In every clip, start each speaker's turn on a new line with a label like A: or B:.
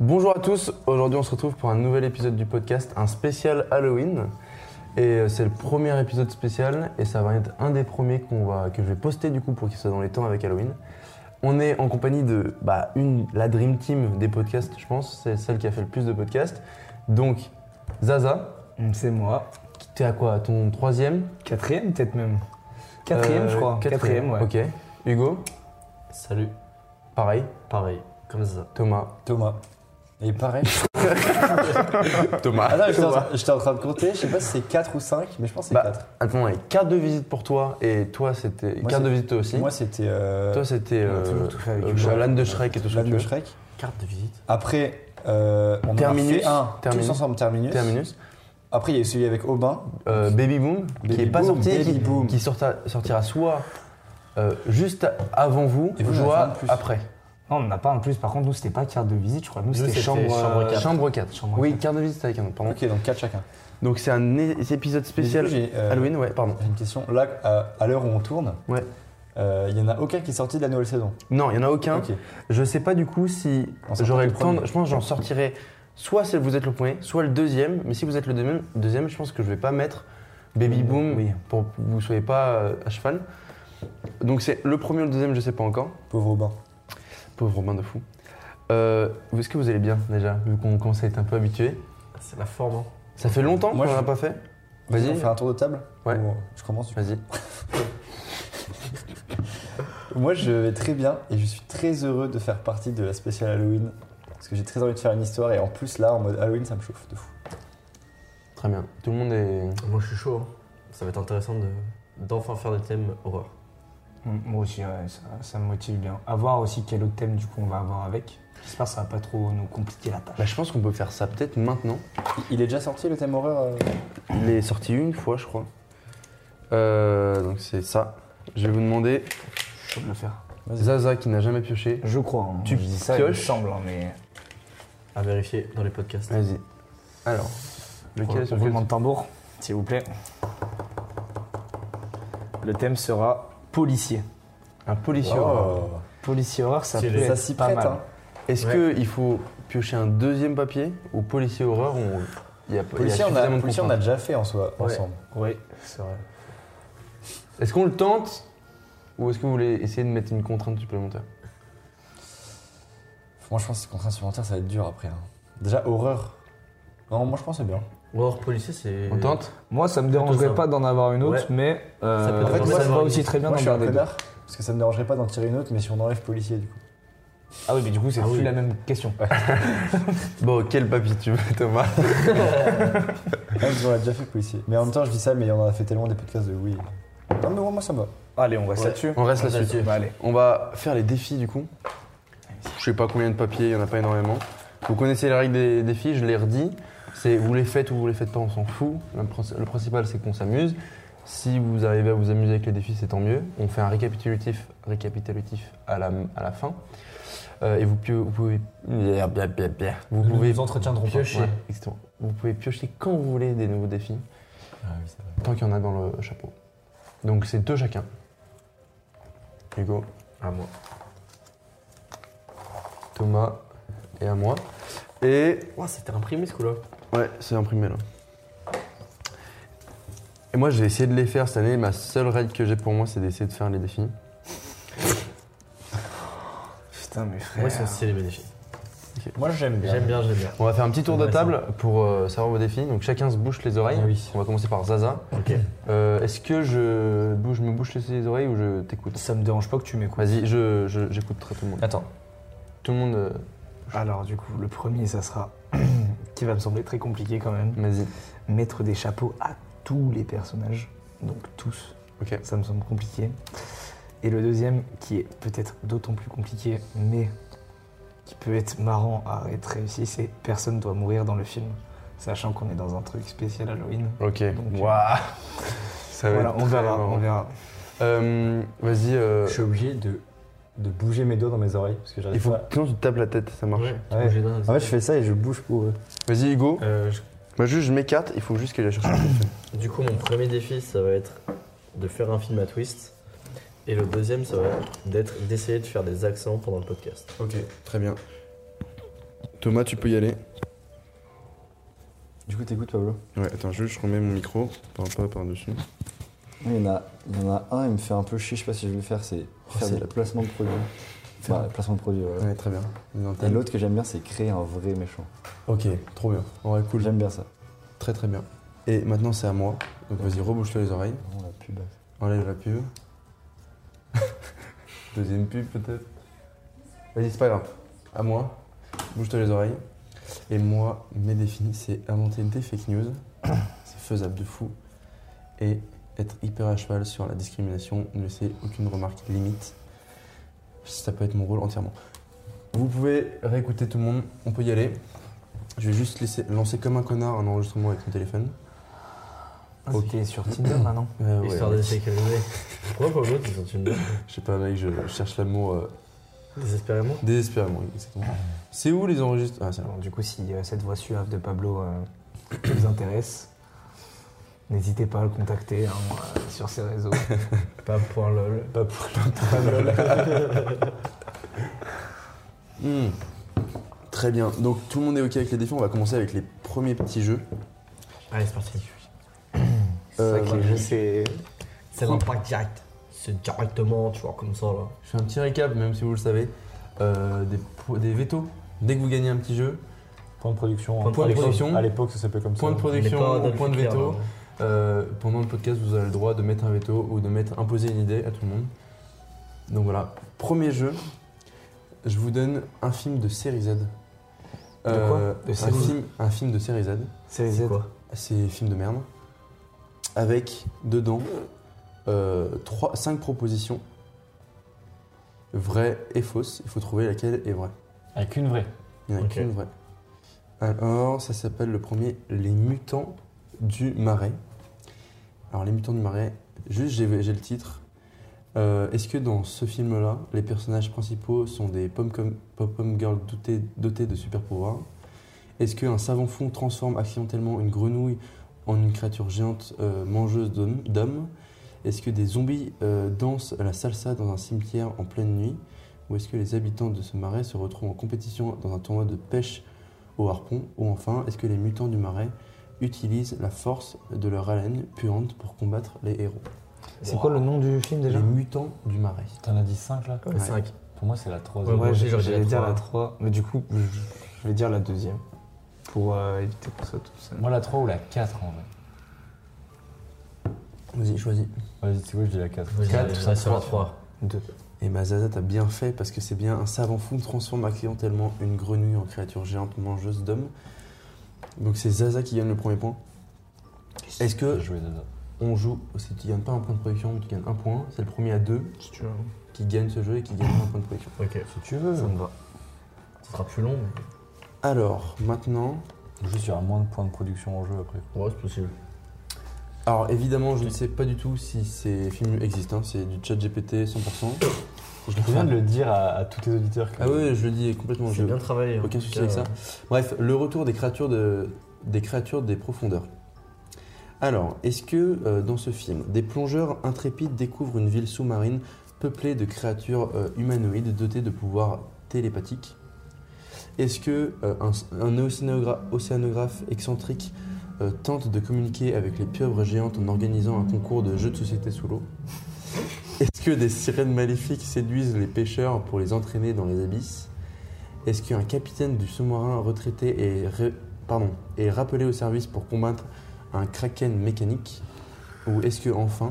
A: Bonjour à tous, aujourd'hui on se retrouve pour un nouvel épisode du podcast, un spécial Halloween. Et euh, c'est le premier épisode spécial et ça va être un des premiers qu'on va, que je vais poster du coup pour qu'il soit dans les temps avec Halloween. On est en compagnie de bah, une, la Dream Team des podcasts, je pense, c'est celle qui a fait le plus de podcasts. Donc Zaza,
B: Mm, C'est moi.
A: t'es à quoi à Ton troisième
B: Quatrième peut-être même. Quatrième
A: Euh,
B: je crois. Quatrième, ouais.
A: Ok. Hugo,
C: Salut,
A: pareil.
C: pareil, comme ça.
A: Thomas.
D: Thomas. Et pareil.
A: Thomas.
D: Attends, j'étais en, j'étais en train de compter, je sais pas si c'est 4 ou 5, mais je pense que c'est
A: Bah,
D: 4.
A: Attends, ouais, carte de visite pour toi et toi c'était.
D: Moi,
A: Carte de
D: c'est-
A: visite toi aussi.
D: Moi c'était euh,
A: toi c'était.
B: on a toujours
A: Euh,
B: tout fait avec
A: euh,
B: Hugo.
A: l'âne de Shrek et tout ce que
D: l'âne
A: tu
D: de
A: veux.
D: Shrek.
C: Carte de visite.
D: Après, euh, on
A: Terminus.
D: en a fait un
A: Terminus.
D: tous ensemble, Terminus.
A: Terminus.
D: Après, il y a eu celui avec Aubin.
A: Euh, Baby Boom qui
D: Baby
A: est pas
D: Boom,
A: sorti,
D: Baby
A: qui,
D: Boom.
A: qui sorta- sortira soit euh, juste avant vous,
D: Et vous, on a fait
A: soit
D: un de plus.
A: après.
B: Non, on n'a pas un plus. Par contre, nous, c'était pas carte de visite, je crois. Nous, c'était
C: c'était
B: chambre.
C: chambre
B: euh,
C: quatre.
A: Chambre 4.
B: Chambre
A: oui, carte de visite avec un autre, pardon.
D: Ok, donc 4 chacun.
A: Donc c'est un é- épisode spécial
D: Mais du coup, j'ai, euh,
A: Halloween, ouais, pardon.
D: J'ai une question. Là, à, à l'heure où on tourne,
A: Ouais.
D: euh, il y en a aucun qui est sorti de la nouvelle saison.
A: Non, il y en a aucun.
D: Ok.
A: Je sais pas du coup si
D: On sort
A: j'aurai
D: pas
A: le
D: le
A: temps. de-
D: premier.
A: Je pense que j'en sortirai soit si vous êtes le premier, soit le deuxième. Mais si vous êtes le deuxième, deuxième je pense que je vais pas mettre Baby
D: Euh,
A: Boom
B: oui.
A: pour que vous soyez pas euh, à cheval. Donc c'est le premier ou le deuxième, je sais pas encore.
D: Pauvre Aubin.
A: Pauvre Robin de fou. Euh, Est-ce que vous allez bien déjà, vu qu'on commence à être un peu habitué
C: C'est la forme. hein.
A: Ça fait longtemps qu'on
D: Moi, je-
A: l'a pas fait Vas-y.
D: On fait un tour de table
A: Ouais.
D: Ou, euh, Je commence. du coup
A: Vas-y.
D: Moi, je vais très bien et je suis très heureux de faire partie de la spéciale Halloween. Parce que j'ai très envie de faire une histoire et en plus, là, en mode Halloween, ça me chauffe de fou.
A: Très bien. Tout le monde est.
C: Moi je suis chaud. hein. Ça va être intéressant de d'enfin faire des thèmes horreur.
B: Mm, Moi aussi, ouais, ça, ça me motive bien. À voir aussi quel autre thème, du coup, on va avoir avec. J'espère que ça va pas trop nous compliquer la tâche.
A: Bah, je pense qu'on peut faire ça peut-être maintenant.
D: Il est déjà sorti le thème horreur euh
A: Il est sorti une fois, je crois. Euh, donc c'est ça. Je vais vous demander
B: Je peux le faire.
A: Zaza qui n'a jamais pioché.
B: Je crois. hein.
A: Tu
B: je dis ça, il me
A: pioches
B: semble, hein, mais.
C: À vérifier dans les podcasts.
A: Vas-y. Alors, lequel
B: Lequel
A: sur
B: on
A: lequel
B: demande tambour, s'il vous plaît. Le thème sera policier.
A: Un policier.
D: Oh.
B: Policier horreur, ça peut
C: Stylé.
B: être
D: Ça s'y
B: pas
D: prête,
B: mal.
D: hein.
A: Est-ce
C: Ouais.
A: qu'il faut piocher un deuxième papier ou policier horreur on- Il y a, il y a
D: Policier, on a,
A: suffisamment de
D: policier, on a
A: contraintes.
D: déjà fait en soi, ensemble.
B: Oui, c'est vrai.
A: Est-ce qu'on le tente ou est-ce que vous voulez essayer de mettre une contrainte supplémentaire
D: Moi, je pense que contrainte supplémentaire, ça va être dur après. hein. Déjà, horreur. Non, moi, je pense que c'est bien.
C: Horreur policier, c'est.
A: On tente
B: Moi, ça me
C: Plutôt
B: dérangerait
C: ça.
B: pas d'en avoir une autre,
C: Ouais.
B: mais euh,
C: Ça peut être
B: en fait,
D: vraiment
B: moi, ça
D: ça,
B: me va
C: dans
B: aussi
C: une-
B: très bien
D: moi,
B: d'en
D: je suis un
B: garder deux.
D: connard, parce que ça me dérangerait pas d'en tirer une autre, mais si on enlève policier, du coup.
B: Ah oui, mais du coup, c'est
C: Ah
B: plus
C: oui.
B: la même question.
A: Bon, quel papier tu veux, Thomas
D: Même si on l'a déjà fait policier. Mais en même temps, je dis ça, mais on en a fait tellement des podcasts de oui. Non, mais moi, moi, ça me va.
B: Allez, on reste là-dessus.
A: On reste là-dessus.
B: Bah, allez.
A: On va faire les défis du coup. Je sais pas combien de papiers, il y en a pas énormément. Vous connaissez les règles des défis, je les redis. C'est vous les faites ou vous les faites pas, on s'en fout. Le, princ- le principal c'est qu'on s'amuse. Si vous arrivez à vous amuser avec les défis, c'est tant mieux. On fait un récapitulatif, récapitulatif à la, à la fin. Euh, et vous, pio- vous pouvez, vous
B: Nous
A: pouvez
B: nous entretiendrons pas.
A: piocher.
B: Ouais.
A: exactement. Vous pouvez piocher quand vous voulez des nouveaux défis,
D: Ah oui, ça
A: tant qu'il y en a dans le chapeau. Donc c'est deux chacun. Hugo.
C: À moi.
A: Thomas et à moi. Et
C: Ouah, c'était imprimé ce coup-là.
A: ouais, c'est imprimé là. Et moi, j'ai essayé de les faire cette année. Ma seule règle que j'ai pour moi, c'est d'essayer de faire les défis.
B: Putain, mes frères.
C: Moi, ils sont stylés les défis.
D: Moi, j'aime bien.
C: J'aime bien, j'aime bien.
A: On va faire un petit tour de
C: Intéressant.
A: table pour euh, savoir vos défis. Donc chacun se bouche les oreilles.
D: Ah oui.
A: On va commencer par Zaza.
C: Ok.
A: Euh, Est-ce que je, bouge, me bouche les oreilles ou je t'écoute
B: Ça me dérange pas que tu m'écoutes.
A: Vas-y, je- je- j'écouterai tout le monde.
D: Attends.
A: Tout le monde, euh,
B: Alors, du coup, le premier, ça sera. qui va me sembler très compliqué quand même.
A: vas-y.
B: Mettre des chapeaux à tous les personnages. Donc, tous.
A: Ok.
B: Ça me semble compliqué. Et le deuxième, qui est peut-être d'autant plus compliqué, mais qui peut être marrant à être réussi, c'est Personne doit mourir dans le film. Sachant qu'on est dans un truc spécial Halloween.
A: Ok.
B: Donc,
A: Waouh. Ça va
B: Voilà,
A: être
B: on
A: très
B: verra,
A: marrant.
B: on verra.
A: Euh, vas-y. euh,
D: Je suis obligé de, de bouger mes doigts dans mes oreilles, parce que
A: il
D: j'arrive
A: faut
D: pas.
A: que sinon tu te tapes la tête, ça marche.
C: Ouais.
D: Ouais. En fait, je fais ça et je bouge pour eux.
A: Vas-y, Hugo.
C: Euh, je-
A: Moi, juste, je m'écarte. Il faut juste que j'aille chercher un téléphone.
C: Du coup, mon premier défi, ça va être de faire un film à twist. Et le deuxième, ça va être d'être- d'essayer de faire des accents pendant le podcast.
A: Ok, très bien. Thomas, tu peux y aller.
B: Du coup, t'écoutes, Pablo
A: Ouais, attends, juste, je remets mon micro. Parle pas par-dessus.
B: Oui, Il y, en a, il y en a un, il me fait un peu chier, je sais pas si je vais le faire, c'est
D: Oh,
B: faire
A: c'est-
B: des placements de produits.
A: Faire-
B: Enfin, placement de produits, ouais.
A: Ouais, très bien. Des
B: Et
A: antennes.
B: l'autre que j'aime bien, c'est créer un vrai méchant.
A: Ok, trop bien. Ouais, cool.
B: J'aime bien ça.
A: Très très bien. Et maintenant, c'est à moi. Donc vas-y, rebouche-toi les oreilles.
B: Vraiment la pub.
A: Enlève la pub. Deuxième pub peut-être. Vas-y, c'est pas grave. À moi. Bouge-toi les oreilles. Et moi, mes défis, c'est inventer des fake news. C'est faisable de fou. Et être hyper à cheval sur la discrimination, ne laisser aucune remarque limite. Ça peut être mon rôle entièrement. Vous pouvez réécouter tout le monde, on peut y aller. Je vais juste laisser, lancer comme un connard un enregistrement avec mon téléphone.
E: euh, Ok, sur Tinder maintenant.
A: Euh, ouais,
C: Histoire
A: ouais.
C: de se calmer. Pourquoi Pablo, tu sens une
A: Je sais pas, mec, je cherche l'amour euh,
C: Désespérément
A: désespérément, exactement. C'est où les enregistrements Ah, c'est là.
E: Alors, du coup, si euh, cette voix suave de Pablo euh, vous intéresse, n'hésitez pas à le contacter hein, euh, sur ses réseaux.
C: Pas point lol.
A: Pas pour Hmm. Très bien, donc tout le monde est ok avec les défis, on va commencer avec les premiers petits jeux.
C: Allez, c'est parti.
A: Euh,
E: C'est vrai que
A: voilà.
E: je sais.
C: C'est l'impact direct. C'est directement, tu vois, comme ça là.
A: Je fais un petit récap, même si vous le savez, Euh, des, po- des vétos. Dès que vous gagnez un petit jeu,
B: Point de production.
A: Point de À l'époque-
D: hein.
A: production. à
B: À l'époque, ça s'appelait comme
A: point de
B: ça.
A: production ou point de veto,
C: veto.
A: euh, pendant le podcast, vous avez le droit de mettre un veto ou de mettre imposer une idée à tout le monde. Donc voilà, premier jeu, je vous donne un film de série Z. Euh,
E: quoi De
A: un,
E: série Z
A: film, un film de série Z.
E: C'est
C: C'est
E: Z.
C: quoi
A: C'est film de merde. Avec dedans 5 propositions vraies et fausses. Il faut trouver laquelle est vraie.
D: Avec une vraie.
A: Il n'y en a
C: Ok.
A: qu'une vraie. Alors, ça s'appelle le premier Les Mutants du Marais. Alors, Les Mutants du Marais, juste j'ai j'ai le titre. Euh, Est-ce que dans ce film-là, les personnages principaux sont des pom-com- pom-pom girls dotées, dotées de super-pouvoirs Est-ce qu'un savant fou transforme accidentellement une grenouille en une créature géante euh, mangeuse d'hommes d'hommes Est-ce que des zombies euh, dansent la salsa dans un cimetière en pleine nuit ou est-ce que les habitants de ce marais se retrouvent en compétition dans un tournoi de pêche au harpon Ou enfin, est-ce que les mutants du marais utilisent la force de leur haleine puante pour combattre les héros
E: C'est quoi le nom du film déjà
A: Les mutants du marais.
D: T'en as dit 5 là
A: Ouais.
C: 5.
D: Pour moi, c'est la
C: Ouais,
D: troisième.
C: moi,
E: Ouais,
C: j'ai-
E: j'ai-
C: j'ai
E: j'allais
C: la
E: dire
C: trois.
E: la 3, mais du coup, je je vais dire la deuxième. Pour euh, éviter qu'on soit tout seul.
D: Moi, la 3 ou la 4 en vrai.
A: Vas-y, choisis.
D: Vas-y, tu vois, je dis la 4.
C: Quatre, ça sera 3.
E: Deux.
A: Et ma Eh ben, Zaza, t'as bien fait parce que c'est bien un savant fou transforme accidentellement une grenouille en créature géante mangeuse d'hommes. Donc c'est Zaza qui gagne le premier point. Est-ce que
D: Jouer
A: on joue Si tu gagnes pas un point de production, mais tu gagnes un point, c'est le premier à deux
E: Si tu veux.
A: qui gagne ce jeu et qui gagne un point de production.
C: Ok.
D: Si tu veux.
E: Ça me va.
C: Ce sera plus long, mais.
A: Alors, maintenant,
D: Juste, il y aura moins de points de production en jeu après.
C: Ouais, c'est possible.
A: Alors évidemment, je ne sais pas du tout si ces films existent, hein. c'est du chat GPT 100%.
D: Je viens de le dire à, à tous les auditeurs. que-
A: Ah ouais, je le dis complètement.
C: J'ai
A: Je...
C: bien travaillé.
A: Aucun souci avec ça. Bref, le retour des créatures, de... des créatures des profondeurs. Alors, est-ce que euh, dans ce film, des plongeurs intrépides découvrent une ville sous-marine peuplée de créatures euh, humanoïdes dotées de pouvoirs télépathiques Est-ce que euh, un, un océanogra- océanographe excentrique euh, tente de communiquer avec les pieuvres géantes en organisant un concours de jeux de société sous l'eau Est-ce que des sirènes maléfiques séduisent les pêcheurs pour les entraîner dans les abysses est-ce qu'un capitaine du sous-marin retraité est, ré- pardon, est rappelé au service pour combattre un kraken mécanique Ou est-ce que enfin,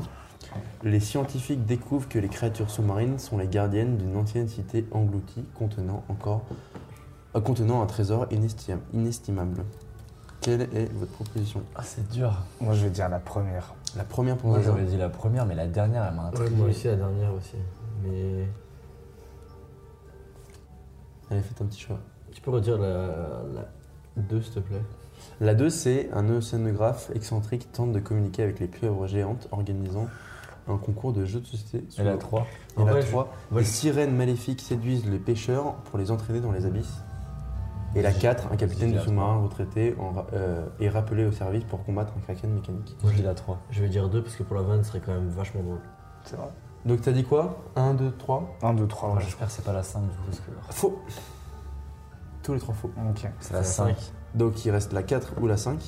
A: les scientifiques découvrent que les créatures sous-marines sont les gardiennes d'une ancienne cité engloutie contenant encore euh, contenant un trésor inesti- inestimable Quelle est votre proposition
D: Ah, c'est dur.
E: Moi, je vais dire la première.
A: La première pour
D: Moi,
A: Zaza.
D: j'aurais dit la première, mais la dernière, elle m'a
C: Ouais,
D: intrigué.
C: moi aussi, la dernière aussi. Mais.
A: Allez, faites un petit choix.
C: Tu peux redire la. la... 2, s'il te plaît.
A: La 2, c'est un océanographe excentrique tente de communiquer avec les pieuvres géantes organisant un concours de jeux de société sous
D: Et la
A: l'eau.
D: 3
A: Et
C: En
A: la
C: vrai, je-
A: 3, les sirènes maléfiques séduisent les pêcheurs pour les entraîner dans les abysses. Et la 4, un capitaine
D: J'ai
A: du
D: la
A: sous-marin retraité en ra- euh, est rappelé au service pour combattre un kraken mécanique.
D: Moi, je dis la 3.
C: Je vais dire 2 parce que pour la vanne, ce serait quand même vachement drôle.
E: C'est vrai.
A: Donc t'as dit quoi 1, 2, 3
E: 1, 2, 3,
D: J'espère que c'est pas la 5 du coup. Parce que...
A: Faux tous les trois faux.
E: Ok.
D: C'est la 5.
A: Donc il reste la 4 ou la 5.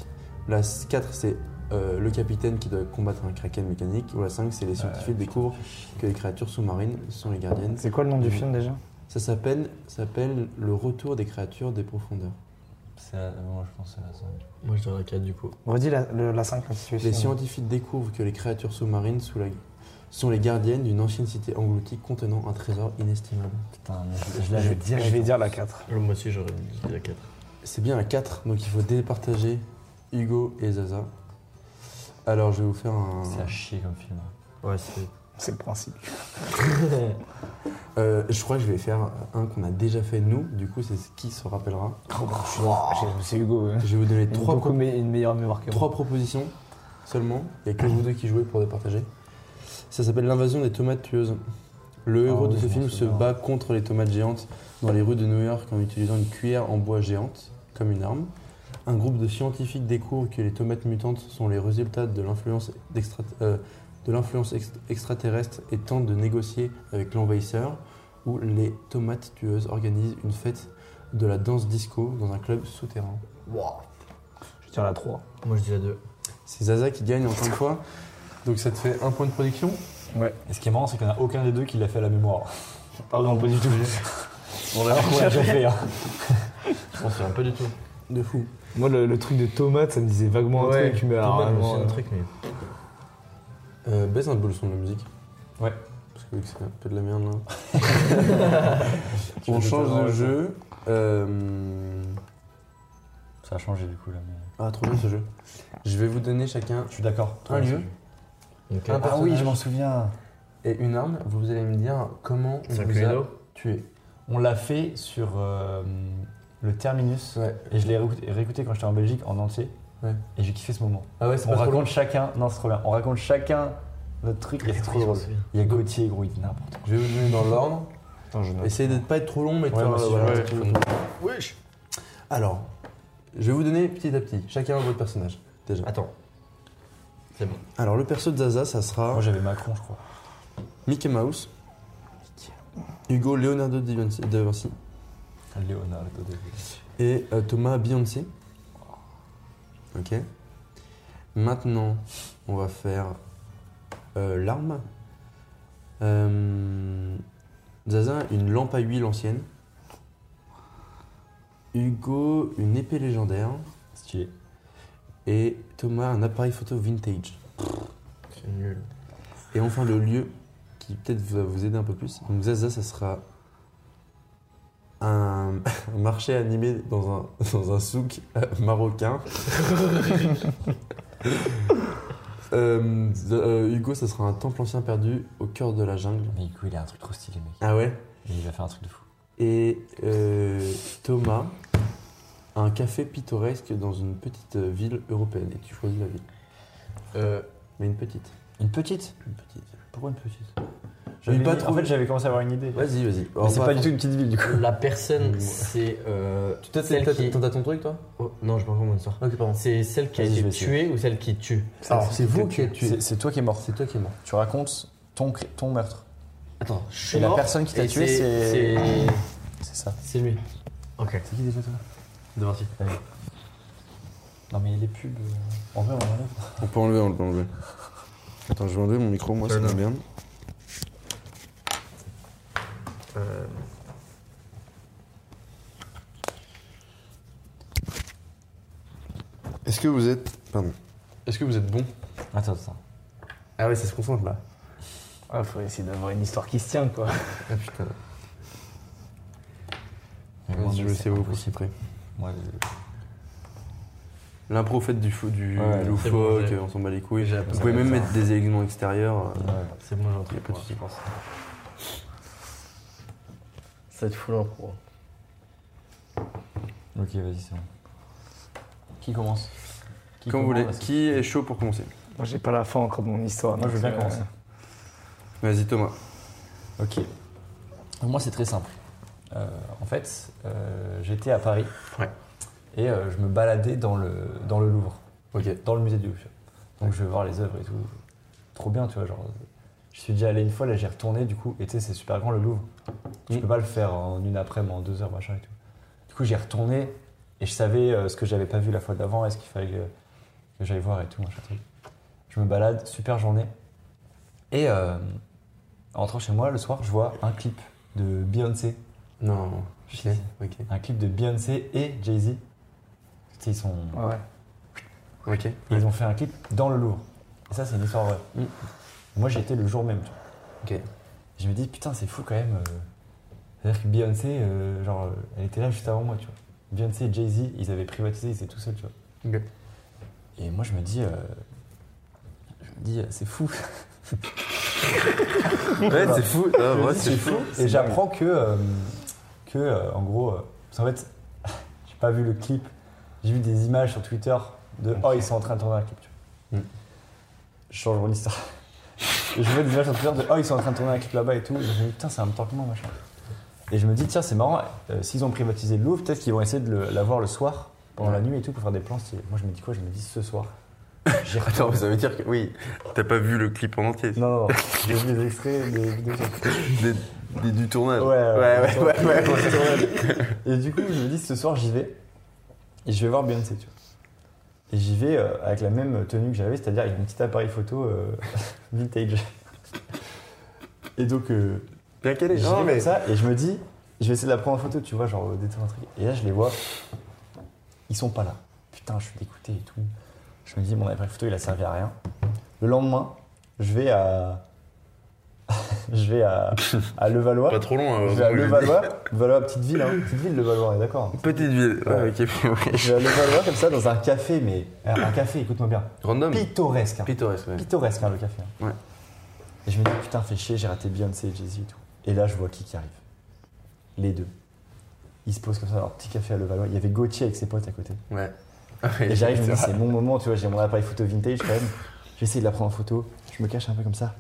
A: La 4 c'est euh, le capitaine qui doit combattre un kraken mécanique. Ou la 5 c'est les scientifiques découvrent que les créatures sous-marines sont les gardiennes.
E: C'est quoi le nom du film déjà
A: Ça s'appelle ça s'appelle Le retour des créatures des profondeurs.
D: C'est la- Moi, je pense que c'est la 5.
C: Moi je dirais la 4 du coup.
E: Redis la, le- la 5 quand tu fais
A: Les scientifiques découvrent que les créatures sous-marines sous la- sont les gardiennes d'une ancienne cité engloutie contenant un trésor inestimable.
D: Putain, mais je, je
E: Je,
D: l'avais
E: je
D: direct.
E: vais dire la 4.
C: Moi aussi j'aurais dit la 4.
A: C'est bien à 4, donc il faut départager Hugo et Zaza. Alors je vais vous faire un...
D: C'est à chier comme film. hein.
C: Ouais, c'est.
E: C'est le principe.
A: Euh, je crois que je vais faire un qu'on a déjà fait nous, du coup c'est ce qui se rappellera.
E: J'ai- C'est Hugo. hein.
A: Je vais vous donner
E: Il a
A: trois,
E: beaucoup me- une meilleure mémoire que
A: pro-
E: moi.
A: trois propositions seulement, il n'y a que vous deux qui jouez pour départager. Ça s'appelle l'invasion des tomates tueuses. Le
D: Ah
A: héros
D: oui,
A: de ce
D: je m'en
A: film se
D: souviens.
A: bat contre les tomates géantes dans les rues de New York en utilisant une cuillère en bois géante comme une arme. Un groupe de scientifiques découvre que les tomates mutantes sont les résultats de l'influence d'extra- euh, de l'influence ext- extraterrestre et tente de négocier avec l'envahisseur, où les tomates tueuses organisent une fête de la danse disco dans un club souterrain.
E: Je tire la 3.
C: Moi je dis la 2.
A: C'est Zaza qui gagne encore une fois, donc ça te fait un point de production.
D: Et ce qui est marrant, c'est qu'il n'y en a aucun des deux qui l'a fait à la mémoire.
E: Pardon, pas du tout.
D: On l'a on l'a déjà fait. hein.
C: Je m'en souviens pas du tout.
A: De fou.
E: Moi, le, le truc de tomate, ça me disait vaguement un truc, mais alors.
C: Thomas, je me
E: vraiment,
C: souviens
E: euh,
C: d'un truc, mais.
A: Euh, baisse un peu le son de la musique.
D: Ouais.
A: Parce que vu que c'est un peu de la merde là.
B: Tu
A: On
B: veux
A: change de
B: totalement
A: jeu. Euh,
D: Ça a changé du coup là. Mais...
A: Ah, trop bien ce jeu. Je vais vous donner chacun
B: Je suis d'accord.
A: un lieu
C: Ok.
A: Un
B: Ah oui, je m'en souviens.
A: et une arme. Vous allez me dire comment on
C: C'est
A: vous a
C: Cluedo
A: tué.
D: On l'a fait sur euh, le Terminus.
A: Ouais.
D: Et je l'ai réécouté, réécouté quand j'étais en Belgique en entier.
A: Ouais.
D: Et j'ai kiffé ce moment.
A: Ah ouais, c'est
D: On
A: pas trop long.
D: raconte chacun. Non, c'est trop bien. On raconte chacun notre truc et c'est trop drôle. Il y a Gauthier, gros, il dit n'importe quoi.
A: Je vais vous donner dans l'ordre.
E: Attends, je note.
A: Essayez de ne pas être trop long, mais de
D: Ouais,
A: faire. euh,
D: moi aussi,
A: voilà,
D: ouais.
A: tout le monde. Alors, je vais vous donner petit à petit, chacun votre personnage. Déjà.
C: Attends. C'est bon.
A: Alors, le perso de Zaza, ça sera
D: Moi j'avais Macron, je crois.
A: Mickey Mouse, Hugo Leonardo da Vinci- da Vinci
D: Léonard,
A: et euh, Thomas Beyoncé. Ok. Maintenant, on va faire euh, l'arme. Euh, Zaza, une lampe à huile ancienne. Hugo, une épée légendaire.
D: Stylé.
A: Et Thomas, un appareil photo vintage.
C: C'est nul.
A: Et enfin, le lieu qui peut-être va vous aider un peu plus. Donc, Zaza, ça sera un, un marché animé dans un, dans un souk euh, marocain. Euh, Z- euh, Hugo, ça sera un temple ancien perdu au cœur de la jungle.
D: Mais du coup, il a un truc trop stylé, mec.
A: Ah ouais
D: Et il va faire un truc de fou.
A: Et euh, Thomas, un café pittoresque dans une petite euh, ville européenne. Et tu choisis la ville.
C: Euh,
A: Mais une petite.
D: Une petite
A: Une petite ville.
D: Pourquoi une petite
A: J'avais pas
D: En
A: trouvé.
D: fait, j'avais commencé à avoir une idée.
A: Vas-y, vas-y.
B: Mais
D: bah,
B: c'est pas du tout une petite ville du coup.
C: la personne, c'est. Euh,
A: Toi, t'as-
C: celle
A: t'as-
C: qui...
A: t'as- t'as ton truc, toi
C: Oh, non, je me raconte mon histoire.
A: Ok, pardon.
C: C'est celle qui a
D: Vas-y, je
C: été
D: vais essayer.
C: tuée ou celle qui tue
A: Alors, c'est vous qui êtes tué.
B: C'est c'est toi qui es mort.
A: C'est toi qui es mort.
B: Tu racontes ton, cr- ton meurtre.
C: Attends, je suis
B: Et la
C: mort,
B: personne qui t'a
C: et
B: tué, c'est.
C: c'est-
B: C'est ça.
C: C'est lui. Ok.
D: C'est qui déjà toi
C: De Vinci.
D: Non, mais les pubs.
B: En vrai, on enlève.
A: On peut enlever, on peut enlever. Attends, je vais enlever mon micro, moi,
C: Turn
A: ça
C: on.
A: bien.
C: Euh,
A: Est-ce que vous êtes. Pardon. Est-ce que vous êtes bon
D: Attends, attends.
A: Ah ouais, ça se concentre là.
E: Ah, faut essayer d'avoir une histoire qui se tient, quoi.
A: Ah putain.
D: Mais moi,
A: Vas-y, je vais
D: c'est
A: essayer de vous
D: impossible.
A: concentrer.
D: Moi, euh,
A: L'impro fait du, fou- du
D: Ouais,
A: du
C: c'est bon,
A: loufoque, euh,
C: j'ai-
A: on s'en bat les couilles.
C: j'ai appris
A: Vous
C: ça
A: pouvez
C: comme
A: même
C: ça.
A: mettre des éléments extérieurs. euh,
C: C'est bon, j'ai un
A: y a
C: truc.
A: pas de
C: moi,
A: souci.
C: je pense. Ça va être full l'impro.
D: Ok, vas-y, c'est bon. Qui commence Qui
A: Comme vous
D: commence
A: voulez. Qui est chaud pour commencer
E: Moi, j'ai pas la fin encore de mon histoire.
D: Moi, je veux
E: donc,
D: bien
E: euh,
D: commencer.
A: Vas-y, Thomas.
D: Ok. Donc Moi, c'est très simple. Euh, en fait, euh, j'étais à Paris.
A: Ouais.
D: Et euh, je me baladais dans le, dans le Louvre.
A: Ok.
D: Dans le musée du Louvre. Donc, je vais voir les œuvres et tout. Trop bien, tu vois. Genre, je suis déjà allé une fois, là, j'ai retourné, du coup. Et tu sais, c'est super grand le Louvre. Je
A: Mm.
D: peux pas le faire en une après-midi, en deux heures, machin et tout. Du coup, j'ai retourné et je savais euh, ce que j'avais pas vu la fois d'avant et ce qu'il fallait euh, que j'aille voir et tout, machin truc. Je me balade, super journée. Et euh, en rentrant chez moi, le soir, je vois un clip de Beyoncé.
A: Non, ok. Ok.
D: Un clip de Beyoncé et Jay-Z. Tu sais, Ils, sont,
B: Ouais.
A: Ah, Ok.
D: ils ont fait un clip dans le Louvre. Et ça, c'est une histoire vraie.
A: Mm.
D: Moi, j'y étais le jour même. tu vois.
A: Ok.
D: Je me dis, putain, c'est fou quand même. euh. C'est-à-dire que Beyoncé, euh, genre, euh, elle était là juste avant moi, tu vois. Beyoncé et Jay-Z, ils avaient privatisé, ils étaient tout seuls, tu vois.
A: Ok.
D: Et moi, je me dis, euh, je me dis, euh, c'est fou.
A: Ouais, c'est fou. Ah,
D: Je me
A: ouais,
D: dis,
A: c'est fou.
D: Et j'apprends que, euh, que euh, en gros, euh, parce qu'en fait, j'ai pas vu le clip, j'ai vu des images sur Twitter de, oh, ils sont en train de tourner un clip, tu vois.
A: Mm.
D: Je change mon histoire. Et je vois des images sur Twitter de, oh, ils sont en train de tourner un clip là-bas et tout. Et je me dis, putain, c'est en même temps que moi, machin. Et je me dis, tiens, c'est marrant, euh, s'ils ont privatisé le Louvre, peut-être qu'ils vont essayer de le- l'avoir le soir, pendant la nuit et tout, pour faire des plans stylés. Moi, je me dis quoi Je me dis ce soir. J'ai
A: Attends, mais ça veut dire que oui, t'as pas vu le clip en entier
D: Non, non, non. J'ai vu des extraits des vidéos sur
A: des, des- du tournage.
D: Ouais, ouais,
A: ouais, ouais. ouais, ouais,
D: Et du coup, je me dis, ce soir, j'y vais. Et je vais voir Beyoncé, tu vois. Et j'y vais euh, avec la même tenue que j'avais, c'est-à-dire avec mon petit appareil photo euh, vintage. Et donc, euh,
A: Bien
D: je
A: calé.
D: vais
A: Non, mais
D: comme ça, et je me dis, je vais essayer de la prendre en photo, tu vois, genre euh, détour un truc. Et là, je les vois, ils sont pas là. Putain, je suis dégoûté et tout. Je me dis, mon appareil photo, il a servi à rien. Le lendemain, je vais à. je vais à, à Levallois.
A: pas trop long. hein,
D: Je vais à
A: vraiment, je le dis.
D: Levallois, Levallois, petite ville, hein. petite ville Levallois, on est d'accord.
A: Petite ville. Ouais, ok. ouais.
D: Je vais à Levallois comme ça dans un café, mais un café, écoute-moi bien,
A: Random.
D: pittoresque, hein.
A: Pittoresque, ouais.
D: pittoresque hein, le café. hein.
A: Ouais.
D: Et je me dis putain, fais chier, j'ai raté Beyoncé et Jay-Z et tout. Et là, je vois qui qui arrive, les deux. Ils se posent comme ça dans leur petit café à Levallois. Il y avait Gauthier avec ses potes à côté.
A: Ouais.
D: Et j'arrive, je me dis, c'est mon moment, tu vois, j'ai mon appareil photo vintage quand même. J'essaie de la prendre en photo, je me cache un peu comme ça.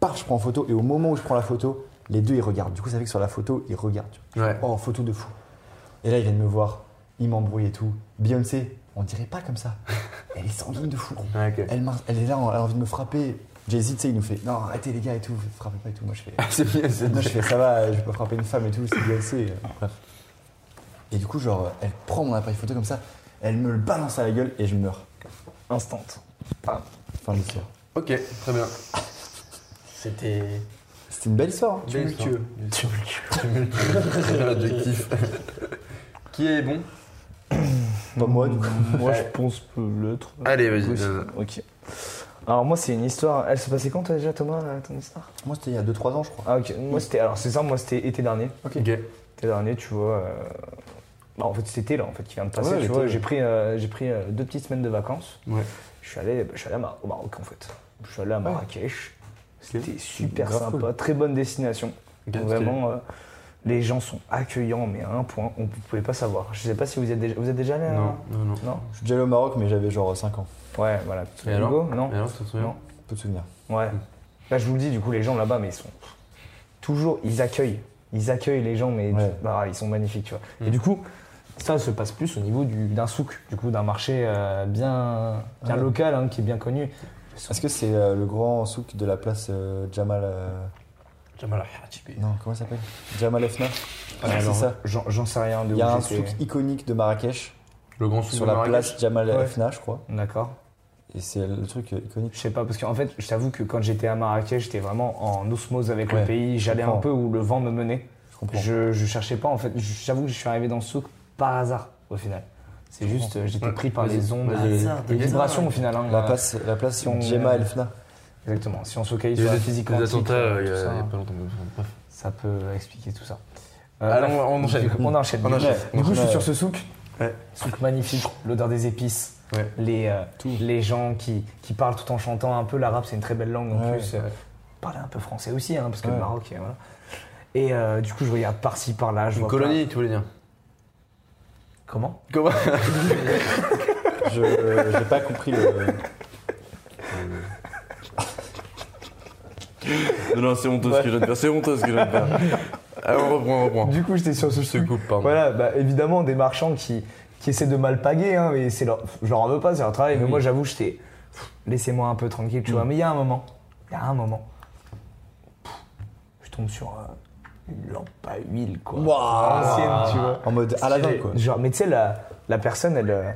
D: Paf, je prends en photo, et au moment où je prends la photo, les deux ils regardent. Du coup, ça fait que sur la photo, ils regardent. tu vois.
A: Ouais.
D: Oh, photo de fou. Et là, ils viennent me voir, ils m'embrouillent et tout. Beyoncé, on dirait pas comme ça. Elle est sanguine de fou.
A: Ouais, ok.
D: Elle, mar- elle est là, elle a envie de me frapper. Jay-Z, tu sais, il nous fait Non, arrêtez les gars et tout, frappez pas et tout. Moi, je fais
A: C'est bien, c'est
D: non, je fais ça va, je vais pas frapper une femme et tout, c'est Beyoncé. euh, Bref. Et du coup, genre, elle prend mon appareil photo comme ça, elle me le balance à la gueule et je meurs. Ah,
B: Instant.
D: Fin de l'histoire.
A: Ok, très bien.
F: C'était.
D: C'était une belle histoire. hein.
A: Tumultueux. Tumultueux. C'est l'adjectif. Qui est bon
B: Pas moi, du coup. Moi,
A: je
B: pense que l'autre.
A: Allez, vas-y. vas-y.
B: Ok. Alors, moi, c'est une histoire. Elle se passait quand, toi, déjà, Thomas, là, ton histoire
D: Moi, c'était il y a 2-3 ans, je crois.
B: Ah, ok. Moi, c'était. Alors, c'est ça, moi, c'était été dernier.
A: Ok.
B: L'été dernier, tu vois. euh, bah, en fait, c'était là, en fait, qui vient de passer.
D: Ouais,
B: tu
D: l'été,
B: vois,
D: ouais.
B: j'ai pris, euh, j'ai pris euh, deux petites semaines de vacances.
A: Ouais.
B: Je suis allé, bah, je suis allé à Mar- au Maroc, en fait. Je suis allé à Marrakech. C'était super
D: grave
B: sympa, très bonne destination.
A: Ok,
B: Vraiment, euh, les gens sont accueillants, mais à un point, on ne pouvait pas savoir. Je sais pas si vous y êtes déjà, vous êtes déjà allé. à-
A: Non, non, non.
B: Non.
D: Je suis déjà allé au Maroc, mais j'avais genre 5 ans.
B: Ouais, voilà.
A: Et alors
B: Non.
A: Et alors, tu te souviens
B: Non.
D: Peu de souvenirs.
B: Ouais. Là, je vous le dis, du coup, les gens là-bas, mais ils sont toujours, ils accueillent. Ils accueillent les gens, mais
D: Ouais.
B: bah, ils sont magnifiques, tu vois.
A: Mm.
B: Et du coup, ça se passe plus au niveau du- d'un souk, du coup, d'un marché euh, bien, bien
D: Ouais.
B: local, hein, qui est bien connu.
D: Est-ce que c'est euh, le grand souk de la place euh, Jamal. euh,
F: Jamal Hachibi.
D: Non, comment il s'appelle Jamal Efna
B: Mais
D: Ah, C'est
B: alors,
D: ça.
B: J'en j'en sais rien de
D: Il
B: où
D: y a un
B: j'étais.
D: souk iconique de Marrakech
A: Le grand souci
D: sur la place Jamal
B: Ouais.
D: Efna, je crois.
B: D'accord.
D: Et c'est le truc euh,
B: Je
D: iconique.
B: sais pas, parce qu'en fait, je t'avoue que quand j'étais à Marrakech, j'étais vraiment en osmose avec
D: Ouais,
B: le pays. J'allais un
D: comprends.
B: peu où le vent me menait.
D: Je comprends.
B: Je, je cherchais pas, en fait. Je- J'avoue que je suis arrivé dans le souk par hasard, au final. C'est juste, euh, j'étais
A: Ouais,
B: pris par
A: vas-y,
B: les ondes,
A: vas-y, vas-y.
B: les vibrations, au final. hein.
D: La
B: Euh,
D: place, la place
B: si on-
D: Jamal Elfna.
B: Exactement. Si on se focalise
A: Il y
B: sur
A: a
B: la
A: eu
B: physique
A: des,
B: quantique,
A: attentats
B: euh,
A: euh, il y a,
B: tout ça,
A: il y a pas longtemps. Bref.
B: ça peut expliquer tout ça. Euh,
A: Allons,
B: bref.
A: on enchaîne.
B: Du coup, On enchaîne.
A: On enchaîne.
B: Du coup, je suis
D: Ouais.
B: sur ce souk.
A: Ouais.
B: Souk magnifique, l'odeur des épices,
A: Ouais.
B: les, euh, les gens qui, qui parlent tout en chantant un peu. L'arabe, c'est une très belle langue en
D: Ouais.
B: plus. euh, parler un peu français aussi, hein, parce que
D: Ouais.
B: le Maroc, euh, voilà. Et euh, du coup, je regarde par-ci, par-là. Je
A: Une
B: vois
A: colonie, tu voulais dire
B: plein- Comment
A: Comment
D: Je euh, j'ai pas compris le.
A: Non, non, c'est honteux ce que je viens de faire. C'est honteux ce que je viens de faire. Allez, on reprend, on reprend.
B: Du coup, j'étais sur ce
A: Je te
B: souk.
A: coupe, pardon.
B: Voilà, bah, évidemment, des marchands qui, qui essaient de mal paguer, hein, mais c'est leur, je leur en veux pas, c'est leur travail. Mais moi, j'avoue, j'étais. pff, Laissez-moi un peu tranquille, tu vois. Mais il y a un moment, il y a un moment, pff, je tombe sur euh, une lampe à huile, quoi.
D: Waouh
B: Ancienne, tu vois.
D: En mode à la
B: Stylé.
D: dent, quoi.
B: Genre, mais tu sais, la, la personne, elle. euh,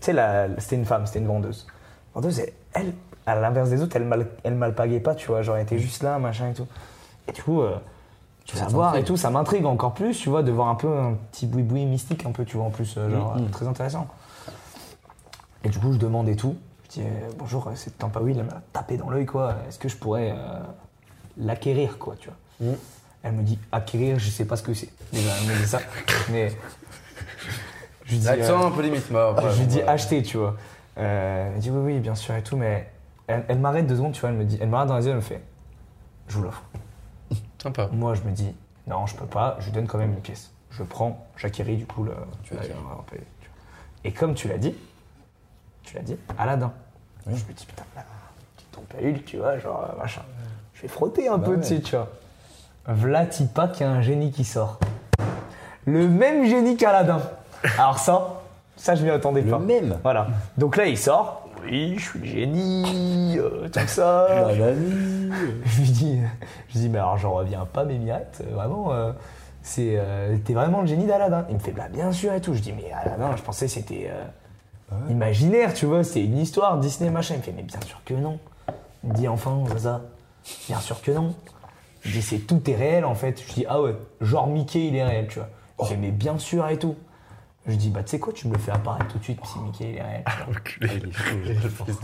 B: Tu sais, la- c'était une femme, c'était une vendeuse. La vendeuse, elle, elle, à l'inverse des autres, elle mal, elle malpaguait pas, tu vois. Genre, elle était juste là, machin et tout. Et du coup, euh, Mm. tu vas voir et tout, ça m'intrigue encore plus, tu vois, de voir un peu un petit boui-boui mystique, un peu, tu vois, en plus, euh, genre, euh, très intéressant. Et du coup, je demande et tout. Je dis, euh, bonjour, euh, c'est Tampa Will, elle m'a tapé dans l'œil, quoi. Est-ce que je pourrais euh, l'acquérir, quoi, tu vois Elle me dit, acquérir, je sais pas ce que c'est. Déjà, elle me dit ça. Mais. Je lui dis, euh,
A: L'accent un peu limite. bah, après,
B: je lui
A: bon,
B: dis
A: voilà.
B: acheter, tu vois. Euh, elle me dit oui, oui, bien sûr et tout, mais elle, elle m'arrête deux secondes, tu vois. Elle me dit, elle m'arrête dans les yeux, elle me fait, je vous l'offre.
A: Sympa.
B: Moi, je me dis, non, je peux pas, je lui donne quand même une pièce. Je prends, j'acquéris du coup le.
G: Tu acquéris.
B: le- le- le- tu vois. Et comme tu l'as dit, tu l'as dit, Aladdin. Je me dis, putain, là, petite trompe à huile, tu vois, genre euh, machin. Je vais frotter
D: Bah
B: un peu dessus, tu vois. Vlatipa qui a un génie qui sort. Le même génie qu'Aladin. Alors ça, ça je m'y attendais
D: Le
B: pas.
D: même
B: Voilà. Donc là, il sort. Oui, je suis le génie, euh, tout ça.
D: Ah, la nuit.
B: je lui dis, je lui dis, mais alors j'en reviens pas, mes mirettes, euh, vraiment. euh, c'est, euh, t'es vraiment le génie d'Aladin. Il me fait, bah bien sûr et tout. Je dis, mais Aladin, je pensais que c'était euh, imaginaire, tu vois, c'était une histoire, Disney, machin. Il me fait, mais bien sûr que non. Il me dit, enfin, Zaza, bien sûr que non. Je dis, c'est tout est réel en fait. Je dis, ah ouais, genre Mickey, il est réel, tu vois. Il me fait, mais bien sûr et tout. Je dis, bah tu sais quoi, tu me le fais apparaître tout de suite si Mickey, il est réel. tu vois.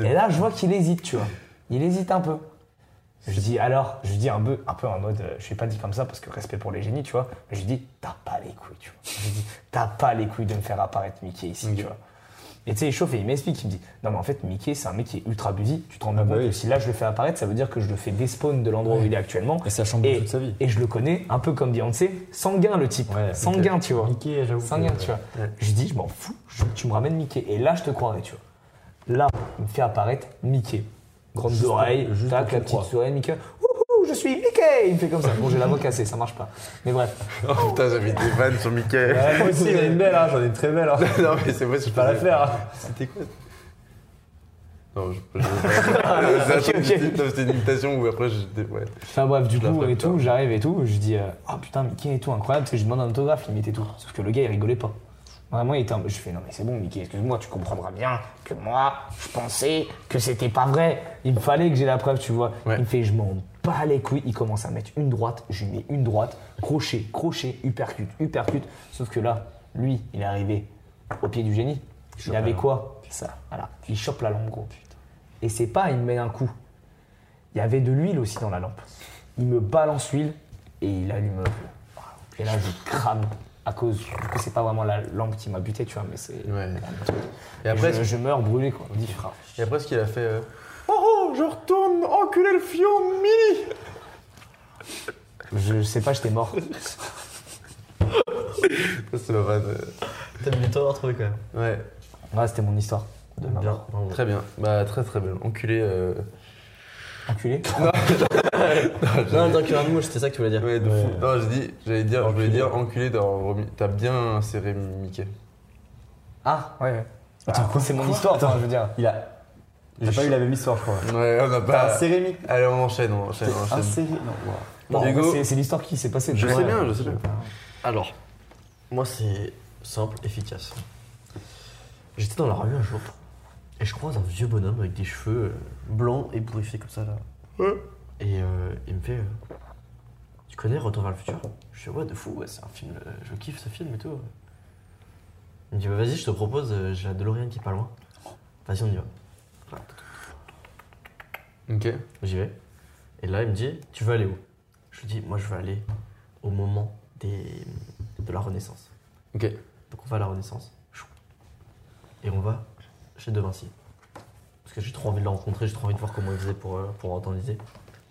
B: Et là, je vois qu'il hésite, tu vois. Il hésite un peu. Je lui dis alors, je lui dis un peu, un peu en mode, euh, je l'ai pas dit comme ça parce que respect pour les génies, tu vois. Mais je lui dis, t'as pas les couilles, tu vois. Je lui dis, t'as pas les couilles de me faire apparaître Mickey ici, tu vois. Et tu sais, il chauffe et il m'explique, il me dit, non mais en fait, Mickey, c'est un mec qui est ultra busy. Tu te rends bien compte
D: Ah bah oui.
B: que si là je le fais apparaître, ça veut dire que je le fais despawn de l'endroit où il est actuellement.
D: Et ça chamboule toute sa vie.
B: Et je le connais un peu comme Beyoncé, sanguin le type, sanguin, tu vois.
D: Mickey, j'avoue.
B: Sanguin, tu vois. euh, Je dis, je m'en fous, je- tu me ramènes Mickey. Et là, je te croirais, tu vois. Là, il me fait apparaître Mickey. Grandes oreilles, tac, la petite souris, Mickey. Wouhou, je suis Mickey Il me fait comme ça. Bon, j'ai la voix cassée, ça marche pas. Mais bref.
A: Oh putain, j'avais des vannes sur Mickey.
D: Moi aussi, j'en ai une belle, hein, j'en ai une très belle. Hein.
A: non, mais c'est vrai, je
D: Pas la faire. hein.
A: C'était quoi Non, je. je- C'est un
B: Ok,
A: truc
B: ok.
A: du type, non, C'était une imitation où après j'étais. Ouais.
B: Enfin bref, du
A: la
B: coup,
A: ferai
B: et
A: plus
B: tout, j'arrive et tout, je dis euh, Ah putain, Mickey et tout, incroyable, parce que je lui demande un autographe, limite et tout. Sauf que le gars, il rigolait pas. Vraiment, il était un peu. Je fais Non, mais c'est bon, Mickey, excuse-moi, tu comprendras bien que moi, je pensais que c'était pas vrai. Il me fallait que j'ai la preuve, tu vois.
A: Ouais.
B: Il me fait Je m'en bats les couilles. Il commence à mettre une droite, je lui mets une droite, crochet, crochet, uppercut, uppercut. Sauf que là, lui, il est arrivé au pied du génie. Il avait quoi Ça, voilà. Il chope la lampe, gros. Et c'est pas, il me met un coup. Il y avait de l'huile aussi dans la lampe. Il me balance l'huile et il allume. le feu. Et là, je crame à cause que c'est pas vraiment la lampe qui m'a buté, tu vois, mais c'est.
A: Ouais. Et
B: Et
A: après,
B: je, je meurs brûlé, quoi. On dit, ah,
A: et après ce qu'il a fait. euh, Oh, oh, je retourne enculer le fion mini
B: je sais pas, j'étais mort.
A: Ça, C'est ma vanne. euh,
C: T'as mis du temps à la retrouver quand même.
A: Ouais,
B: Ouais, c'était mon histoire de ma
C: Bien,
B: mort.
C: bravo.
A: très bien. Bah, très très bien. Enculé. euh,
B: Enculé.
A: Ah,
C: Non, le Dunkin' Donuts, c'était ça que tu voulais dire.
A: Ouais, de fou. Non, j'ai dit, j'allais dire, je voulais dire enculé d'avoir remis. T'as bien inséré Mickey.
B: Ah, ouais, ouais. c'est mon histoire, enfin, je veux dire.
D: Il a. J'ai pas eu la même histoire, je crois. Bah.
A: Ouais, on n'a
D: T'as
A: pas.
D: inséré Mickey.
A: Allez, on enchaîne, on enchaîne, on enchaîne.
D: Inséré. Non, waouh.
B: Non,
A: Hugo.
B: en fait, c'est- c'est l'histoire qui s'est passée.
A: Je
B: Ouais.
A: sais bien, je sais bien.
C: Alors, moi c'est simple, efficace. J'étais dans la rue un jour et je croise un vieux bonhomme avec des cheveux euh, blancs et bourriffés comme ça là. Et euh, il me fait euh, Tu connais Retour vers le futur Je fais Ouais, de fou, ouais, c'est un film, euh, je kiffe ce film et tout. Il me dit bah, Vas-y, je te propose, euh, j'ai la DeLorean qui est pas loin. Vas-y, on y va.
A: Ok.
C: J'y vais. Et là, il me dit Tu veux aller où Je lui dis Moi, je veux aller au moment des, de la Renaissance.
A: Ok.
C: Donc on va à la Renaissance. Chou. Et on va chez De Vinci. Parce que j'ai trop envie de le rencontrer, j'ai trop envie de voir comment il faisait pour, euh, pour organiser.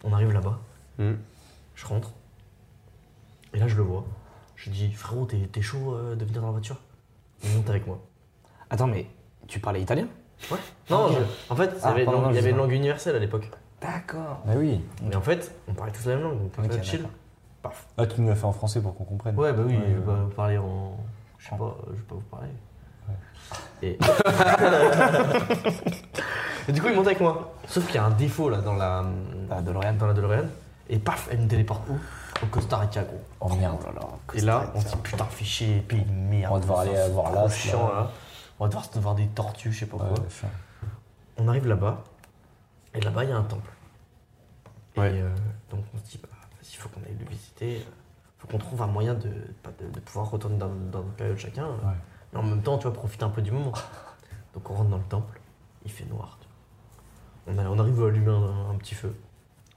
C: On arrive là-bas,
A: Mhm.
C: je rentre. Et là, je le vois. Je dis, frérot, t'es t'es chaud euh, de venir dans la voiture Il monte avec moi.
B: Attends, mais tu parlais italien
C: Ouais Non,
B: Ok.
C: je- en fait, ça
B: Ah,
C: avait une
B: pardon,
C: langue- il y
B: je
C: avait
B: sais
C: une
B: pas.
C: langue universelle à l'époque.
B: D'accord.
D: Bah oui.
C: Mais en fait, on parlait tous la même langue, donc comme
B: Ok,
C: ça, chill.
B: d'accord.
C: Paf.
D: Ah, tu nous l'as fait en français pour qu'on comprenne.
C: Ouais, bah oui,
D: Ouais,
C: je vais
D: ouais.
C: pas vous parler en. Je sais pas, euh, je vais pas vous parler. Et. Et du coup, il monte avec moi. Sauf qu'il y a un défaut là dans la.
B: Ah, DeLorean.
C: Dans la DeLorean. Et paf, elle me téléporte où au Costa Rica, gros.
D: Oh merde.
E: Oh là là,
C: Et là, on se dit putain, fais chier, pays de merde.
D: On va devoir
C: Ça,
D: aller
C: c'est
D: voir
C: trop
D: l'As,
C: chiant,
D: là.
C: là. On va devoir se voir des tortues, je sais pas
D: Ouais,
C: quoi.
D: enfin,
C: On arrive là-bas, et là-bas, il y a un temple.
A: Ouais.
C: Et euh, donc, on se dit, bah, vas-y, faut qu'on aille le visiter. euh, Faut qu'on trouve un moyen de, pas de- de pouvoir retourner dans, dans notre période chacun. euh. Mais en même temps, tu vois, profiter un peu du moment. Donc, on rentre dans le temple, il fait noir. tu vois. On, a- on arrive à allumer un, un petit feu.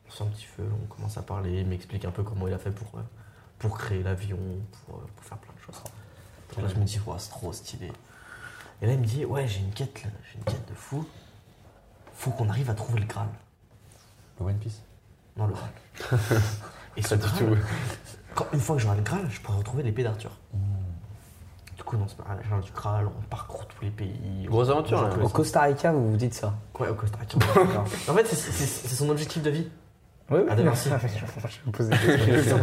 C: On fait un petit feu, on commence à parler, il m'explique un peu comment il a fait pour, euh, pour créer l'avion, pour, euh, pour faire plein de choses. Donc là, je me dis, Ouah, c'est trop stylé. Et là, il me dit, ouais, j'ai une quête, là, j'ai une quête de fou. Faut qu'on arrive à trouver le Graal.
D: le One Piece.
C: Non, le Graal. Et ce
A: Pas du
C: Graal,
A: tout.
C: quand- une fois que j'aurai le Graal, je pourrai retrouver l'épée d'Arthur. Du coup, on se met à la recherche du Graal, on parcourt tous les pays.
A: Grosse aventure, là.
E: Au Costa Rica, vous vous dites ça
C: Ouais, au Costa Rica. en fait, c'est- c'est c'est son objectif de vie.
E: Oui,
C: Ah, d'accord.
E: merci. Je me posais des questions.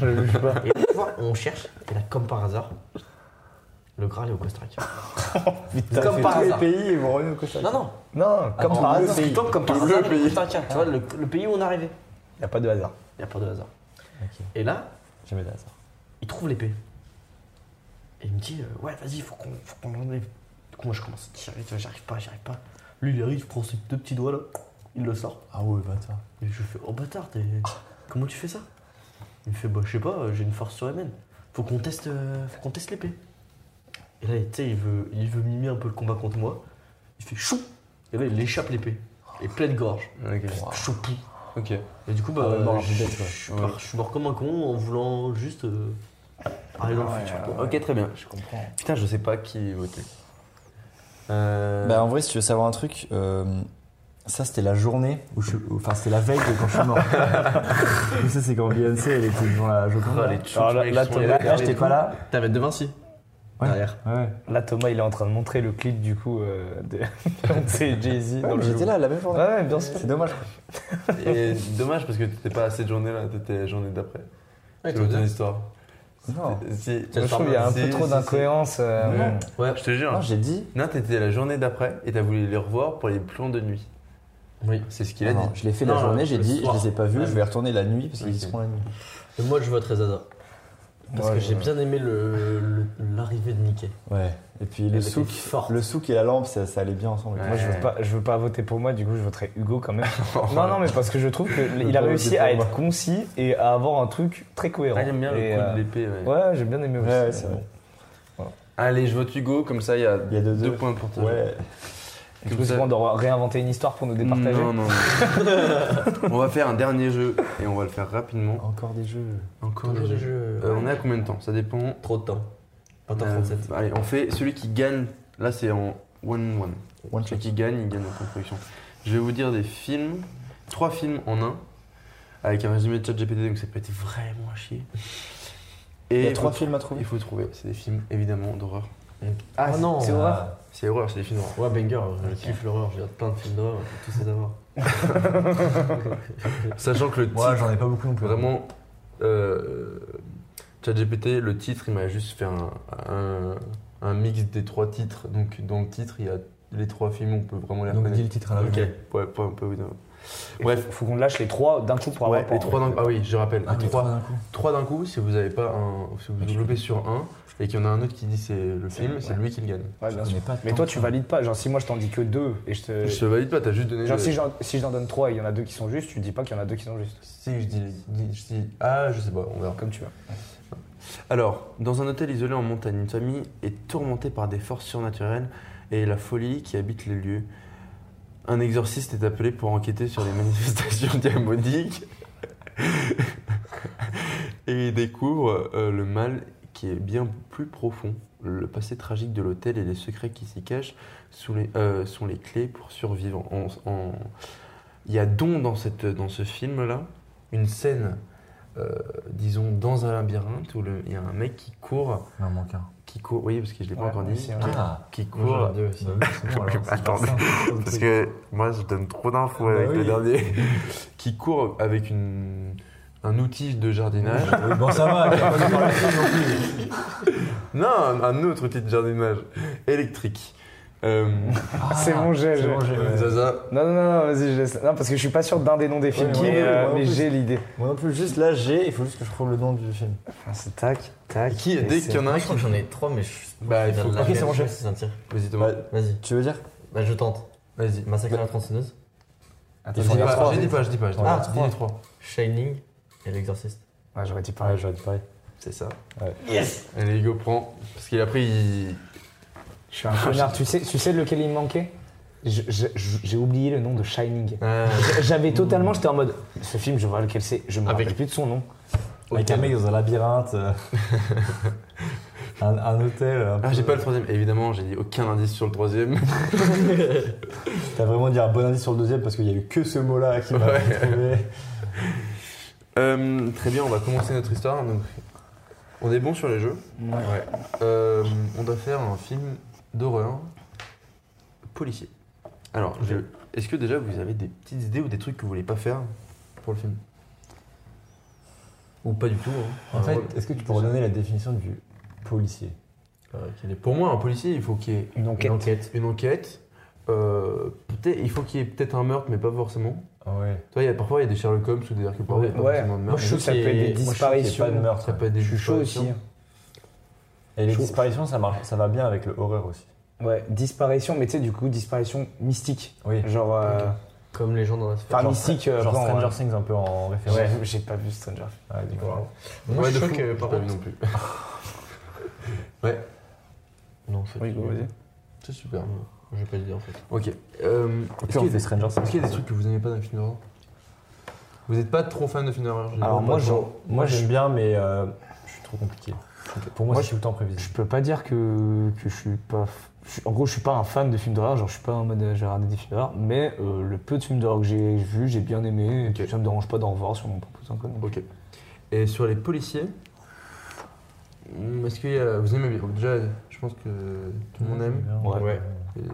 E: Je ne juge pas.
C: Et tu vois, on cherche, et là, comme par hasard, le Graal est au Costa Rica.
B: Comme
C: par
B: par les
C: hasard.
B: pays et vous revenez au Costa Rica.
C: Non, non,
E: Non,
D: Ah,
B: Comme
A: Ah,
B: par hasard.
C: il tombe comme par
B: Le
C: hasard le
B: pays.
C: Costa Rica. Tu vois, le, le pays où on est arrivé.
B: Il
E: Ah,
B: n'y a pas de hasard.
C: Il n'y a pas de hasard.
B: Ok.
C: Et là,
B: Jamais de hasard.
C: il trouve l'épée. Et il me dit, euh, ouais, vas-y, faut qu'on faut qu'on l'enlève. Du coup, moi, je commence à tirer, tu vois, j'arrive pas, j'arrive pas. Lui, il arrive, il prend ses deux petits doigts là, il le sort.
B: Ah ouais, bâtard.
C: Et je fais, oh bâtard, t'es- comment tu fais ça Il me fait, bah, je sais pas, euh, j'ai une force surhumaine. Faut qu'on teste, euh, faut qu'on teste l'épée. Et là, tu sais, il veut, il veut mimer un peu le combat contre moi. Il fait chou Et là, il échappe l'épée. Et pleine gorge.
A: Ok.
C: Choupou.
A: Ok.
C: Et du coup, bah,
B: Ah ouais, mort,
C: je,
B: peut-être, ouais.
C: je suis mort- je suis mort comme un con en voulant juste euh, aller
A: Ah,
C: dans le futur. quoi.
A: Ok, très bien. Je comprends. Putain, je sais pas qui voter. Euh...
D: Bah en vrai, si tu veux savoir un truc, euh, ça c'était la journée où je, où- enfin c'était la veille de quand je suis mort. Vous savez, c'est quand Beyoncé elle était devant la Joconde.
A: Ah, les
D: Alors là,
A: tchouks,
D: là,
A: les tchouks,
D: t'es- là,
A: les
D: là,
A: tchouks.
D: j'étais pas là.
C: T'avais de Vinci
D: Ouais.
C: derrière.
D: Ouais.
E: Là, Thomas, il est en train de montrer le clip du coup euh, de Beyoncé et Jay-Z dans le
D: J'étais
E: jeu.
D: là la même
E: Ouais,
D: journée.
E: ouais, bien sûr.
D: C'est dommage.
A: Et dommage parce que t'étais pas à cette journée-là, t'étais la journée d'après.
C: Ouais,
A: C'est
C: t'as
A: l'autre
C: raison.
A: histoire.
D: Non.
A: Si,
E: Je trouve qu'il y a un peu trop d'incohérence. euh,
A: Ouais.
C: Ouais.
A: Je te jure.
D: Non, j'ai dit.
A: Non, t'étais la journée d'après et t'as voulu les revoir pour les plans de nuit.
C: Oui.
A: C'est ce qu'il a
D: Ah Non, non,
A: dit.
D: je l'ai fait
C: Non,
D: la journée,
C: le
D: j'ai dit,
C: soir.
D: je les ai pas vus,
C: Ouais.
D: je vais y retourner la nuit parce qu'ils
A: Ok.
D: y seront la nuit.
C: Et moi, je voterais Zaza. Parce
E: Ouais,
C: que j'ai
E: ouais.
C: bien aimé le- le- l'arrivée de Mickey.
D: Ouais. Et puis
C: Elle
D: le
C: était
D: souk,
C: forte.
D: le souk et la lampe, ça, ça allait bien ensemble.
A: Ouais.
E: Moi, je veux pas, je veux pas voter pour moi, du coup, je voterai Hugo quand même. non, non, mais parce que je trouve qu'il a
D: pas
E: réussi
D: voter
E: à
D: pour
E: être concis et à avoir un truc très cohérent.
A: Ah, j'aime bien
E: Et,
A: le coup
E: euh,
A: de l'épée. ouais.
E: Ouais, j'ai bien aimé aussi. euh,
D: Ouais, ouais, c'est vrai.
A: Allez, je vote Hugo, comme ça il y a,
D: Il y a deux,
A: deux,
D: deux.
A: points pour toi.
D: Ouais.
E: Et
A: Comme
E: Du coup, c'est
A: ça-
E: bon, on doit réinventer une histoire pour nous départager.
A: Non, non, non. on va faire un dernier jeu et on va le faire rapidement.
D: Encore des jeux.
A: Encore
C: Jeu de jeu.
A: Euh, on est à combien de temps Ça dépend.
C: Trop de temps. 20h37.
A: Euh, allez, on fait celui qui gagne. Là, c'est en 1-1.
D: One shot.
A: Celui qui gagne, il gagne la production. Je vais vous dire des films, trois films en un, avec un résumé de ChatGPT, donc ça peut être vraiment à chier. Et
D: Il y a trois
A: faut-
D: films à trouver.
A: Il faut trouver. C'est des films évidemment d'horreur.
C: Ah non
E: c'est horreur.
A: C'est horreur, c'est des films d'horreur.
C: Ouais, banger, euh, je kiffe l'horreur, je regarde plein de films d'horreur, je veux tous les avoir.
A: Sachant que le titre,
D: Moi, j'en ai pas beaucoup non plus.
A: vraiment, euh, ChatGPT, le titre, il m'a juste fait un, un- un mix des trois titres. Donc dans le titre, il y a les trois films, on peut vraiment les
D: Donc dis
A: reconnaître.
D: le titre à la
A: Ok,
D: fin.
A: ouais, pas, pas évident.
E: Et
A: Bref.
E: faut- Faut qu'on lâche les trois d'un coup pour
A: Ouais,
E: avoir
A: les
E: pour-
A: trois d'un- Ah oui, je rappelle.
D: Ah,
A: les
D: les
A: trois
D: trois d'un coup.
A: Trois d'un coup, si vous avez pas un, si vous loupez sur un et qu'il y en a un autre qui dit c'est le film, c'est lui qui le gagne.
E: Ouais, bien sûr.
D: Mais pas
E: Mais
D: tant
E: toi,
D: que
E: tu
D: ça.
E: valides pas. Genre, si moi je t'en dis que deux et je
B: Euh,
E: te.
A: Je te valide pas, t'as juste donné.
E: Genre,
A: le-
E: si j'en si j'en donne trois et il y en a deux qui sont justes, tu dis pas qu'il y en a deux qui sont justes.
A: Si je dis, dis- je dis- ah je sais pas, on verra.
E: Comme tu veux.
A: Alors, dans un hôtel isolé en montagne, une famille est tourmentée par des forces surnaturelles et la folie qui habite les lieux. Un exorciste est appelé pour enquêter sur les manifestations diaboliques et il découvre euh, le mal qui est bien plus profond. Le passé tragique de l'hôtel et les secrets qui s'y cachent sous les- euh, sont les clés pour survivre. En- en- Il y a donc dans, cette, dans ce film-là une scène euh, disons, dans un labyrinthe où le- il y a un mec qui court,
D: Il en manque un.
A: qui court, oui, parce que je l'ai pas
E: Ouais,
A: encore
E: oui,
A: dit,
E: c'est
A: qui,
E: vrai.
D: Ah,
A: qui court.
D: Bah oui, c'est bon, alors, c'est
A: Attendez,
D: pas simple.
A: Parce que moi, je donne trop d'infos
D: Bah
A: avec le
D: oui.
A: dernier. qui court avec une, un outil de jardinage.
D: Oui, Bon, ça va, il y a pas de parler de film non plus.
A: non, un, un autre outil de jardinage électrique Euh,
B: c'est mon jet. je-
A: Zaza,
B: Non, non, non, non, vas-y, je laisse. Non, parce que je suis pas sûr d'un des noms des films,
D: Ouais, ouais,
B: mais,
D: ouais,
B: euh,
D: ouais,
B: mais
D: ouais,
B: j'ai l'idée.
D: Moi non plus, juste là, j'ai, il faut juste que je trouve le nom du film.
B: Enfin, c'est tac, tac.
A: qui, dès qu'il y en a
C: Moi,
A: un
C: je
A: qui.
C: crois que j'en ai trois, mais je.
A: Bah, il faut-
C: La
A: ok,
C: même
A: c'est mon
C: chose,
A: chef.
C: C'est un tir.
A: Vas-y, Thomas.
C: Vas-y.
D: Tu veux dire
C: Bah, je tente.
A: Vas-y.
C: Massacre à la tronçonneuse,
A: Je
D: Attends,
A: dis
D: j'ai
A: pas,
D: trois.
A: je dis pas, je dis pas. je dis
C: Ah,
A: pas.
C: trois.
A: Dis les trois.
C: Shining et l'exorciste.
B: Ouais, j'aurais dit pareil.
D: Ouais, j'aurais dit pareil.
A: C'est ça.
C: Yes
A: Allez, Hugo, prends. Parce qu'il a pris. il-
B: Je suis un
D: Ah,
B: connard. tu, sais, tu sais lequel il me manquait Je- je- je- J'ai oublié le nom de Shining.
A: Ah,
B: J'avais totalement, j'étais en mode, ce film, je vois lequel c'est, je me
A: Avec-
B: rappelle plus de son nom.
D: Avec un mec dans un labyrinthe, euh, un, un hôtel. un
A: Ah,
D: peu-
A: j'ai pas le troisième. Évidemment, j'ai dit aucun indice sur le troisième.
D: T'as vraiment dit un bon indice sur le deuxième parce qu'il y a eu que ce mot-là qui m'a
A: Ouais.
D: trouvé.
A: Euh, très bien, on va commencer notre histoire. Donc, on est bon sur les jeux. Ouais. Euh, on doit faire un film d'horreur policier. Alors, je- est-ce que déjà vous avez des petites idées ou des trucs que vous voulez pas faire pour le film
C: Ou pas du tout. hein.
A: Euh,
D: En fait, est-ce que tu peux redonner la définition du policier
C: Euh, qu'il y ait
A: Pour moi, un policier, il faut qu'il y ait
B: Une
C: des-
B: enquête.
C: Une enquête.
A: une enquête. euh, peut-être- il faut qu'il y ait peut-être un meurtre, mais pas forcément.
D: Ah ouais.
A: Tu vois, il y a- parfois, il y a des Sherlock Holmes ou des Hercule Poirot, il y a pas
B: Ouais.
A: forcément de
B: Moi,
A: meurtre.
B: je trouve que ça peut
C: qu'il y
B: être des
C: ait- moi, je trouve
B: disparitions.
D: Pas de meurtre.
A: Ça peut être des hein.
B: Je suis chaud aussi.
A: disparitions.
D: Et les
B: Je-
D: disparitions, ça, marche, ça va bien avec le horreur aussi.
B: hein. Ouais, disparition, mais tu sais, du coup, disparition mystique.
D: Oui.
B: Genre. euh,
C: Comme les gens dans la sphère.
B: Enfin,
D: Genre
B: mystique. euh,
D: Genre
B: bon,
D: Stranger
B: ouais.
D: Things Ah, un peu en référence.
B: Ouais, j'ai pas vu Stranger Things.
D: Ouais, euh, du coup.
C: Moi,
A: Ah, ouais,
C: je
A: de
C: trouve
A: fou,
C: que,
A: j'ai
C: par
A: pas
C: contre-
A: vu non plus.
C: Non, c'est
B: Oui, bah, vas-y.
A: C'est super.
C: Je vais pas le dire en fait.
A: Ok. Euh, est-ce
D: Puis
A: qu'il y
D: on
A: a des-
D: fait Stranger
A: Est-ce
D: Things.
A: qu'il y a des trucs que vous aimez pas dans les films d'horreur Vous n'êtes pas trop fan de films d'horreur
D: Alors
A: généralement
D: moi,
A: pas
D: j'en-
A: trop.
D: moi j'aime bien, mais euh, je suis trop compliqué. Pour moi,
B: Moi,
D: c'est tout le temps prévisible.
B: Je peux pas dire que, que je suis pas. je suis- en gros, je suis pas un fan de films d'horreur, genre je suis pas en mode euh, j'ai regardé des films d'horreur, mais euh, le peu de films d'horreur que j'ai vu, j'ai bien aimé, et
A: Ok.
B: ça me dérange pas d'en revoir sur mon propos un code.
A: Ok. Et sur les policiers, hum, est-ce qu'il y a. Vous aimez bien Déjà, je pense que tout le monde aime.
B: Ouais.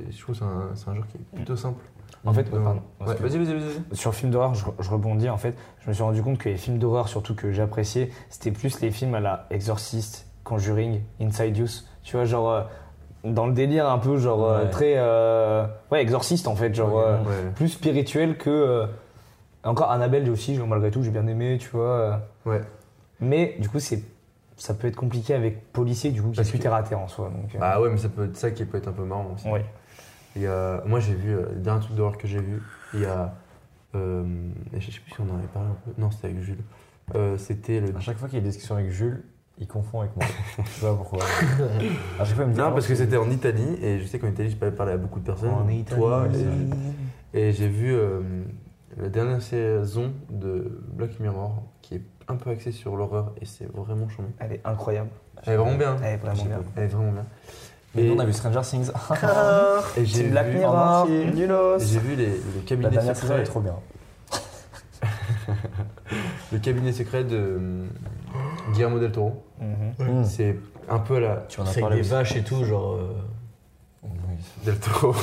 A: Et je trouve que c'est un, c'est un genre qui est plutôt simple.
B: En fait,
A: Euh,
B: ouais, pardon.
A: ouais, vas-y, vas-y, vas-y.
B: Sur films d'horreur, je, je rebondis en fait, je me suis rendu compte que les films d'horreur, surtout que j'appréciais, c'était plus les films à la Exorcist, Conjuring, Inside Use, tu vois, genre euh, dans le délire un peu, genre euh,
D: Ouais.
B: très. euh, ouais, Exorciste en fait, genre. euh,
A: Ouais.
B: plus spirituel que. euh, encore Annabelle aussi, genre, malgré tout, j'ai bien aimé, tu vois. euh.
A: Ouais.
B: Mais du coup, c'est ça peut être compliqué avec policier, du coup, qui
A: Parce
B: est plus
A: que- Ah.
B: terre à terre en soi. Donc, euh,
A: Bah ouais, mais ça peut être ça qui peut être un peu marrant aussi.
B: ouais.
A: Et, euh, moi, j'ai vu, euh, le dernier truc d'horreur que j'ai vu, il y a. euh, je sais plus si on en avait parlé un peu. Non, c'était avec Jules. Euh, c'était le
B: Ah,
D: À chaque fois qu'il y a des discussions avec Jules, il confond avec moi. je sais pas pourquoi. À chaque fois, il me dit oh,
A: Non, parce que c'était en Italie, et je sais qu'en Italie, je peux parler à beaucoup de personnes.
D: En
A: dont Toi, et, et j'ai vu euh, la dernière saison de Black Mirror, qui est un peu axée sur l'horreur, et c'est vraiment charmant.
B: Elle est incroyable.
A: Elle est vraiment bien. hein.
B: Elle est vraiment bien.
A: Elle est vraiment bien.
D: Mais nous, on a vu Stranger Things.
A: et j'ai vu,
B: Black Mirror.
D: En entier.
A: et j'ai vu les, le
D: La
A: cabinet
D: dernière saison elle
A: secret.
D: est trop bien.
A: Le cabinet secret de euh, Guillermo del Toro.
B: Mhm.
D: Mmh.
A: C'est un peu à la
D: Tu m'en as
C: C'est avec
D: parlé
C: des
D: aussi.
C: vaches et tout, genre. euh,
D: Oui.
A: del Toro.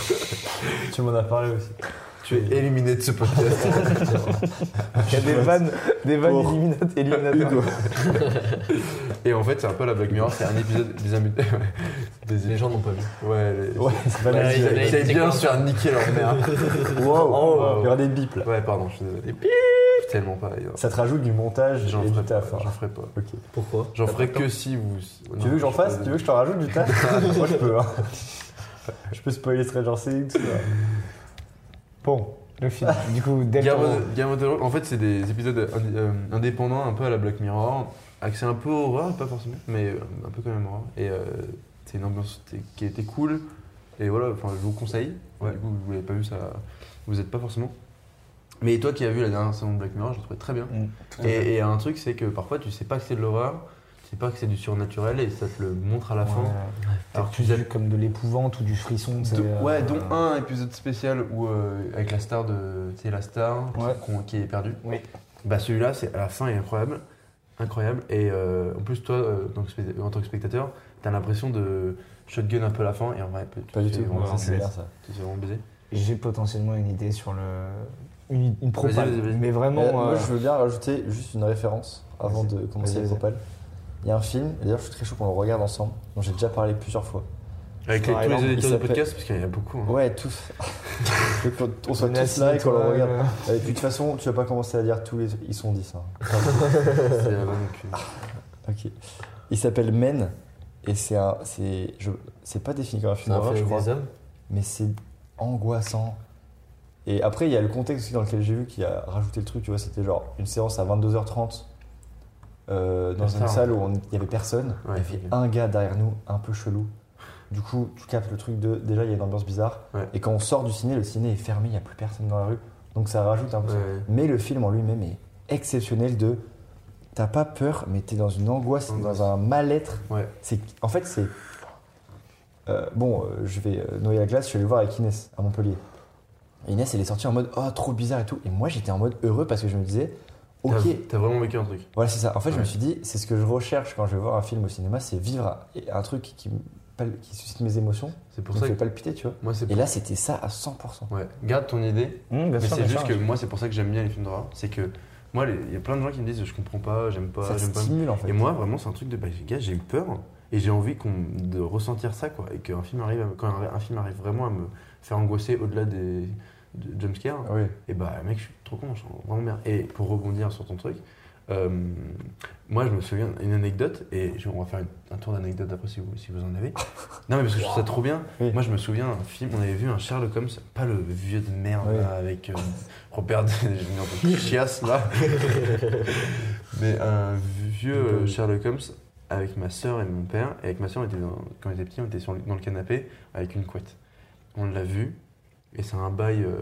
D: Tu m'en as parlé aussi.
A: tu es éliminé de ce podcast.
B: Il y a des vannes, des vannes
A: Pour-
B: éliminates, éliminatoires.
A: et en fait, c'est un peu la Black Mirror, c'est un épisode des amis. des
C: Les gens n'ont pas vu.
A: Ouais, les-
D: Ouais, c'est pas
C: Ouais,
D: mal.
A: Ils
C: il- il-
A: ils aiment
C: c'est
A: bien
C: quoi
A: se faire niquer leur mère.
D: Oh, Wow,
A: wow.
D: il y aura des bips là.
A: Ouais, pardon, je suis désolé. Tellement pas. d'ailleurs.
D: Ça te rajoute du montage
A: J'en
D: et du
A: ferai pas.
D: taf. hein.
A: J'en ferai pas.
D: Ok.
C: Pourquoi
A: J'en ferai que si vous. Non,
D: Tu veux que j'en
A: je
D: fasse
A: peux-
D: Tu veux que je te rajoute du taf Moi je peux. hein. Je peux spoiler Stranger Things. tout ça.
B: Bon, le film. Du coup, Del
A: Guillermo
B: Toro.
A: Guillermo del Toro, en fait, c'est des épisodes indi- euh, indépendants, un peu à la Black Mirror, axé un peu horreur, pas forcément, mais euh, un peu quand même horreur. Et euh, c'est une ambiance t- qui était cool. Et voilà, enfin, je vous conseille.
D: Ouais.
A: Du coup, vous l'avez pas vu, ça, vous êtes pas forcément. Mais toi qui as vu la dernière saison de Black Mirror, je la trouvais très bien.
B: Mm,
A: et, et un truc, c'est que parfois, tu sais pas que c'est de l'horreur, tu sais pas que c'est du surnaturel, et ça te le montre à la fin.
B: Alors,
A: Alors
B: tu
A: qu'ils
B: as comme de l'épouvante ou du frisson. c'est,
A: De-
B: euh,
A: ouais, dont un épisode spécial où euh, avec la star de, tu sais, la star qui-
B: Ouais.
A: qu'on- qui est perdue.
B: Oui.
A: Bah celui-là, c'est à la fin, est incroyable, incroyable. Et euh, en plus, toi, euh, donc, spect- en tant que spectateur, t'as l'impression de shotgun un peu la fin et en vrai,
D: Pas du tout.
A: Vraiment,
D: Ça, C'est bien ça.
A: tu te fais vraiment baiser.
B: J'ai potentiellement une idée sur le. Une, une propale.
A: Vas-y, vas-y, vas-y.
B: Mais vraiment.
D: Euh, Moi,
B: euh,
D: je veux bien rajouter juste une référence avant
B: Vas-y.
D: de commencer
B: Vas-y,
D: les
B: vas-y.
D: propales. Il y a un film, et d'ailleurs, je suis très chaud qu'on le regarde ensemble, dont j'ai déjà parlé plusieurs fois.
A: Avec les-
D: Par
A: tous les
D: exemple,
A: éditeurs
D: il
A: de
D: s'appelle-
A: podcast, parce qu'il y en a beaucoup. hein.
D: Ouais, tous. Que quand on soit
B: Venez,
D: tous là et qu'on le
B: assieds-toi,
D: regarde.
B: euh,
D: Et puis de toute façon, tu vas pas commencer à dire tous les. Ils sont 10. Hein.
A: C'est la bonne cul.
D: Ok. Il s'appelle Men. Et c'est un. C'est je- c'est pas défini comme un
C: C'est
D: film
C: un
D: d'horreur, je
C: film
D: crois.
C: des hommes.
D: Mais c'est angoissant. Et après, il y a le contexte aussi dans lequel j'ai vu qui a rajouté le truc. Tu vois, c'était genre une séance à 22h30 euh, dans
A: C'est
D: une
A: ça,
D: salle où on- il y avait personne.
A: Ouais,
D: il y avait un gars derrière nous, un peu chelou. Du coup, tu captes le truc de. Déjà, il y a une ambiance bizarre.
A: Ouais.
D: Et quand on sort du ciné, le ciné est fermé, il n'y a plus personne dans la rue. Donc ça rajoute un peu. ça.
A: Ouais.
D: Mais le film en lui-même est exceptionnel de. T'as pas peur, mais t'es dans une angoisse, t'es
A: Angoisse.
D: dans un mal-être.
A: Ouais.
D: C'est, en fait, c'est. euh, bon, euh, je vais euh, noyer la glace, je vais le voir avec Inès à Montpellier. Et Inès, elle est sortie en mode oh, trop bizarre et tout. Et moi, j'étais en mode heureux parce que je me disais
A: T'as-
D: ok,
A: T'as vraiment vécu un truc.
D: voilà, c'est ça. En fait, je
A: Ouais.
D: me suis dit c'est ce que je recherche quand je vais voir un film au cinéma, c'est vivre un, un truc qui, me pal- qui suscite mes émotions,
A: C'est
D: qui
A: pour
D: me
A: ça
D: fait
A: que.
D: palpiter, tu vois.
A: Moi, c'est
D: Et là, c'était ça à 100%.
A: Ouais, garde ton idée.
B: hum,
A: Mais
B: bien sûr,
A: c'est
B: bien
A: juste que
B: sûr.
A: moi, c'est pour ça que j'aime bien les films d'horreur. C'est que moi, les- il y a plein de gens qui me disent je comprends pas, j'aime pas,
D: ça te
A: j'aime pas.
D: stimule en fait.
A: Et moi, vraiment, c'est un truc de bah, gars, j'ai peur et j'ai envie qu'on- de ressentir ça, quoi. Et qu'un film arrive, à me- quand un, un film arrive vraiment à me faire angoisser au-delà des de jumpscares,
D: Oui.
A: et bah mec, je suis trop con, je suis vraiment merde. Et pour rebondir sur ton truc, euh, moi, je me souviens une anecdote et je- on va faire une- un tour d'anecdote après si vous, si vous en avez. Non, mais parce que je trouve ça trop bien.
D: Oui.
A: Moi, je me souviens un film, on avait vu un Sherlock Holmes, pas le vieux de merde
D: Oui.
A: là, avec euh, Robert De je me chiasse là, mais un vieux euh, Sherlock Holmes avec ma soeur et mon père. Et avec ma soeur, on était dans- quand on était petit, on était sur le- dans le canapé avec une couette. On l'a vu. Et c'est un bail euh,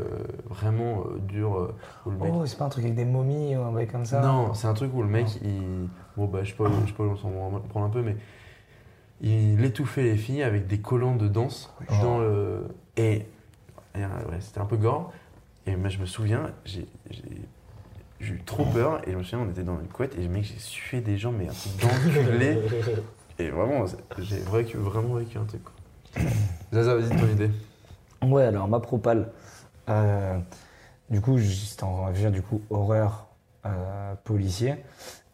A: vraiment euh, dur euh, où le mec
B: Oh, c'est pas un truc avec des momies ou un bail comme ça
A: non, c'est un truc où le mec, il. Bon, bah, je sais pas, je sais pas, on s'en prend un peu, mais. Il étouffait les filles avec des collants de danse dans
B: Oh.
A: le. Et. et, euh, ouais, c'était un peu gore. Et moi, je me souviens, j'ai. j'ai- j'ai eu trop
B: Oh.
A: peur et je me souviens, on était dans une couette et mec, j'ai sué des gens, mais un truc d'enculé. et vraiment, c'est- j'ai vécu- vraiment vécu un truc. quoi. Zaza, vas-y, ton idée.
B: Ouais, alors ma propale. euh, du coup, j'étais en je viens du coup horreur euh, policier.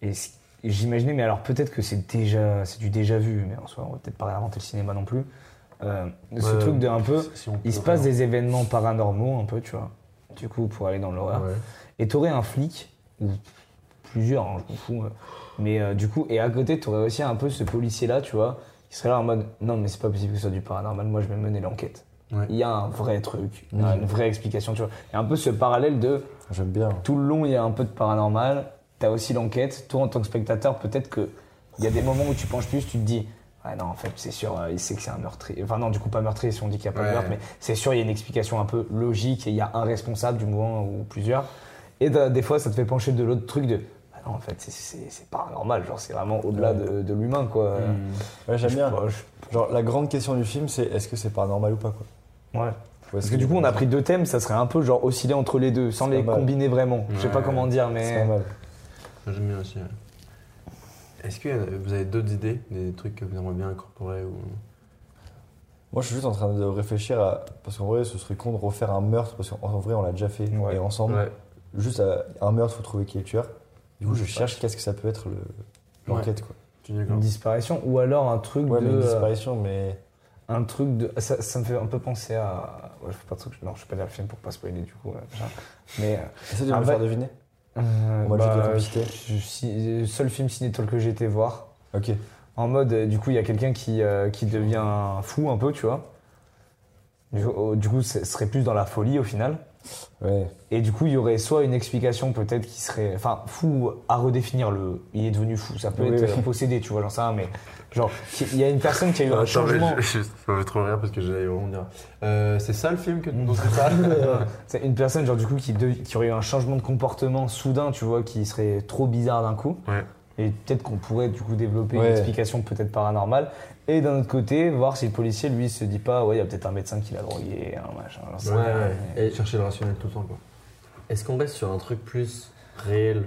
B: Et ce- et j'imaginais, mais alors peut-être que c'est déjà, c'est du déjà vu, mais en soi, on va peut-être pas réinventer le cinéma non plus. Euh, ce
A: Ouais,
B: truc de un peu,
A: si on
B: Euh, il se
A: peut
B: passe
A: vraiment-
B: des événements paranormaux un peu, tu vois. Du coup, pour aller dans
C: Ah.
B: l'horreur.
A: Ouais.
B: Et t'aurais un flic, ou plusieurs, hein, je m'en fous. euh, Mais euh, du coup, et à côté, t'aurais aussi un peu ce policier-là, tu vois, qui serait là en mode Non, mais c'est pas possible que ce soit du paranormal, moi je vais mener l'enquête.
A: Ouais.
B: Il y a un vrai truc, il y a une vraie explication, tu vois. Et un peu ce parallèle de
D: J'aime bien.
B: tout le long, il y a un peu de paranormal, t'as aussi l'enquête. Toi, en tant que spectateur, peut-être que il y a des moments où tu penches plus, tu te dis Ah non, en fait, c'est sûr, euh, il sait que c'est un meurtrier. Enfin, non, du coup, pas meurtrier si on dit qu'il n'y a pas
A: Ouais.
B: de meurtre, mais c'est sûr, il y a une explication un peu logique et il y a un responsable du mouvement ou plusieurs. Et t'as- des fois, ça te fait pencher de l'autre truc de Ah non, en fait, c'est- c'est c'est paranormal, genre, c'est vraiment au-delà de, de l'humain, quoi.
D: Ouais, j'aime
B: Je-
D: bien.
B: je-
D: Genre, la grande question du film, c'est est-ce que c'est paranormal ou pas quoi
B: ouais.
D: Parce
B: Parce que du coup, on a pris deux thèmes, ça serait un peu genre osciller entre les deux, sans
D: C'est
B: les
D: pas mal.
B: combiner vraiment. Je sais pas
A: Ouais.
B: comment dire, mais.
D: C'est pas mal.
A: J'aime bien aussi. ouais. Est-ce que euh, vous avez d'autres idées, des trucs que vous aimeriez bien incorporer ou...
D: Moi, je suis juste en train de réfléchir à. Parce qu'en vrai, ce serait con de refaire un meurtre, parce qu'en en vrai, on l'a déjà fait,
B: Ouais.
D: et ensemble. Juste à- un meurtre, faut trouver qui est le tueur. Du coup, je cherche qu'est-ce que ça peut être le- l'enquête, quoi.
A: tu dis
B: Une disparition ou alors un truc
D: Ouais,
B: de euh,
D: mais une disparition, mais.
B: un truc de ça, ça me fait un peu penser à ouais, je fais pas de truc non je vais pas dire le film pour pas spoiler du coup euh, machin. mais
D: Essaye de
B: Ah,
D: me le faire
B: bah-
D: deviner.
B: euh,
D: On va le
B: bah,
D: jeter à la complicité.
B: je- je- si- seul film cinétol que j'ai été voir
D: Ok.
B: en mode euh, du coup il y a quelqu'un qui, euh, qui devient fou un peu tu vois du, oh, du coup ce serait plus dans la folie au final
D: Ouais.
B: Et du coup, il y aurait soit une explication peut-être qui serait. Enfin, fou à redéfinir le. Il est devenu fou. Ça peut
D: Oui,
B: être euh,
D: oui. Bah,
B: possédé, tu vois, j'en sais rien, mais. Genre, il y a une personne qui a eu un changement.
A: ça me fait trop rire parce que j'allais vraiment dire. Euh, c'est ça le film que dont tu
B: C'est une personne, genre, du coup, qui, dev- qui aurait eu un changement de comportement soudain, tu vois, qui serait trop bizarre d'un coup.
A: Ouais.
B: Et peut-être qu'on pourrait, du coup, développer une
D: Ouais.
B: explication peut-être paranormale. Et d'un autre côté, voir si le policier, lui, se dit pas, ouais, il y a peut-être un médecin qui l'a drogué, un machin, j'en sais
A: Ouais,
B: rien,
A: ouais.
B: mais-
C: Et
A: Chercher le rationnel tout le temps, quoi.
C: Est-ce qu'on reste sur un truc plus réel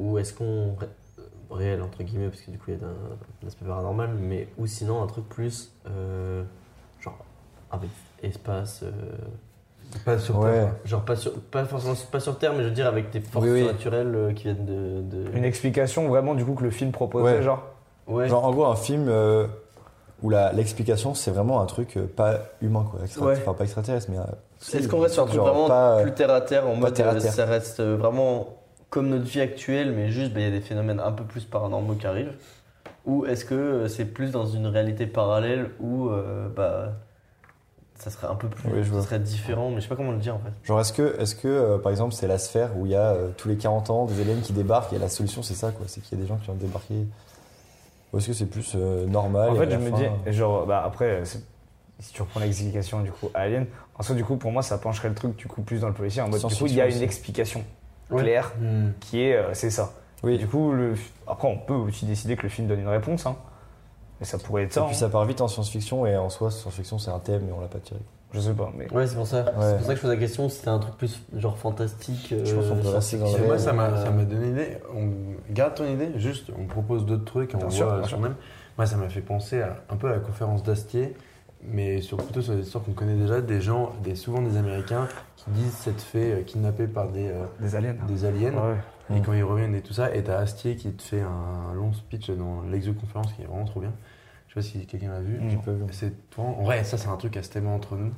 C: ou est-ce qu'on ré- euh, réel entre guillemets parce que du coup il y a un, un aspect paranormal mais ou sinon un truc plus euh, genre avec espace euh,
A: Pas sur
D: Ouais.
A: Terre,
C: genre pas sur pas forcément pas sur terre mais je veux dire avec des forces
D: Oui, oui.
C: naturelles euh, qui viennent de, de-
B: Une explication vraiment, du coup, que le film proposait,
D: Ouais.
B: genre.
C: ouais
D: Genre, en gros, un film euh, où où la- l'explication c'est vraiment un truc euh, pas humain quoi, extra-
H: Ouais.
D: enfin pas extraterrestre mais. euh, si,
H: Est-ce qu'on reste sur un truc
D: genre,
H: vraiment
D: pas, euh,
H: plus terre à terre en mode
D: terre à
H: euh,
D: terre.
H: ça reste euh, vraiment comme notre vie actuelle, mais juste bah, il y a des phénomènes un peu plus paranormaux qui arrivent Ou est-ce que euh, c'est plus dans une réalité parallèle où euh, bah, ça serait un peu plus
D: Oui, je
H: ça
D: vois.
H: serait différent, mais je sais pas comment le dire en fait.
D: Genre est-ce que, est que euh, par exemple c'est la sphère où il y a euh, tous les 40 ans des aliens qui débarquent et la solution c'est ça quoi, c'est qu'il y a des gens qui ont débarqué. Ou est-ce que c'est plus euh, normal
E: En
D: et à
E: fait, je
D: la
E: me
D: fin, euh,
E: dis, genre, bah après, c'est- si tu reprends l'explication du coup Alien, en soi, du coup, pour moi, ça pencherait le truc du coup plus dans le policier. En mode, du coup, il y
D: Science-fiction
E: a une
D: aussi.
E: explication
A: Ouais.
E: claire
A: Hmm.
E: qui est, euh, c'est ça. Et
D: Oui,
E: du coup, le... après, on peut aussi décider que le film donne une réponse, hein. Mais ça pourrait être ça.
D: et puis
E: hein.
D: ça part vite en science-fiction et en soi science-fiction c'est un thème mais on l'a pas tiré.
E: Je sais pas, mais.
C: Ouais, c'est pour ça.
D: Ouais.
C: C'est pour ça que je pose la question si c'était un truc plus genre fantastique. euh,
D: Je pense qu'on peut rester dans le
A: Moi,
D: réel.
A: ça m'a ça m'a donné une idée. On garde ton idée, juste on propose d'autres trucs, on
E: Bien
A: voit
E: sûr, bien
A: sur
E: sûr.
A: même. Moi, ça m'a fait penser à- un peu à la conférence d'Astier, mais sur, plutôt sur des histoires qu'on connaît déjà, des gens, des, souvent des Américains, qui disent cette fée euh, kidnappée par des, euh,
E: Des aliens.
A: des aliens.
E: Ouais. Mm.
A: Et quand ils reviennent et tout ça, et t'as Astier qui te fait un long speech dans l'exoconférence qui est vraiment trop bien. Je sais pas si quelqu'un l'a vu.
E: Mm.
A: C'est toi. En vrai, ça c'est un truc à se témoin entre nous,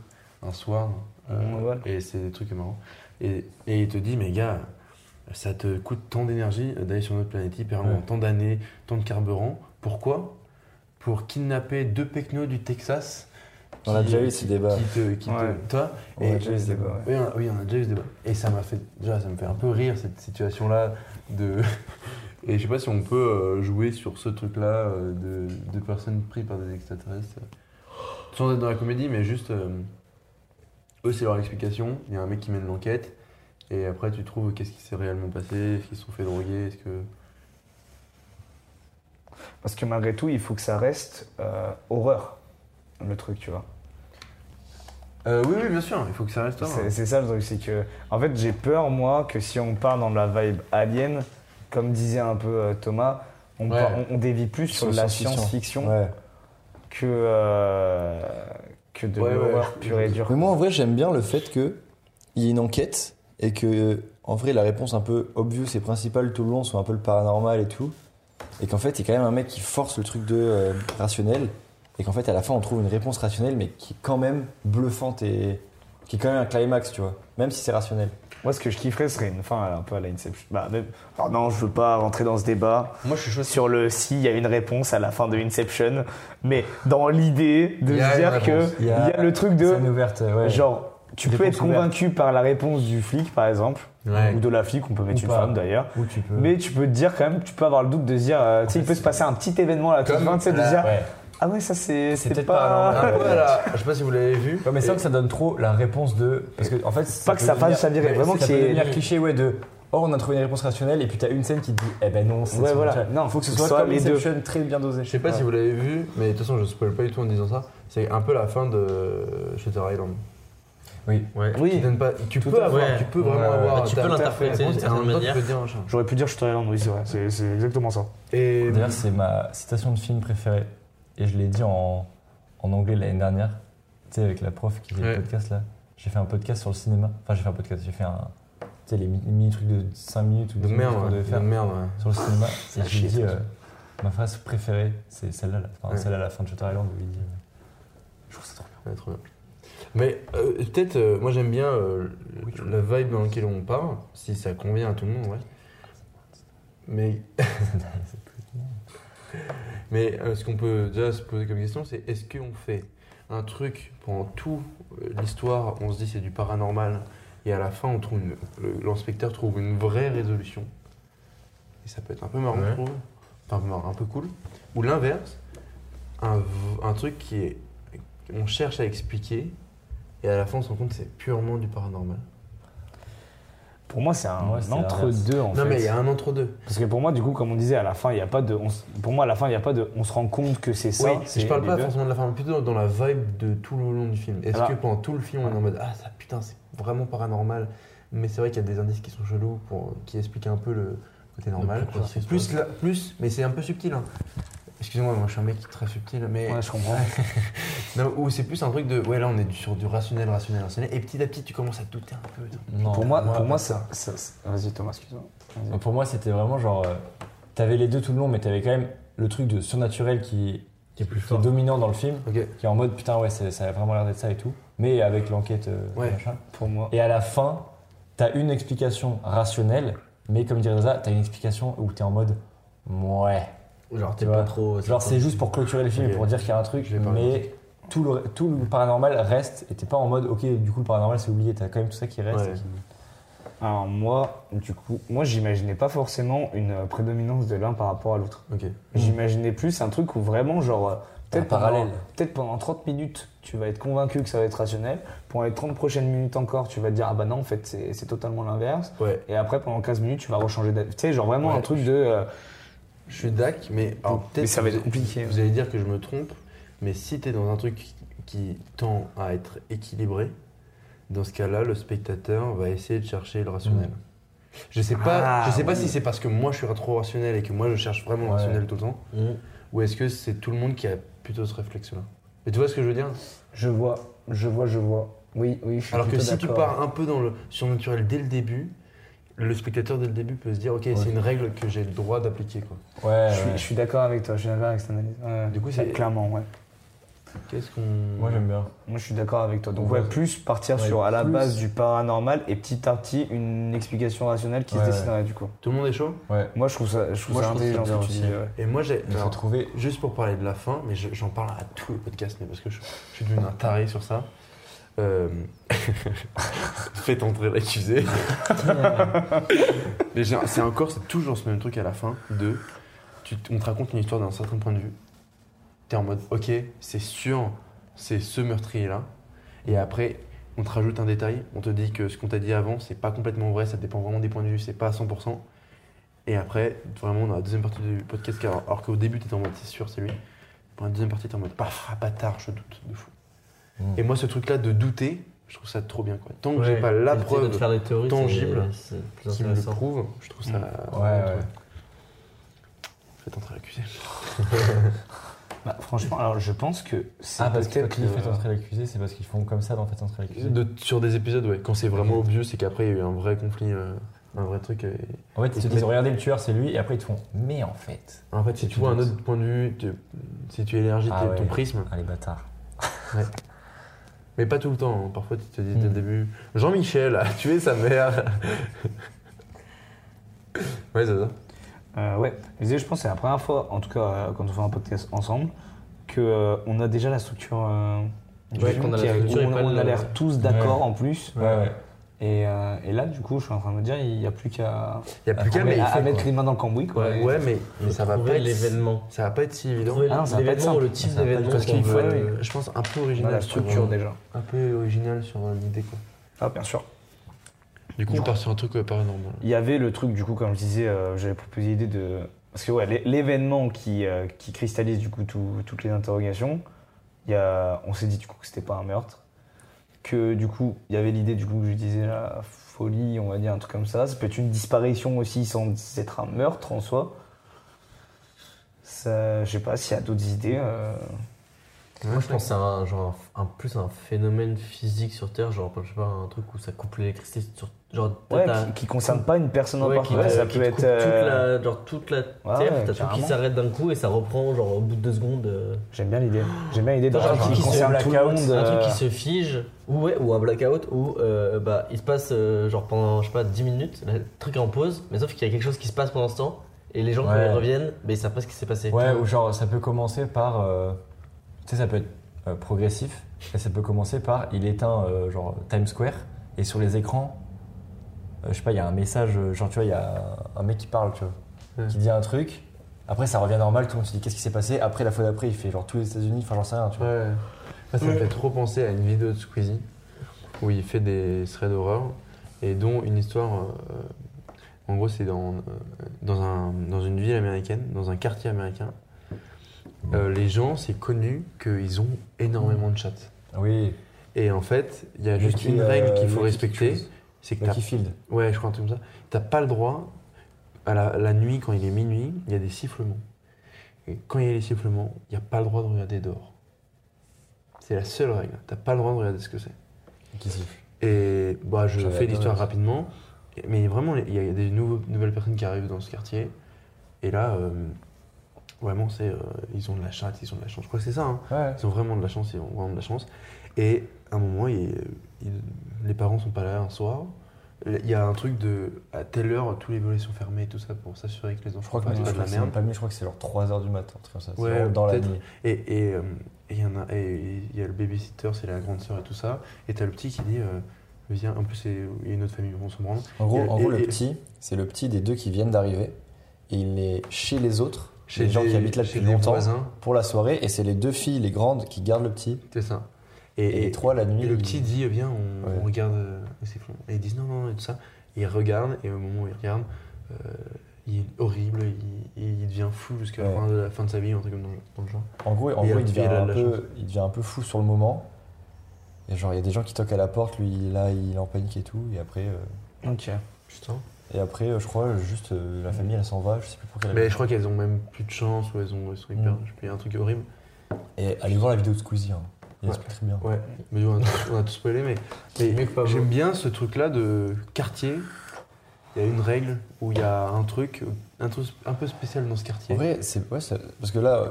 A: un soir. euh,
E: Mm, voilà.
A: Et c'est des trucs marrants. Et, et il te dit, mais gars, ça te coûte tant d'énergie d'aller sur notre planète hyper loin, tant d'années, tant de carburant. Pourquoi Pour kidnapper deux pecnos du Texas.
D: On
A: qui-
D: a déjà eu ce débat.
A: Qui te, qui te-
E: Ouais.
A: toi,
D: Bah, On a déjà eu ce débat,
A: oui,
D: ouais.
A: on a, oui, on a déjà eu ce débat. Et ça m'a fait, déjà, ça me fait un peu rire cette situation-là de. Et je sais pas si on peut euh, jouer sur ce truc-là euh, de, de personnes prises par des extraterrestres. euh, Sans être dans la comédie, mais juste. euh, eux, c'est leur explication. Il y a un mec qui mène l'enquête. Et après, tu trouves qu'est-ce qui s'est réellement passé. Est-ce qu'ils se sont fait droguer Est-ce que.
E: Parce que malgré tout, il faut que ça reste euh, horreur, le truc, tu vois.
A: Euh, oui, oui, bien sûr, il faut que ça
B: hein.
A: reste. horreur.
E: C'est c'est ça le truc, c'est que. En fait, j'ai peur, moi, que si on part dans la vibe alien, comme disait un peu euh, Thomas, on,
A: Ouais.
E: part- on- on dévie plus sur
D: Sur
E: la
D: science-fiction.
E: science-fiction
D: Ouais.
E: que, euh, que de
A: Ouais, ouais.
E: l'horreur pure et dure.
D: Mais moi, en vrai, j'aime bien le fait qu'il y ait une enquête et que, en vrai, la réponse un peu obvious et principale tout le long soit un peu le paranormal et tout. Et qu'en fait, il y a quand même un mec qui force le truc de euh, rationnel. Et qu'en fait, à la fin, on trouve une réponse rationnelle, mais qui est quand même bluffante et qui est quand même un climax, tu vois. Même si c'est rationnel.
E: Moi, ce que je kifferais serait une fin un peu à la Inception. Bah, même- Alors, non, je veux pas rentrer dans ce débat.
C: Moi, je suis chaud.
E: Sur le si, il y a une réponse à la fin de Inception, mais dans l'idée de
A: Il y a
E: se
A: une
E: dire que
A: réponse.
E: il y, a le truc de.
D: Scène ouverte, ouais.
E: Genre, tu peux
D: Réponse
E: être convaincu par la réponse du flic, par exemple, ou de la flic, on peut mettre
D: Ou
E: une
D: pas.
E: femme d'ailleurs.
D: Où tu peux.
E: Mais tu peux te dire quand même, tu peux avoir le doute de se dire, euh, tu sais, il peut se passer un petit événement à la toute
A: Comme
E: fin, tu sais, de se
A: la-
E: dire,
D: Ouais.
E: ah ouais, ça c'est
D: C'est
E: c'était
D: peut-être
E: pas.
D: pas un-
A: Ah, voilà. Je sais pas si vous l'avez vu.
D: Ouais, mais c'est vrai que ça donne trop la réponse de. Parce que, en fait,
E: Pas que ça
D: peut
E: fasse
D: devenir-
E: ça virer,
D: ouais,
E: vraiment
D: ça
E: qu'il
D: peut
E: y ait-
D: devenir cliché, ouais, de. Oh, on a trouvé une réponse rationnelle, et puis t'as une scène qui te dit, eh ben non, c'est
E: Ouais,
D: c'est
E: voilà.
D: rationnel.
E: Non,
D: faut que ce soit,
E: soit
D: comme
E: les deux.
D: Inception, très bien dosé.
A: Je sais pas si vous l'avez vu, mais de toute façon, je spoil pas du tout en disant ça. C'est un peu la fin de Shutter Island.
D: Oui.
A: Ouais.
E: Oui.
A: Qui donne pas- tu,
D: Tout
A: peux
D: à
A: avoir,
C: fait.
A: tu peux vraiment
D: Ouais.
A: avoir.
C: Bah, tu
A: ta-
C: peux
A: ta
C: l'interpréter
A: réponse,
C: d'une
A: et en même
C: certaine
A: temps, tu peux
C: manière.
A: dire machin.
E: J'aurais pu dire, je suis Thaïlande, oui, c'est vrai, c'est c'est exactement ça.
A: Et
D: D'ailleurs, c'est ma citation de film préférée. Et je l'ai dit en, en anglais l'année dernière. Tu sais, avec la prof qui fait
A: Ouais.
D: le podcast là. J'ai fait un podcast sur le cinéma. Enfin, j'ai fait un podcast, j'ai fait un. Tu sais, les mi- mini-trucs de 5 minutes ou
A: de
D: 10 minutes
A: merde,
D: qu'on devait
A: ouais, de
D: faire
A: merde. ouais.
D: sur le cinéma. Et je lui
A: chier,
D: ai dit,
A: ça.
D: euh, ma phrase préférée, c'est celle-là, là. Enfin,
A: Ouais.
D: celle-là à la fin de Shutter Island où il dit. euh, Je trouve ça trop
A: Ouais, trop bien. Mais euh, peut-être, euh, moi j'aime bien euh, la vibe dans laquelle on part, si ça convient à tout le monde, ouais. Mais. Mais euh, ce qu'on peut déjà se poser comme question, c'est est-ce qu'on fait un truc pendant toute l'histoire, on se dit c'est du paranormal, et à la fin, on trouve une- le- l'inspecteur trouve une vraie résolution. Et ça peut être un peu marrant, je trouve. Enfin, marrant, un peu cool. Ou l'inverse, un, v- un truc qui est on cherche à expliquer et à la fin on se rend compte que c'est purement du paranormal.
E: Pour moi, c'est un
D: Ouais, c'est
E: entre-deux en
A: non
E: fait.
A: mais il y a un entre deux.
E: Parce que pour moi, du coup, comme on disait, à la fin, il n'y a pas de. on s- pour moi, à la fin, il n'y a pas de. On se rend compte que c'est ça.
A: oui,
E: c'est
A: je parle
E: les
A: pas
E: deux.
A: forcément de la fin, mais plutôt dans la vibe de tout le long du film. Est-ce
E: Alors-
A: que pendant tout le film on est en mode ah ça putain c'est vraiment paranormal, mais c'est vrai qu'il y a des indices qui sont chelous pour qui expliquent un peu le côté normal.
C: pourquoi ça se
A: Plus là- plus, mais c'est un peu subtil. hein. Excusez-moi, moi je suis un mec très subtil, mais
E: Ouais, je comprends.
A: Non, ou c'est plus un truc de ouais là on est sur du rationnel, rationnel, rationnel, et petit à petit tu commences à te douter un peu.
D: bien. Non.
E: pour moi,
A: moi,
E: pour moi
A: pas
E: ça. ça- ça- Vas-y, Thomas, excuse-moi.
D: Donc, Pour moi, c'était vraiment genre. euh, t'avais les deux tout le long, mais t'avais quand même le truc de surnaturel qui
B: qui est plus dominant dans le film,
A: Ok.
B: qui est en mode putain ouais c'est- ça a vraiment l'air d'être ça et tout, mais avec l'enquête euh,
A: Ouais.
B: machin.
E: Pour moi.
B: Et à la fin, t'as une explication rationnelle, mais comme dirait Reza, t'as une explication où t'es en mode ouais.
C: Genre,
B: Tu
C: t'es
B: vois.
C: pas trop.
B: Genre c'est juste pour clôturer le film
A: Ok.
B: et pour dire qu'il y a un truc,
A: Je vais pas
B: mais tout le, tout le paranormal reste et t'es pas en mode ok du coup le paranormal c'est oublié, t'as quand même tout ça qui reste.
A: Ouais.
B: et qui-
E: Alors moi, du coup, moi j'imaginais pas forcément une euh, prédominance de l'un par rapport à l'autre.
A: Ok.
E: J'imaginais plus un truc où vraiment genre euh, peut-être
B: Hmm. Un parallèle.
E: pendant- Peut-être pendant 30 minutes, tu vas être convaincu que ça va être rationnel. Pendant les 30 prochaines minutes encore, tu vas te dire ah bah non en fait c'est c'est totalement l'inverse.
A: Ouais.
E: Et après pendant 15 minutes, tu vas rechanger d'avis. Tu sais genre vraiment
A: Ouais.
E: un truc de euh,
A: Je suis d'ac, mais alors peut-être.
E: mais ça va être
A: vous-
E: compliqué.
A: Vous allez dire que je me trompe, mais si t'es dans un truc qui- qui tend à être équilibré, dans ce cas-là, le spectateur va essayer de chercher le rationnel. Je sais pas,
E: Ah,
A: je sais pas
E: oui.
A: si c'est parce que moi je suis trop rationnel et que moi je cherche vraiment le
B: Ouais.
A: rationnel tout le temps, ou est-ce que c'est tout le monde qui a plutôt ce réflexe-là. Mais tu vois ce que je veux dire
E: je vois, je vois, je vois. Oui, oui, je suis
A: Alors que
E: plutôt
A: si tu
E: d'accord.
A: pars un peu dans le surnaturel dès le début, le spectateur dès le début peut se dire ok c'est une règle que j'ai le droit d'appliquer quoi.
B: Ouais,
E: je suis,
B: ouais.
E: je suis d'accord avec toi, je suis d'accord avec cette analyse. Ouais,
A: Du coup, c'est-
E: clairement, ouais.
A: Qu'est-ce qu'on.
B: Moi j'aime bien.
E: Moi, je suis d'accord avec toi. Donc,
B: Ouais.
E: ouais, plus partir
B: Ouais,
E: sur à la
B: plus.
E: base du paranormal et petit à petit une explication rationnelle qui
B: Ouais,
E: se
B: ouais.
E: dessinerait du coup.
A: Tout le monde est chaud
B: Ouais.
E: Moi, je trouve ça, je trouve
H: Moi,
E: ça
H: je trouve
E: intelligent
H: ça
E: ce que
H: bien
E: tu
H: aussi.
E: dis. ouais.
A: Et moi j'ai.
B: Il faut
A: alors,
B: trouver.
A: Juste pour parler de la fin, mais je- j'en parle à tous les podcasts, mais parce que je, je suis devenu un taré sur ça. Euh, Faites entrer l'accusé. Mais j'ai- c'est encore, c'est toujours ce même truc à la fin de. tu- on te raconte une histoire d'un certain point de vue. T'es en mode, ok, c'est sûr, c'est ce meurtrier-là. Et après, on te rajoute un détail. On te dit que ce qu'on t'a dit avant, c'est pas complètement vrai, ça dépend vraiment des points de vue, c'est pas à 100%. Et après, vraiment, dans la deuxième partie du podcast, car- alors qu'au début, t'étais en mode, c'est sûr, c'est lui. Pour la deuxième partie, t'es en mode, paf, ah, bâtard, je doute de fou.
B: Mm.
A: Et moi, ce truc-là de douter, je trouve ça trop bien. Quoi. Tant que j'ai
H: Hmm. Ouais.
A: pas la
H: Éviter de te
A: preuve
H: faire des théories, c'est-
A: tangible
H: c'est plus
A: qui me le
H: intéressant.
A: prouve, Mm. je trouve ça.
B: Ouais, ouais.
A: Faites entrer l'accusé.
E: Bah, franchement, alors je pense que c'est
B: Ah, parce que
E: peut-être
B: quand ils
E: le-
B: font entrer l'accusé, c'est parce qu'ils font comme ça dans Fait entrer l'accusé.
A: De- sur des épisodes, ouais. Quand c'est vraiment obvious, c'est qu'après, il y a eu un vrai conflit, euh, un vrai truc. euh, et-
B: En fait, ils se
A: Et-
B: disent, regardez, le tueur, c'est lui, et après ils te font, mais en fait.
A: En fait, si tu vois un autre point de vue, tu- si tu élargis
B: Ah
A: tes-
B: ouais.
A: ton prisme,
B: Ah, les bâtards.
A: mais pas tout le temps, hein. parfois tu te dis dès le début Jean-Michel a tué sa mère. ouais, c'est ça.
E: Euh, ouais, je disais, je pense que c'est la première fois, en tout cas, euh, quand on fait un podcast ensemble, que euh, on a déjà la structure. euh, du
H: Ouais,
E: film
H: qu'on a la
E: qui
H: structure et
E: on,
H: pas
E: on
H: le-
E: a l'air tous d'accord
B: Ouais.
E: en plus.
B: Ouais, ouais.
E: Et, euh, et là, du coup, je suis en train de me dire, il n'y a plus qu'à
A: Il y a plus qu'à,
E: à-
A: mais il
E: à
A: faut-
E: mettre les mains dans le cambouis. Quoi,
A: Ouais,
E: Et-
A: mais, mais ça va
H: Trouver
A: pas être.
H: l'événement.
A: Ça va pas être si évident.
H: Trouver
E: Ah non, ça va pas être
H: l'événement ou
E: simple.
H: le type
E: Ça va pas
H: d'événement.
A: Parce qu'il
H: qu'on
A: faut
H: veut,
A: être,
H: euh,
A: je pense, un peu
E: on a
A: original.
E: la structure
A: sur, euh,
E: déjà.
A: Un peu original sur euh, l'idée, quoi.
E: Ah, bien sûr.
A: Du coup, on part sur un truc paranormal.
E: Il y avait le truc, du coup, comme je disais, euh, j'avais proposé l'idée de. Parce que, ouais, l'é- l'événement qui, euh, qui cristallise, du coup, tout- toutes les interrogations, il y a... on s'est dit, du coup, que c'était pas un meurtre. Que, du coup, il y avait l'idée, du coup, que je disais, la folie, on va dire, un truc comme ça. Ça peut être une disparition aussi sans être un meurtre en soi. Ça, je sais pas s'il y a d'autres idées. euh,
H: Moi, je pense que c'est un, genre, un, un- plus un phénomène physique sur Terre, genre, je sais pas, un truc où ça coupe l'électricité sur. Genre,
E: ouais,
H: t'as-
E: qui, qui concernent pas une personne en
H: ouais, qui-
E: particulier. ça
H: qui
E: peut
H: te
E: être.
H: coupe
E: euh,
H: toute la, genre, toute la Terre,
E: ouais,
H: t'as tout qui
E: carrément.
H: s'arrête d'un coup et ça reprend, genre, au bout de deux secondes. euh,
E: J'aime bien l'idée. J'aime bien l'idée d'un
H: Genre un
E: truc
H: truc
E: qui
H: qui se
E: concerne tout le
B: blackout,
E: monde.
H: un truc
E: euh,
H: qui se fige, ou, ouais, ou un blackout, où euh, bah, il se passe euh, genre pendant, je sais pas, 10 minutes, le truc est en pause, mais sauf qu'il y a quelque chose qui se passe pendant ce temps, et les gens quand
B: Ouais.
H: ils reviennent, mais ils savent pas ce qui s'est passé.
B: Ouais, ou genre, ça peut commencer par. euh, tu sais, ça peut être euh, progressif, et ça peut commencer par il éteint, euh, genre, Times Square, et sur les écrans, euh, je sais pas, il y a un message, euh, genre, tu vois, il y a un mec qui parle, tu vois,
A: Ouais.
B: qui dit un truc, après ça revient normal, tout le monde se dit qu'est-ce qui s'est passé, après la fois d'après, il fait genre tous les États-Unis, enfin, j'en sais rien, tu vois.
A: Ouais. Ça, ça me fait trop penser à une vidéo de Squeezie où il fait des threads d'horreur et dont une histoire. euh, en gros, c'est dans, euh, dans, un, dans une ville américaine, dans un quartier américain. Euh, les gens, c'est connu qu'ils ont énormément de chattes.
B: Oui,
A: Et en fait, il y a juste
B: Lucky,
A: une règle
B: euh,
A: qu'il faut
B: Lucky
A: respecter
B: quelque chose.
A: c'est
D: Bah,
A: que t'as
B: Lucky Field.
A: Ouais, je crois un truc comme ça. T'as pas le droit, à la, la nuit, quand il est minuit, il y a des sifflements. Et quand il y a les sifflements, il n'y a pas le droit de regarder dehors. C'est la seule règle. T'as pas le droit de regarder ce que c'est.
B: Qui siffle.
A: Et bah, je
B: J'avais
A: fais
B: adoré
A: l'histoire
B: ça.
A: rapidement. Et- Mais vraiment, il y a il y a des nouveaux- nouvelles personnes qui arrivent dans ce quartier. Et là, euh, vraiment, c'est euh, ils ont de la chatte, ils ont de la chance. Je crois que c'est ça. hein.
B: Ouais.
A: Ils ont vraiment de la chance, ils ont vraiment de la chance. Et à un moment, il- il- les parents sont pas là un soir. Il y a un truc de à telle heure, tous les volets sont fermés et tout ça pour s'assurer que les enfants
B: Je crois que
A: fassent
B: je
A: pas de
B: crois
A: la
B: que c'est même
A: merde.
B: pas mis, je crois que c'est genre 3h du matin, un truc comme ça. C'est
A: Ouais,
B: vraiment dans la
A: peut-être.
B: nuit.
A: Et et, euh, et il y en a, et il y a le babysitter, c'est la grande sœur et tout ça. Et t'as le petit qui dit euh, viens. En plus, c'est- il y a une autre famille, on s'en branle.
D: En gros,
A: Et-
D: en gros,
A: et-
D: le
A: et-
D: petit, c'est le petit des deux qui viennent d'arriver. Et Il est chez les autres,
A: Chez
D: les gens
A: des-
D: qui habitent là
A: chez
D: depuis
A: des
D: longtemps,
A: voisins,
D: pour la soirée. Et c'est les deux filles, les grandes, qui gardent le petit.
A: c'est ça.
D: Et, les trois la nuit.
A: Et le
E: Mmh.
D: ils-
A: petit dit, viens, on,
D: Ouais.
A: on regarde. euh, et c'est fou. Et ils disent non, non, et tout ça. Et ils regardent, et au moment où ils regardent, euh, il est horrible, il, il devient fou jusqu'à la,
D: Ouais.
A: fin de, la fin de sa vie, un truc comme dans, dans le genre.
D: En gros, en
A: Et
D: gros
A: elle-
D: il, devient
A: et elle a
D: un
A: de la chance.
D: peu, il devient un peu fou sur le moment. Et genre, il y a des gens qui toquent à la porte, lui, là, il est en panique et tout. Et après, euh,
E: Ok.
A: Putain.
D: et après euh, je crois, juste euh, la famille, elle s'en va, je sais plus pour quelle
A: Mais
D: raison.
A: je crois qu'elles ont même plus de chance, ou elles, ont, elles sont hyper.
E: Mmh.
D: Mm.
A: Je sais plus, il y a un truc horrible.
D: Et allez voir la vidéo de Squeezie, hein. il
A: Ouais.
D: explique très bien.
A: Ouais, mais on a, on a tout spoilé, mais, mais
E: Mieux que Pablo.
A: j'aime bien ce truc-là de quartier. Il y a une règle où il y a un truc un, truc un peu spécial dans ce
D: En
A: quartier.
D: vrai, c'est ouais, ça- parce que là, euh,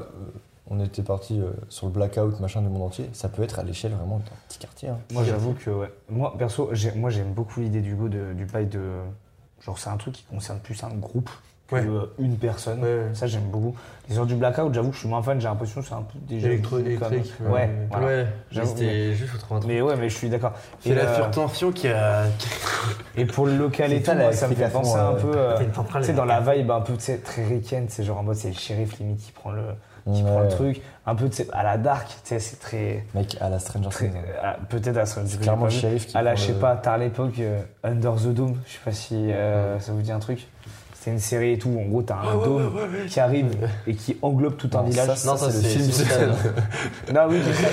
D: on était parti euh, sur le blackout machin du monde entier. Ça peut être à l'échelle vraiment d'un petit quartier. hein.
E: Moi j'avoue que ouais. Moi perso, j'ai- moi j'aime beaucoup l'idée du go de- du bail de genre c'est un truc qui concerne plus un groupe que
A: Ouais.
E: euh, une personne.
A: Ouais, ouais.
E: Ça j'aime beaucoup. Les heures du blackout, j'avoue que je suis moins fan, j'ai l'impression que c'est un peu déjà
A: Électro-
E: comme-
A: électrique.
E: Ouais. voilà.
H: Ouais, mais
E: J'avoue,
H: c'était juste faut trouver un truc.
E: Mais ouais, mais je suis d'accord.
A: C'est
E: Et,
A: la
E: euh,
A: furtention qui a.
E: Et pour le local et
D: C'est
E: tout,
D: ça, la
E: moi, ça me fait
D: explication,
E: penser un
D: euh,
E: peu. euh,
C: t'as une centrale
E: tu sais, dans la vibe un peu tu sais, très week-end, c'est genre en mode c'est le shérif limite qui prend le, qui
D: Ouais.
E: prend le truc. Un peu tu sais, à la dark, tu sais, c'est très.
D: Mec, à la Stranger
E: très
D: Things. hein.
E: à- Peut-être à ce
D: C'est clairement le shérif qui.
E: À la,
D: prend
E: Ah je
D: le-
E: sais pas, tard à l'époque, euh, Under the Dome, je sais pas si euh, ça vous dit un truc. C'était une série et tout, où en gros, t'as un dôme qui arrive et qui englobe tout un
D: Non,
E: village.
D: ça, ça,
H: ça,
D: c'est le
H: c'est-
D: film.
H: c'est-
D: c'est-
E: Non, oui, je sais.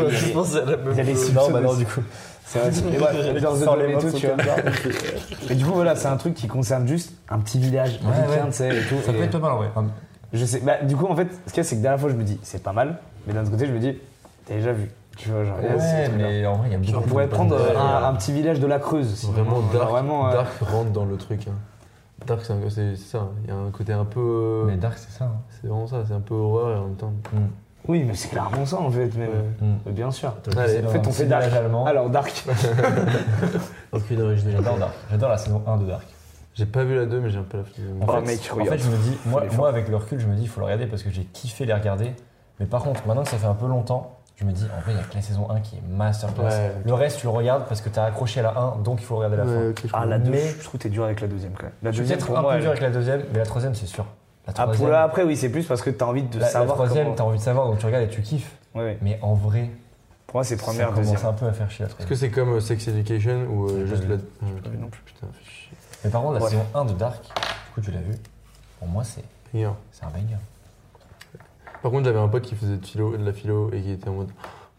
E: Il y a les-
H: pensais à la
E: il y a les
D: Non,
E: Simpsons
D: bah non,
E: aussi.
D: du coup.
E: C'est vrai, mais ouais, Under the
D: Sors
E: Dome
D: les
E: et
D: mains
E: tout,
D: sous
E: tu
D: ton
E: vois. Et du coup, voilà, c'est un truc qui concerne juste un petit village, un
D: Ouais,
E: week-end,
D: ouais.
E: tu sais, et tout.
D: Ça
E: et
D: peut être pas mal, ouais.
E: Je sais, bah, du coup, en fait, ce qu'il y a, c'est que dernière fois, je me dis, c'est pas mal, mais d'un autre côté, je me dis, t'as déjà vu. Tu vois, genre, yes, c'est
D: Ouais,
E: trop bien.
D: mais en vrai, il y a
E: On
D: beaucoup
E: pourrait
D: de-
E: prendre euh,
D: Ouais,
E: un, un petit village de la Creuse. sinon,
A: Vraiment,
E: euh,
A: dark,
E: vraiment, euh,
A: dark rentre dans le truc. hein. Dark, c'est un- c'est c'est ça. hein. Il y a un côté un peu. euh,
D: Mais Dark, c'est ça. hein.
A: C'est vraiment ça, c'est un peu horreur et en même temps.
E: Oui, mais c'est clairement ça en fait, même. Mais Bien sûr.
A: Allez,
E: En fait, on
D: petit
E: fait Dark.
D: village allemand.
E: Alors, Dark.
H: Aucune originalité.
D: J'adore Dark. J'adore la saison 1 de Dark.
A: J'ai pas vu la 2, mais j'ai un peu la flemme.
D: En
E: Oh,
D: fait,
E: mec,
D: en
E: regarde.
D: fait, je me dis, moi,
E: les
D: moi avec le recul, je me dis, il faut le regarder parce que j'ai kiffé les regarder. Mais par contre, maintenant que ça fait un peu longtemps, je me dis, en vrai, il y a que la saison 1 qui est masterclass.
A: Ouais.
D: Le reste, tu le regardes parce que t'as accroché à la 1, donc il faut regarder la fin.
E: Ah, la 2,
D: Mais-
E: je trouve que t'es dur avec la deuxième quand même. La
D: Je suis
E: deuxième,
D: peut-être
E: pour
D: un
E: moi.
D: peu dur
E: elle-
D: avec la deuxième, mais la troisième, c'est sûr. La
E: Ah,
D: troisième,
E: pour là, après, oui, c'est plus parce que t'as envie de
D: la- la
E: savoir.
D: troisième,
E: comment-
D: t'as envie de savoir, donc tu regardes et tu kiffes.
E: Ouais, ouais.
D: Mais en vrai,
E: Pour moi, c'est
D: ça
E: première,
D: commence
E: deuxième.
D: un peu à faire chier la
A: Est-ce
D: troisième.
A: que c'est comme euh, Sex Education ou euh,
D: pas
A: juste
D: vu.
A: la.
E: pas vu non plus.
A: Putain, fais chier.
D: Mais par contre, la
E: Ouais.
D: saison 1 de Dark, du coup, tu l'as vu, pour moi, c'est
A: Rien.
D: c'est un banger.
A: Par contre, j'avais un pote qui faisait de, philo, de la philo et qui était en mode.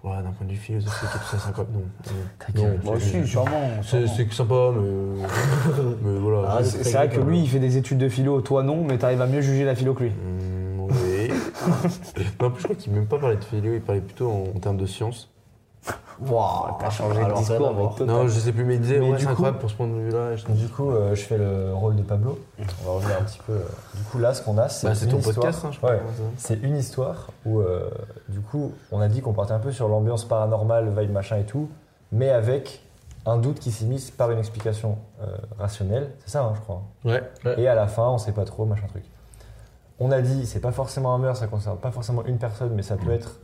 A: Ouais, d'un point de vue philosophique et tout ça, c'est incroyable. Non.
D: gueule.
A: non,
E: Moi
A: c'est-
E: aussi, sûrement.
A: c'est
E: sûrement.
A: c'est sympa, mais. euh, mais voilà.
E: Ah, C'est c'est vrai que lui, il fait des études de philo, toi non, mais t'arrives à mieux juger la philo que lui.
A: Mmh, oui. non, en plus, je crois qu'il ne même pas parler de philo, il parlait plutôt en, en termes de science.
E: Waouh, t'as changé de
H: alors,
E: discours,
H: vraiment.
E: mec.
A: Non, je sais plus, mais il disait,
D: Mais
A: ouais,
D: du
A: c'est
D: coup-
A: incroyable pour ce point de vue-là. et je-
D: Du coup, euh, je fais le rôle de Pablo. On va revenir un petit peu. euh, Du coup, là, ce qu'on a, c'est
A: Bah, c'est
D: une
A: ton
D: histoire-
A: podcast, hein, je crois.
D: Ouais. C'est une histoire où, euh, du coup, on a dit qu'on partait un peu sur l'ambiance paranormale, vibe machin et tout, mais avec un doute qui s'immisce par une explication euh, rationnelle. C'est ça, hein, je crois.
A: Ouais.
D: Et à la fin, on sait pas trop, machin truc. On a dit, c'est pas forcément un meurtre, ça concerne pas forcément une personne, mais ça peut être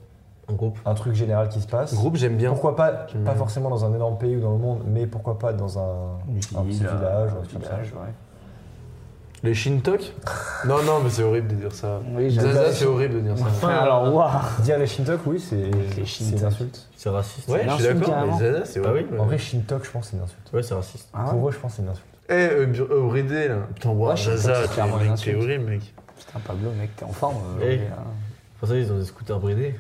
A: Un groupe.
D: un truc général qui se passe.
A: Groupe, j'aime bien.
D: Pourquoi pas,
E: Mmh.
A: J'aime
D: pas
A: bien.
D: forcément dans un énorme pays ou dans le monde, mais pourquoi pas dans un, un petit village ou un truc comme ça.
E: village, ouais.
A: Les Shintok Non, non, mais c'est horrible de dire ça.
E: Oui, j'adore
A: Zaza,
E: les
A: c'est horrible de dire ça.
E: Alors, waouh.
D: Dire les Shintok, oui, c'est
E: Les
D: c'est
E: Shintok.
D: une insulte.
C: C'est raciste.
A: Ouais, je suis
E: l'insulte
A: d'accord,
E: carrément.
A: mais Zaza, c'est
C: Bah oui.
A: horrible.
D: Ah En vrai, Shintok, je pense, c'est une insulte.
C: Ouais, c'est raciste.
E: Ah ouais.
D: Pour eux, je pense, c'est une insulte.
A: Eh, euh, bu- euh, Bridé, là. Putain, wow,
E: Ouais, Shintok,
A: Zaza,
E: c'est
A: t'es-
E: clairement
A: mec,
E: une
A: t'es
E: insulte.
A: horrible, mec.
E: Putain, Pablo, mec, t'es en forme. euh,
C: Hey.
E: ouais, hein.
C: Eh. Pour ça, ils ont des scooters bridés.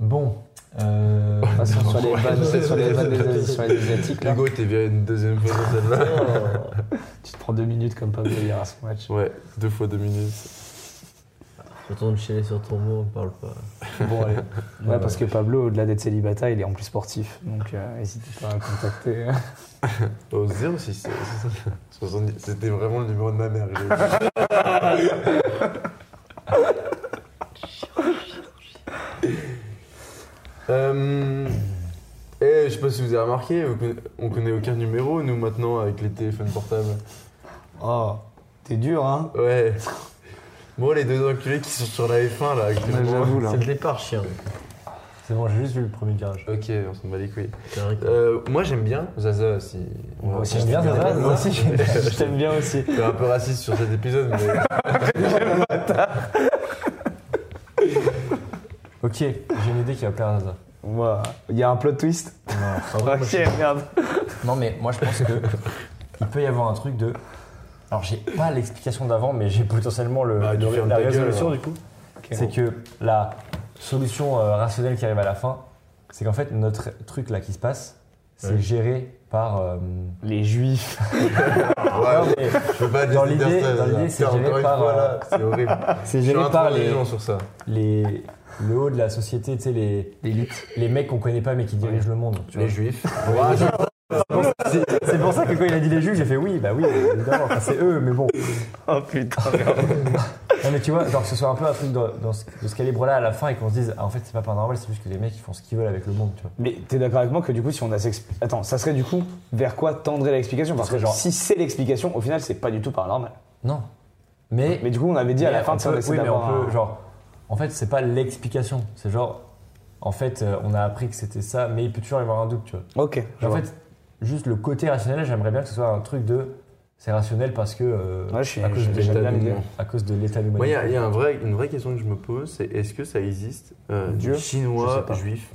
D: Bon. Euh...
E: Passons sur les vannes, sur les vannes des, sur les asiatiques là.
A: Hugo, t'es viré une deuxième fois dans celle-là.
E: Oh, Tu te prends deux minutes comme Pablo hier à ce match.
A: Ouais, deux fois deux minutes.
C: Retourne chiller sur ton mot, on parle pas.
E: Bon allez. Ouais, parce
D: bah
E: que Pablo, au-delà d'être célibataire, il est en plus sportif. Donc euh, n'hésitez pas à le contacter.
A: Au euh, 06. 70. C'était vraiment le numéro de ma mère. je l'ai dit. Euh, eh, je sais pas si vous avez remarqué, vous conna- on connaît aucun numéro, nous, maintenant, avec les téléphones portables.
E: Oh, t'es dur, hein
A: Ouais. Bon, les deux enculés qui sont sur la F1, là, actuellement.
E: J'avoue, là.
C: C'est le départ, chien.
D: C'est bon, j'ai juste vu le premier garage.
A: Ok, on s'en bat les couilles.
C: T'es un ricard.
A: Euh, moi, j'aime bien Zaza, si...
D: Moi aussi,
A: on-
D: j'aime bien Zaza,
A: on-
D: moi aussi, j'aime bien-
A: Je
D: je t'aime bien aussi.
A: suis un peu raciste sur cet épisode, mais...
D: Ok, j'ai une idée qui va plaire à Zaza.
E: Moi, il y a un plot twist. Ok, merde.
D: Non, mais moi je pense que il peut y avoir un truc de. Alors j'ai pas l'explication d'avant, mais j'ai potentiellement le,
A: Bah, tu
D: le-
A: fermes
D: la
A: ta gueule,
D: résolution
A: alors.
D: du coup. C'est que la solution euh, rationnelle qui arrive à la fin, c'est qu'en fait notre truc là qui se passe, c'est
C: Ouais.
D: géré par. euh,
E: Les juifs.
D: non,
A: Ouais,
D: mais
A: je veux pas être
D: Dans
A: le leader
D: l'idée-
A: star,
D: dans
A: là.
D: l'idée, c'est
A: Encore
D: géré
A: une
D: par,
A: fois,
D: euh,
A: là, C'est horrible.
D: c'est
A: Je suis
D: géré par les,
A: intransigeant sur ça.
D: les- le haut de la société, tu sais les les mecs qu'on connaît pas mais qui dirigent le monde. tu
A: Les
D: vois.
A: juifs.
D: Ah, C'est c'est pour ça que quand il a dit les juges, j'ai fait oui, bah oui, évidemment, enfin, c'est eux, mais bon.
E: Oh putain.
D: Non mais tu vois, genre que ce soit un peu un truc dans, dans ce, de ce calibre-là à la fin et qu'on se dise, ah, en fait c'est pas paranormal, c'est juste que les mecs ils font ce qu'ils veulent avec le monde, tu vois.
E: Mais t'es d'accord avec moi que du coup, si on a s'exp- Attends, ça serait du coup vers quoi tendrait l'explication Parce que, genre, si c'est l'explication, au final, c'est pas du tout paranormal.
D: Non. Mais,
E: Mais du coup, on avait dit à
D: mais
E: la fin
D: on
E: de ça,
D: peut-
E: on essaie
D: oui, mais
E: d'avoir
D: on peut,
E: un-
D: genre, en fait c'est pas l'explication, c'est genre, en fait euh, on a appris que c'était ça, mais il peut toujours y avoir un doute, tu vois.
E: Ok. je
D: en
E: vois.
D: fait, juste le côté rationnel, j'aimerais bien que ce soit un truc de, c'est rationnel parce que, euh,
E: Ouais, je suis-
D: à cause
E: je-
D: de
E: j'aime
D: l'état
E: bien
D: de-
E: l'idée.
D: à cause de l'état de
A: Moi, il y a, il y a un vrai- une vraie question que je me pose, c'est est-ce que ça existe euh, des
E: Dieu Je sais
A: Chinois,
E: pas.
A: Juifs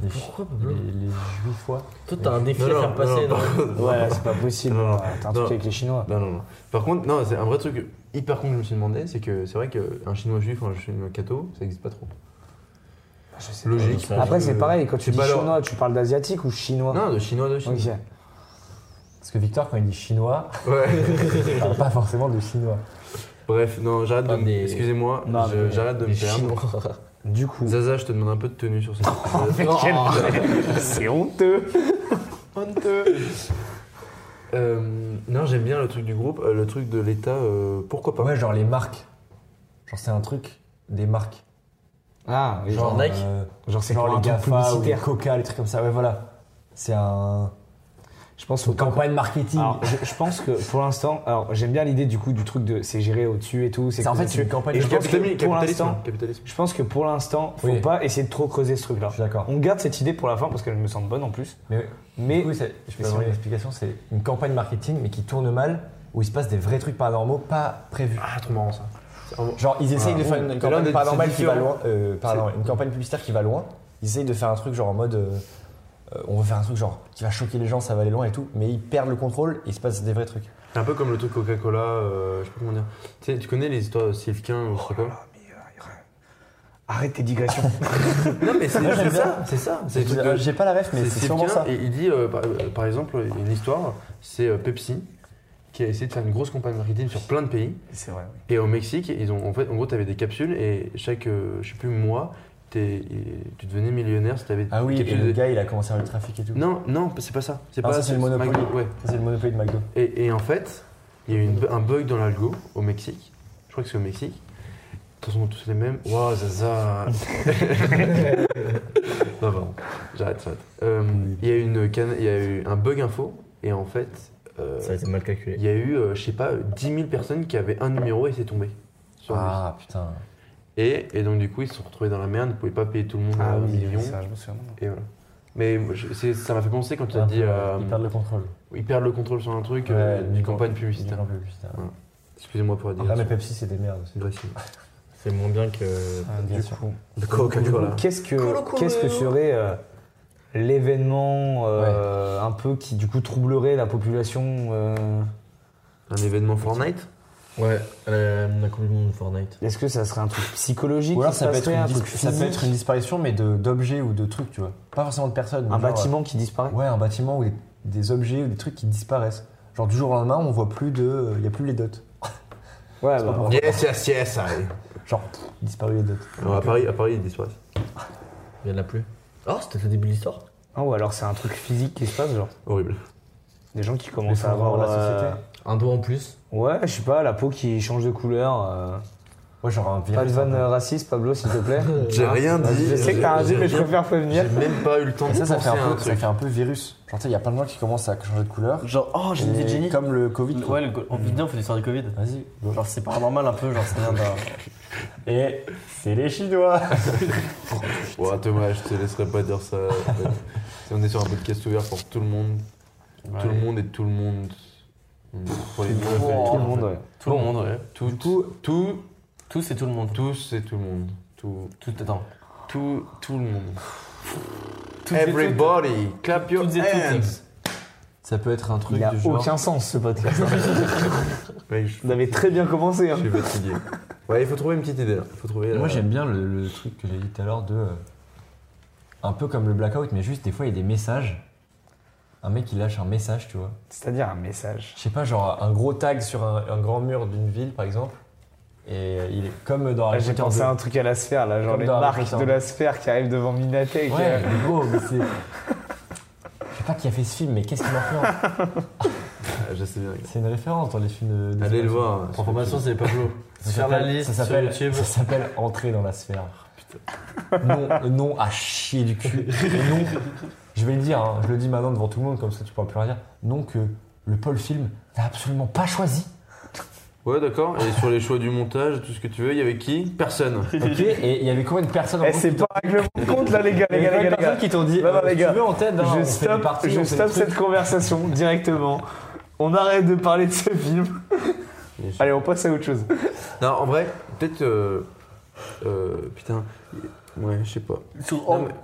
D: les,
C: Pourquoi,
D: les,
C: Pablo
D: les juifs fois.
C: Toi, t'as un défi à
A: Non,
C: faire
A: non,
C: passer.
A: non,
C: non
E: Ouais, là, c'est pas possible.
A: Non, non,
E: T'as un
A: non.
E: truc avec les Chinois.
A: Non, non, non. Par contre, non, c'est un vrai truc hyper con que je me suis demandé, c'est que c'est vrai qu'un Chinois juif ou un Chinois catho, ça existe pas trop.
E: Je sais pas.
A: Logique.
C: ça,
E: Après,
A: Euh,
E: c'est pareil, quand tu
A: c'est
E: dis
A: pas leur-
E: chinois, tu parles d'asiatique ou chinois
A: Non, de Chinois, de Chinois.
E: Ok.
D: Parce que Victor, quand il dit chinois,
A: Ouais.
D: il parle pas forcément de chinois.
A: Bref, non, j'arrête de.
C: Ah,
A: me-
C: mais-
A: Excusez-moi,
E: Non,
A: je-
E: mais-
A: j'arrête de me
C: Les
A: perdre.
C: Chinois.
E: Du coup.
A: Zaza, je te demande un peu de tenue sur cette épisode. Oh.
E: c'est honteux.
A: Euh, non, j'aime bien le truc du groupe, euh, le truc de l'État, euh, pourquoi pas.
D: Ouais, genre les marques. Genre c'est un truc des marques.
E: Ah, oui.
C: Genre Nike
D: euh,
E: Genre, c'est
D: genre
E: pour un
D: les
E: truc
D: GAFA ou les
E: publicitaire.
D: Coca, les trucs comme ça. Ouais, voilà. C'est un,
E: Je pense
D: une
E: autant
D: campagne marketing.
E: Alors, je, je pense que pour l'instant, alors j'aime bien l'idée du coup du truc de c'est géré au-dessus et tout.
D: C'est- en
E: que
D: fait,
E: là-dessus.
D: c'est une campagne
E: Et
D: de
E: je pense que
A: Capitalisme,
E: pour
A: capitalisme,
E: l'instant,
A: capitalisme.
E: je pense que pour l'instant, faut
D: Oui.
E: pas essayer de trop creuser ce truc-là.
D: Je suis d'accord.
E: On garde cette idée pour la fin parce qu'elle me semble bonne en plus.
D: Mais,
E: Mais
D: du coup, c'est- je peux
E: mais
D: donner
E: c'est-
D: une explication. C'est une campagne marketing, mais qui tourne mal, où il se passe des vrais trucs paranormaux pas prévus.
A: Ah, trop marrant ça. C'est vraiment-
D: Genre, ils essayent de faire une,
A: Mais là, on est-
D: campagne
A: c'est
D: paranormale qui va
A: différent.
D: loin. euh, pardon, une campagne publicitaire qui va loin. Ils essayent de faire un truc genre en mode. euh, euh, on veut faire un truc genre qui va choquer les gens, ça va aller loin et tout, mais ils perdent le contrôle et il se passe des vrais trucs.
A: C'est un peu comme le truc Coca-Cola, euh, je sais pas comment dire. Tu sais, tu connais les histoires de Sylvain ou je sais pas quoi
E: arrête tes digressions.
A: Non, mais c'est
D: j'aime
A: c'est
D: bien.
A: ça, c'est ça. C'est le truc
D: Euh,
A: de-
D: J'ai pas la ref, mais c'est
A: c'est
D: sûrement ça.
A: Sylvain, et il dit, euh, par, euh, par exemple, une histoire, c'est euh, Pepsi qui a essayé de faire une grosse campagne marketing sur plein de pays.
E: c'est vrai. oui.
A: Et au Mexique, ils ont, en, fait, en gros, t'avais des capsules et chaque, euh, je sais plus, mois, t'es- tu devenais millionnaire si t'avais
D: Ah oui,
A: des
D: et
A: capsules
D: le
A: de-
D: gars, il a commencé à faire le trafic et tout.
A: Non, non, c'est pas ça. C'est
D: Ah,
A: pas
D: ça, c'est le Monopoly.
A: McDo, ouais.
D: Ça, c'est le Monopoly de McDo.
A: Et, et en fait, il y a eu une- un bug dans l'algo au Mexique. Je crois que c'est au Mexique. De toute façon, tous les mêmes. Waouh, Zaza Non, pardon. J'arrête, j'arrête. Euh, Il y, a eu une canne- il y a eu un bug info. Et en fait, euh,
C: Ça a été mal calculé.
A: il y a eu, euh, je sais pas, 10 000 personnes qui avaient un numéro et c'est tombé. sur lui.
D: Ah putain.
A: Et, et donc, du coup, ils se sont retrouvés dans la merde. Ils pouvaient pas payer tout le monde un million.
E: Ah, ça, je me souviens. Ah,
A: Et voilà. Mais moi, je- c'est- ça m'a fait penser quand tu as
D: Un
A: dit.
D: peu,
A: euh,
D: Ils perdent le contrôle.
A: ils perdent le contrôle sur un truc, euh, une campagne publicitaire.
D: Une campagne publicitaire.
A: Excusez-moi pour la
D: Ah, mais
A: digression.
D: Pepsi, c'est des merdes aussi.
A: C'est agressif.
C: C'est moins bien que.
D: Bien
E: du
D: sûr.
E: coup,
C: Le Coca-Cola.
E: qu'est-ce que qu'est-ce que serait euh, l'événement euh, un peu qui du coup troublerait la population euh,
A: Un événement Fortnite
C: Ouais, euh, la Coupe du Monde de Fortnite.
E: Est-ce que ça serait un truc psychologique
D: Ou alors
E: qui
D: ça
E: se
D: peut, être
E: passerait,
D: une
E: un
D: dis-
E: truc
D: ça peut être une
E: physique,
D: disparition, mais de- d'objets ou de trucs, tu vois. Pas forcément de personnes. mais
E: un
D: genre,
E: bâtiment qui disparaît
D: euh, Ouais, un bâtiment ou des, des objets ou des trucs qui disparaissent. Genre du jour au lendemain, on voit plus de. Il n'y a plus les dots.
E: Ouais,
D: pas
E: bah,
D: pour-
A: Yes, yes, yes, allez.
D: Genre, pff, disparu les dots.
A: à Paris, à Paris, ils disparaissent.
C: Il y en a plus. Oh, c'était le début de l'histoire.
E: Ah, ou alors c'est un truc physique qui se passe, genre
A: Horrible.
E: des gens qui
D: Les
E: commencent à
D: fondements
E: avoir
D: de la société.
E: euh,
C: Un doigt en plus.
E: Ouais, je sais pas, la peau qui change de couleur. euh,
D: Ouais, genre un virus. hein.
B: Pas de vanne
D: un peu.
B: euh, raciste, Pablo, s'il te plaît.
A: J'ai rien
D: Ah,
A: dit.
B: Je sais que t'as un dit, mais je
A: J'ai-
B: préfère
A: J'ai
B: prévenir.
A: même pas eu le temps
D: Et
A: de
D: ça, ça
A: penser
D: fait,
A: à
D: un
A: un
D: peu, ça
A: truc.
D: fait un peu virus. Genre, tu sais, il y a plein de gens qui commencent à changer de couleur.
C: Genre, oh, j'ai une
D: Et
C: idée de oh, génie.
D: Comme le Covid. quoi.
C: Ouais, le, go- en vidéo, on fait l'histoire du Covid.
D: Vas-y. go.
C: Genre, c'est paranormal un peu, genre, ça vient d'un.
D: Et c'est les Chinois.
A: Ouais, Thomas, je te laisserai pas dire ça. on est sur un podcast ouvert pour tout le monde. Tout le monde et tout le monde. Pour les deux,
C: Wow.
B: Tout le monde, ouais.
C: Tout le monde, ouais.
A: Tout, tout, tout,
C: Tout, c'est tout le monde.
A: tous et tout le monde. Tout,
C: Tout, attends.
A: tout, tout le monde.
C: et
A: Everybody, clap your
C: Toutes et toutes.
A: hands.
I: Ça peut être un
B: Il
I: truc
B: n'a
I: du genre.
B: aucun sens ce podcast.
A: Mec, je
B: Vous avez très bien commencé.
A: je
B: Hein.
A: suis fatigué. Ouais, il faut trouver une petite idée. là. Il faut trouver.
D: Moi,
A: euh,
D: j'aime bien le, le truc que j'ai dit tout à l'heure de. euh, un peu comme le blackout, mais juste des fois, il y a des messages. Un mec, il lâche un message, tu vois.
B: C'est-à-dire un message.
D: Je sais pas, genre un gros tag sur un, un grand mur d'une ville, par exemple. Et il est comme dans Harry
B: J'ai
D: Potter
B: pensé à
D: 2.
B: un truc à la sphère, là, genre
D: Comme
B: les
D: dans Harry
B: marques
D: Potter.
B: de la sphère qui arrivent devant Minatek.
D: Ouais, mais gros, mais c'est. Je sais pas qui a fait ce film, mais qu'est-ce qu'il influence
A: ah, Je sais bien.
D: C'est une référence dans les films de. de-
A: Allez le voir.
C: Pour information, c'est Pablo.
D: Ça
C: Faire la
D: s'appelle-
C: liste
D: ça
C: sur
D: s'appelle-
C: YouTube. Oh,
D: Ça s'appelle Entrer dans la sphère. Non, non à chier du cul. Et Non, je vais le dire, hein, je le dis maintenant devant tout le monde, comme ça tu pourras plus rien dire. Non, que le pôle film n'a absolument pas choisi.
A: Ouais, d'accord. Et sur les choix du montage, tout ce que tu veux, il y avait qui Personne.
D: Ok Et il y avait combien de personnes en
B: Eh,
D: groupe
B: c'est pas avec le monde compte, là, les gars, les
D: Il y
B: gars,
D: avait
B: les gars,
D: combien de
B: les gars.
D: personnes qui t'ont dit
B: Non, non,
D: euh,
B: les
D: tu
B: gars,
D: veux en tête hein, on
B: Je
D: fait des
B: stoppe,
D: parties,
B: je
D: on fait des
B: stoppe
D: trucs.
B: cette conversation directement. On arrête de parler de ce film. Allez, on passe à autre chose.
A: Non, en vrai, peut-être. euh, euh, putain. Ouais, je sais pas.
C: Sur
A: Non, mais-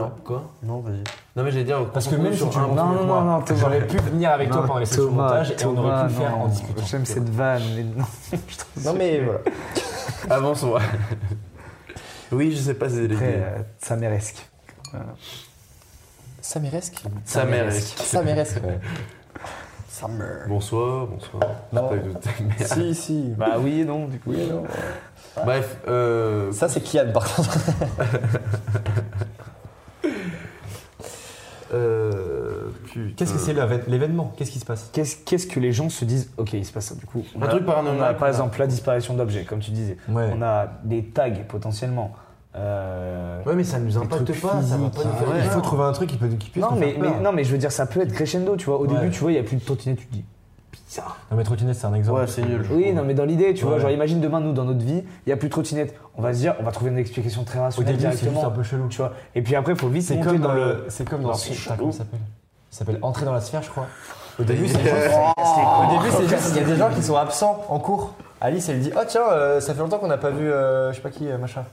C: Non.
A: quoi
C: Non, vas-y.
A: Non, mais j'allais dire.
D: Parce que même si
A: sur
D: tu
A: un
D: montes
B: non,
D: avec
B: non,
D: moi,
B: non, Thomas.
D: j'aurais pu venir avec toi pendant les sessions de montage et on aurait pu le
B: Thomas,
D: faire
B: non.
D: en discutant.
B: J'aime cette vanne, mais non. je trouve ça-
I: Non, mais voilà.
A: Avance, moi. oui, je sais pas si c'est
B: Après,
A: l'idée.
B: euh, ça m'éresque.
I: Sameresque
A: Sa mère.
I: Sameresque, ouais.
A: Bonsoir, bonsoir.
I: Non.
A: T'as eu de ta mère.
I: si, si.
B: Bah oui et non, du coup.
I: Oui, non.
A: Bref, euh,
I: Ça, c'est Kian, par contre.
A: euh, putain.
D: Qu'est-ce que c'est l'éve- l'événement Qu'est-ce qui se passe
B: Qu'est-ce qu'est-ce que les gens se disent Ok, il se passe ça, du coup. on
A: Un
B: a-
A: truc
B: On a
A: paranormal.
B: par exemple la disparition d'objets, comme tu disais.
D: Ouais.
B: On a des tags potentiellement. Euh,
A: Ouais, mais ça nous impacte
D: trucs
A: pas, ça va pas nous
D: physiques.
A: faire
D: Il faut
A: peur.
D: trouver un truc qui peut nous qui puisse
B: non,
D: nous
B: mais,
D: faire
B: mais-
D: peur.
B: non, mais je veux dire, ça peut être crescendo, tu vois. Au
D: Ouais.
B: début, tu vois, il n'y a plus de trottinette, tu te dis bizarre.
D: Non, mais trottinette, c'est un exemple.
C: Ouais, c'est nul. je
B: Oui,
C: trouve.
B: non, mais dans l'idée, tu vois,
D: Ouais.
B: genre imagine demain, nous, dans notre vie, il n'y a plus de trottinette. On va se dire, on va trouver une explication très
D: Au
B: rationnelle
D: début, c'est juste
B: directement.
D: un peu chelou.
B: Tu vois. Et puis après, il faut vite
D: C'est
B: monter
D: comme
B: dans
D: dans
B: le.
D: le. C'est comme dans.
B: Non, c'est
D: Putain,
B: chelou.
D: Comment ça s'appelle Ça s'appelle Entrer dans la sphère, je crois.
A: Au début, c'est
D: Au début, c'est juste. Il y a des gens qui sont absents en cours. Alice, elle dit Oh, tiens, euh, ça fait longtemps qu'on n'a pas vu euh, je sais pas qui, euh, machin.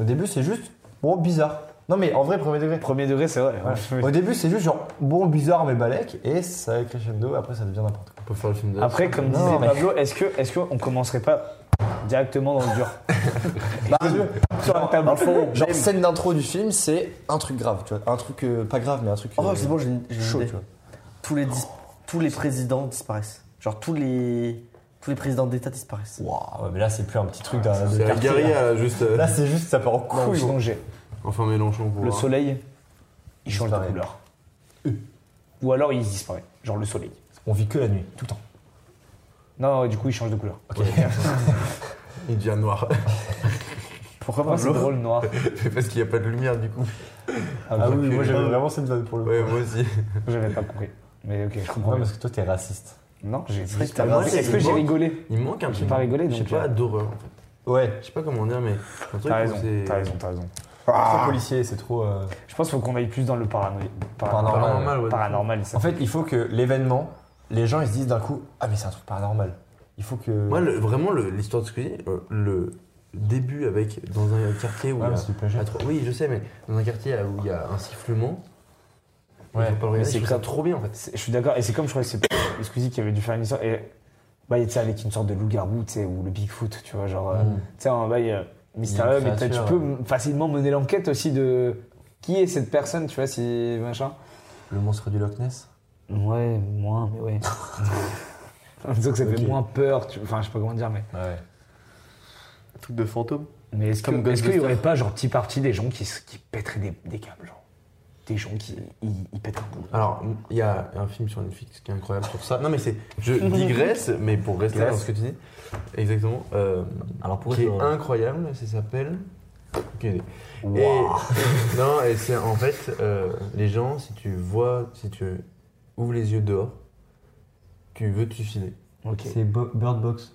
D: Au début, c'est juste. Bon, bizarre. Non, mais en vrai, premier degré.
B: Premier degré, c'est vrai.
D: Voilà. Au début, c'est juste genre bon, bizarre, mais balèque, et ça va crescendo, après ça devient n'importe quoi.
A: On peut faire le film de
B: Après, comme
D: Non,
B: disait
D: mais-
B: Pablo, est-ce que, est-ce qu'on commencerait pas directement dans le dur Sur la table.
I: Dans le fond, genre, scène d'intro du film, c'est un truc grave, tu vois. Un truc, euh, pas grave, mais un truc.
C: Oh,
I: euh,
C: c'est bon, j'ai une, j'ai une
I: chaud,
C: idée.
I: tu vois.
C: Tous les, dis- tous les présidents disparaissent. Genre, tous les, tous les présidents d'État disparaissent.
D: Waouh, ouais, mais là, Ah, c'est plus un petit truc
B: Ah,
D: d'un. de
A: C'est la
D: quartier, là.
A: guérilla, juste. euh,
D: Là, c'est juste, ça part en
B: Non,
D: couille.
B: sinon, j'ai
A: Enfin, Mélenchon pour.
B: le
A: voir.
B: soleil, il change de
D: Disparaît.
B: couleur. Ou alors il disparaît, genre le soleil.
D: On vit que la nuit, tout le temps.
B: Non, non, du coup, il change de couleur.
A: Il devient noir.
B: Pourquoi pas C'est
A: Pablo
B: drôle, noir.
A: Mais Parce qu'il n'y a pas de lumière, du coup.
D: Ah oui,
A: ok.
D: moi j'avais vraiment cette vanne pour le coup.
A: Ouais, moi aussi.
B: J'avais pas compris. Mais ok, je
D: Ouais,
B: comprends.
D: parce que toi t'es raciste.
B: Non, j'ai
C: C'est vrai que
B: juste
C: t'as
B: pas
C: raison.
B: compris. Est-ce que j'ai
A: Moi,
B: rigolé
A: Il me manque un
B: J'ai
A: truc.
B: pas rigolé,
A: Je
B: donc,
A: sais pas,
B: euh,
A: d'horreur, en fait.
D: Ouais.
A: Je sais pas comment dire, mais. Un truc
B: T'as
A: où
B: raison,
A: c'est-
B: t'as raison, t'as raison.
D: Trop policier, c'est trop. euh,
B: Je pense qu'il faut qu'on aille plus dans le paranoïa.
D: Paranormal.
A: Paranormal, ouais.
B: Paranormal, ça.
D: En fait, il faut que l'événement, les gens ils se disent d'un coup Ah, mais c'est un truc paranormal. Il faut que.
A: Moi, le- vraiment, le- l'histoire de Squeezie, euh, le début avec. Dans un quartier où il y
D: Ouais,
A: a-
D: mais c'est du plagiat.
A: à trois- Oui, je sais, mais dans un quartier là, où il y a un sifflement.
D: Ouais,
A: il faut pas le regarder, je
B: mais c'est
A: trouve ça
B: grave.
A: trop bien en fait.
B: C'est- Je suis d'accord, et c'est comme je crois que c'est Squeezie qui avait dû faire une histoire, et bah, tu sais, avec une sorte de loup-garou, tu sais, ou le Bigfoot, tu vois, genre, euh,
D: Mm.
B: tu sais, un bail euh, mystérieux,
D: Il y a une
B: mais t'as- tu
D: créature,
B: peux facilement mener l'enquête aussi de qui est cette personne, tu vois, si machin.
D: Le monstre du Loch Ness.
B: Ouais, moins, mais ouais. Disons que ça fait
D: Ok.
B: moins peur, tu- enfin, je sais pas comment dire, mais.
D: Ouais.
C: Un truc de fantôme.
B: Mais est-ce que-
C: Comme
B: est-ce qu'il y
C: Ghostbusters.
B: aurait pas, genre, petit parti des gens qui, se- qui pèteraient des, des câbles, genre
E: des gens qui ils, ils pètent un boulot.
A: Alors, il y a un film sur Netflix qui est incroyable sur ça. Non, mais c'est. Je digresse, mais pour rester dans ce que tu dis. Exactement. euh,
C: Alors pour
A: qui est incroyable, ça s'appelle. Aucune idée. Et, non, et c'est en fait, euh, les gens, si tu vois, si tu ouvres les yeux dehors, tu veux te suicider.
E: Ok.
J: C'est Bo- Bird Box.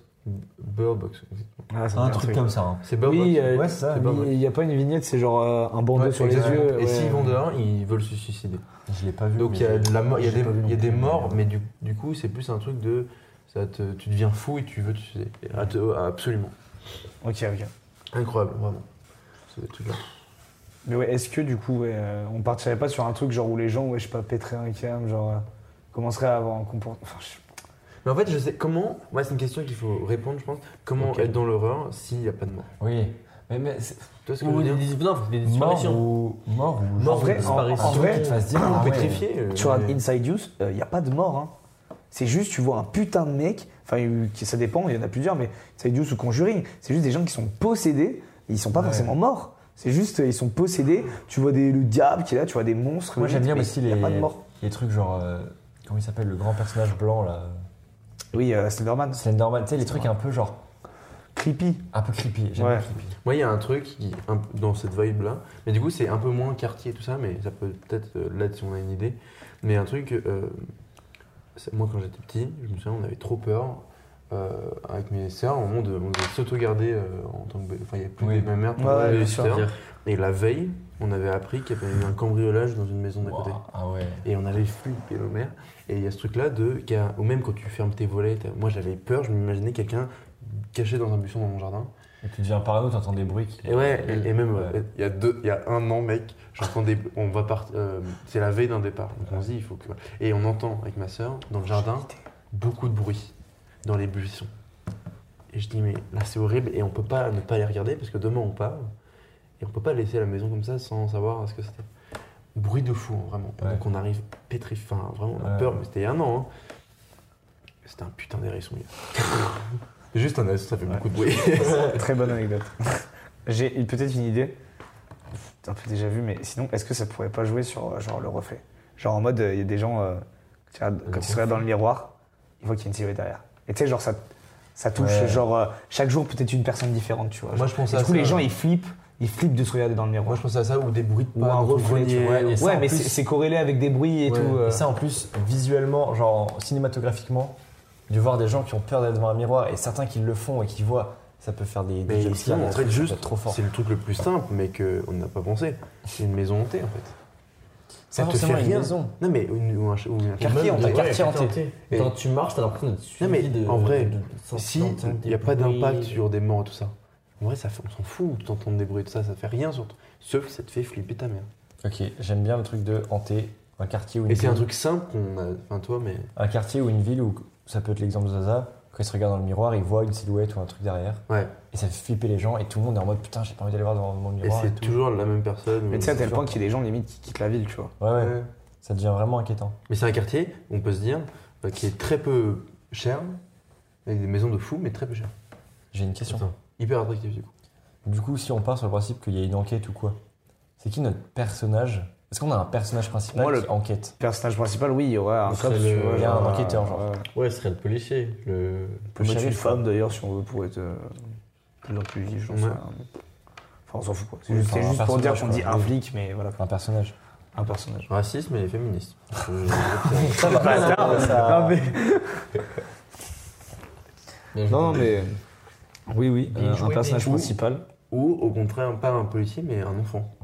A: Bird Box. exactement.
E: Ah, ça me
J: Un
E: dit
J: truc comme ça. hein.
A: C'est Bird Box.
E: Oui,
D: Ouais, c'est ça,
A: c'est pas
E: il n'y a pas une vignette, c'est genre euh, un bandeau
A: Ouais,
E: sur les
A: exactement.
E: yeux.
A: Et
E: ouais.
A: s'ils vont dehors, ils veulent se suicider.
D: Je l'ai pas vu.
A: Donc
D: mais
A: il y a, de la mort- il y a
E: j'ai
A: des,
E: pas vu non
A: il y a des
E: plus, mais-
A: morts, mais du, du coup, c'est plus un truc de. Ça te- tu deviens fou et tu veux te suicider. Ah, te- ah, Absolument.
E: Ok, ok.
A: Incroyable, vraiment. Ce truc-là.
E: Mais ouais, est-ce que du coup, ouais, euh, on partirait pas sur un truc genre où les gens, ouais, je sais pas, péteraient un câble, genre euh, commenceraient à avoir un comportement. Enfin, je-
A: Mais en fait, je sais comment. Moi, c'est une question qu'il faut répondre, je pense. Comment être dans l'horreur s'il n'y a pas de mort
D: Oui. Mais, mais c'est-
A: Tu vois ce que je
C: Ou
A: veux
C: des,
A: dire
C: dis- non, des
D: mort
C: disparitions.
D: ou. Mort ou.
E: En vrai, en- en
D: Un truc
E: vrai,
D: qui te fasse dire. ah ouais.
A: pétrifié. euh,
E: Sur un
A: mais-
E: Inside Use, il n'y a pas de mort. hein. C'est juste, tu vois un putain de mec, enfin, euh, qui- ça dépend, il y en a plusieurs, mais Inside Use ou Conjuring, c'est juste des gens qui sont possédés, et ils sont pas forcément morts. C'est juste, euh, ils sont possédés, tu vois des, le diable qui est là, tu vois des monstres.
D: Moi j'aime
E: limite,
D: bien
E: mais
D: aussi
E: y
D: les,
E: a pas de mort.
D: les trucs genre. euh, comment il s'appelle Le grand personnage blanc là.
E: Oui, euh, Slenderman.
D: Slenderman, tu sais, les trucs un peu genre.
E: Creepy.
D: Un peu creepy. J'aime
E: Ouais.
D: bien creepy.
A: Moi, il y a un truc qui, un- dans cette vibe-là, mais du coup, c'est un peu moins quartier et tout ça, mais ça peut peut-être euh, l'aider si on a une idée. Mais un truc, euh, c'est- moi, quand j'étais petit, je me souviens, on avait trop peur euh, avec mes sœurs. Au moment de, on devait s'auto-garder euh, en tant que. bé- Enfin, il n'y avait plus
D: Oui.
A: de ma mère pour
E: Ouais, ouais,
A: les
E: bien sûr.
A: sœurs. Et la veille, on avait appris qu'il y avait eu un cambriolage dans une maison d'à côté.
D: Ouah, Ah ouais.
A: Et on avait flippé nos mères. Et il y a ce truc-là de. qu'il y a- Ou même quand tu fermes tes volets, t'as- moi j'avais peur, je m'imaginais quelqu'un caché dans un buisson dans mon jardin.
D: Et tu deviens parano, t'entends des bruits. qui-
A: Et ouais, et, et même
D: Ouais.
A: euh, il y a deux, il y a un an, mec, j'entends des, on va partir, c'est la veille d'un départ, donc on se dit il faut que, et on entend avec ma sœur dans le jardin beaucoup de bruit dans les buissons. Et je dis mais là c'est horrible et on peut pas ne pas les regarder parce que demain on part et on peut pas laisser la maison comme ça sans savoir ce que c'était. Bruit de fou hein, vraiment.
D: Ouais.
A: Donc on arrive pétrifié, enfin, vraiment on a
D: Ouais.
A: peur, mais c'était il y a un an. hein. C'était un putain d'hérisson. gars. Juste un as, ça fait beaucoup de bruit.
E: Très bonne anecdote. J'ai une- peut-être une idée, un peu déjà vu, mais sinon, est-ce que ça pourrait pas jouer sur euh, genre le reflet Genre en mode, il y a des gens, euh, tu regardes- quand ils se regardent dans le miroir, ils voient qu'il y a une silhouette derrière. Et tu sais, genre ça, ça touche,
D: Ouais.
E: genre euh, chaque jour peut-être une personne différente, tu vois.
A: Moi, je pensais
E: Et
A: à
E: Du coup,
A: ça.
E: les gens ils flippent, ils flippent de se regarder dans le
A: Moi
E: miroir.
A: je pensais à ça ou des bruits de
E: Ou
A: pas
E: un
A: dans ton
E: reflet, tu
A: grenier,
E: vois.
A: ou-
D: et ça,
E: Ouais,
D: en
E: mais
D: plus-
E: c'est c'est corrélé avec des bruits et
A: Ouais.
E: tout. euh.
D: Et ça en plus, visuellement, genre cinématographiquement, de voir des gens qui ont peur d'être devant un miroir et certains qui le font et qui voient, ça peut faire des,
A: Mais
D: des jump scares,
A: sinon,
D: des
A: en
D: trucs,
A: fait,
D: ça peut
A: juste,
D: être trop fort.
A: c'est le truc le plus simple, mais qu'on n'a pas pensé. C'est une maison hantée, en fait. ça
D: C'est
A: te
D: forcément
A: fait
D: une
A: rien.
D: maison.
A: Non, mais une- ou un, ch- ou un
D: Quartier hanté.
A: Ouais.
D: Quartier hanté.
A: Et-
C: Quand tu marches, t'as l'impression d'être suivi
A: Non, mais
C: de.
A: en vrai,
C: de- de- de-
A: Si
C: d'entendre
A: il n'y a
C: des
A: pas
C: bruits.
A: d'impact sur des morts et tout ça, en vrai, ça fait- on s'en fout d'entendre des bruits et tout ça, ça fait rien surtout. Sauf que ça te fait flipper ta mère.
D: Ok, j'aime bien le truc de hanter un quartier ou une
A: Et c'est un
D: ville.
A: truc simple qu'on a. Enfin, toi, mais.
D: Un quartier ou une ville où ça peut être l'exemple de Zaza. Quand ils se regardent dans le miroir, ils voient une silhouette ou un truc derrière.
A: Ouais.
D: Et ça fait flipper les gens et tout le monde est en mode putain, j'ai pas envie d'aller voir dans mon
A: Et
D: miroir.
A: c'est
D: et tout.
A: toujours la même personne.
E: Mais
A: ou-
E: tu sais, à tel point qu'il y a des gens limite qui quittent la ville, tu vois.
D: Ouais, ouais,
A: Ouais.
D: ça devient vraiment inquiétant.
A: Mais c'est un quartier, on peut se dire, euh, qui est très peu cher, avec des maisons de fous, mais très peu cher.
D: J'ai une question.
A: Hyper attractif, du coup.
D: Du coup, si on part sur le principe qu'il y a une enquête ou quoi, c'est qui notre personnage Est-ce qu'on a un personnage principal
E: Moi, le-
D: qui enquête
E: Personnage principal, oui, il y aurait un
C: serait
E: cop,
C: le-
E: tu vois,
D: il y a un
E: genre,
D: enquêteur, genre.
E: ouais.
C: Ouais, ce serait le policier. Le...
E: peut mettre une
D: shérif,
E: femme d'ailleurs si on veut pour être euh, plus inclusif, j'en sais
A: Ouais.
E: rien. hein. Enfin, on s'en fout quoi. C'est
D: Oui,
E: juste,
D: enfin,
E: c'est
D: un
E: juste pour dire
D: personnage,
E: qu'on dit
D: quoi.
E: un
D: Oui.
E: flic, mais voilà,
D: Un personnage.
E: un personnage.
A: Racisme et féministe. Euh,
D: Ça va,
E: Ah,
D: ça- ça-
E: Non, mais. Oui, oui,
C: Bien
E: euh, un
C: joué,
E: personnage
A: bien joué.
E: principal.
A: Ou au contraire, pas un policier, mais un enfant.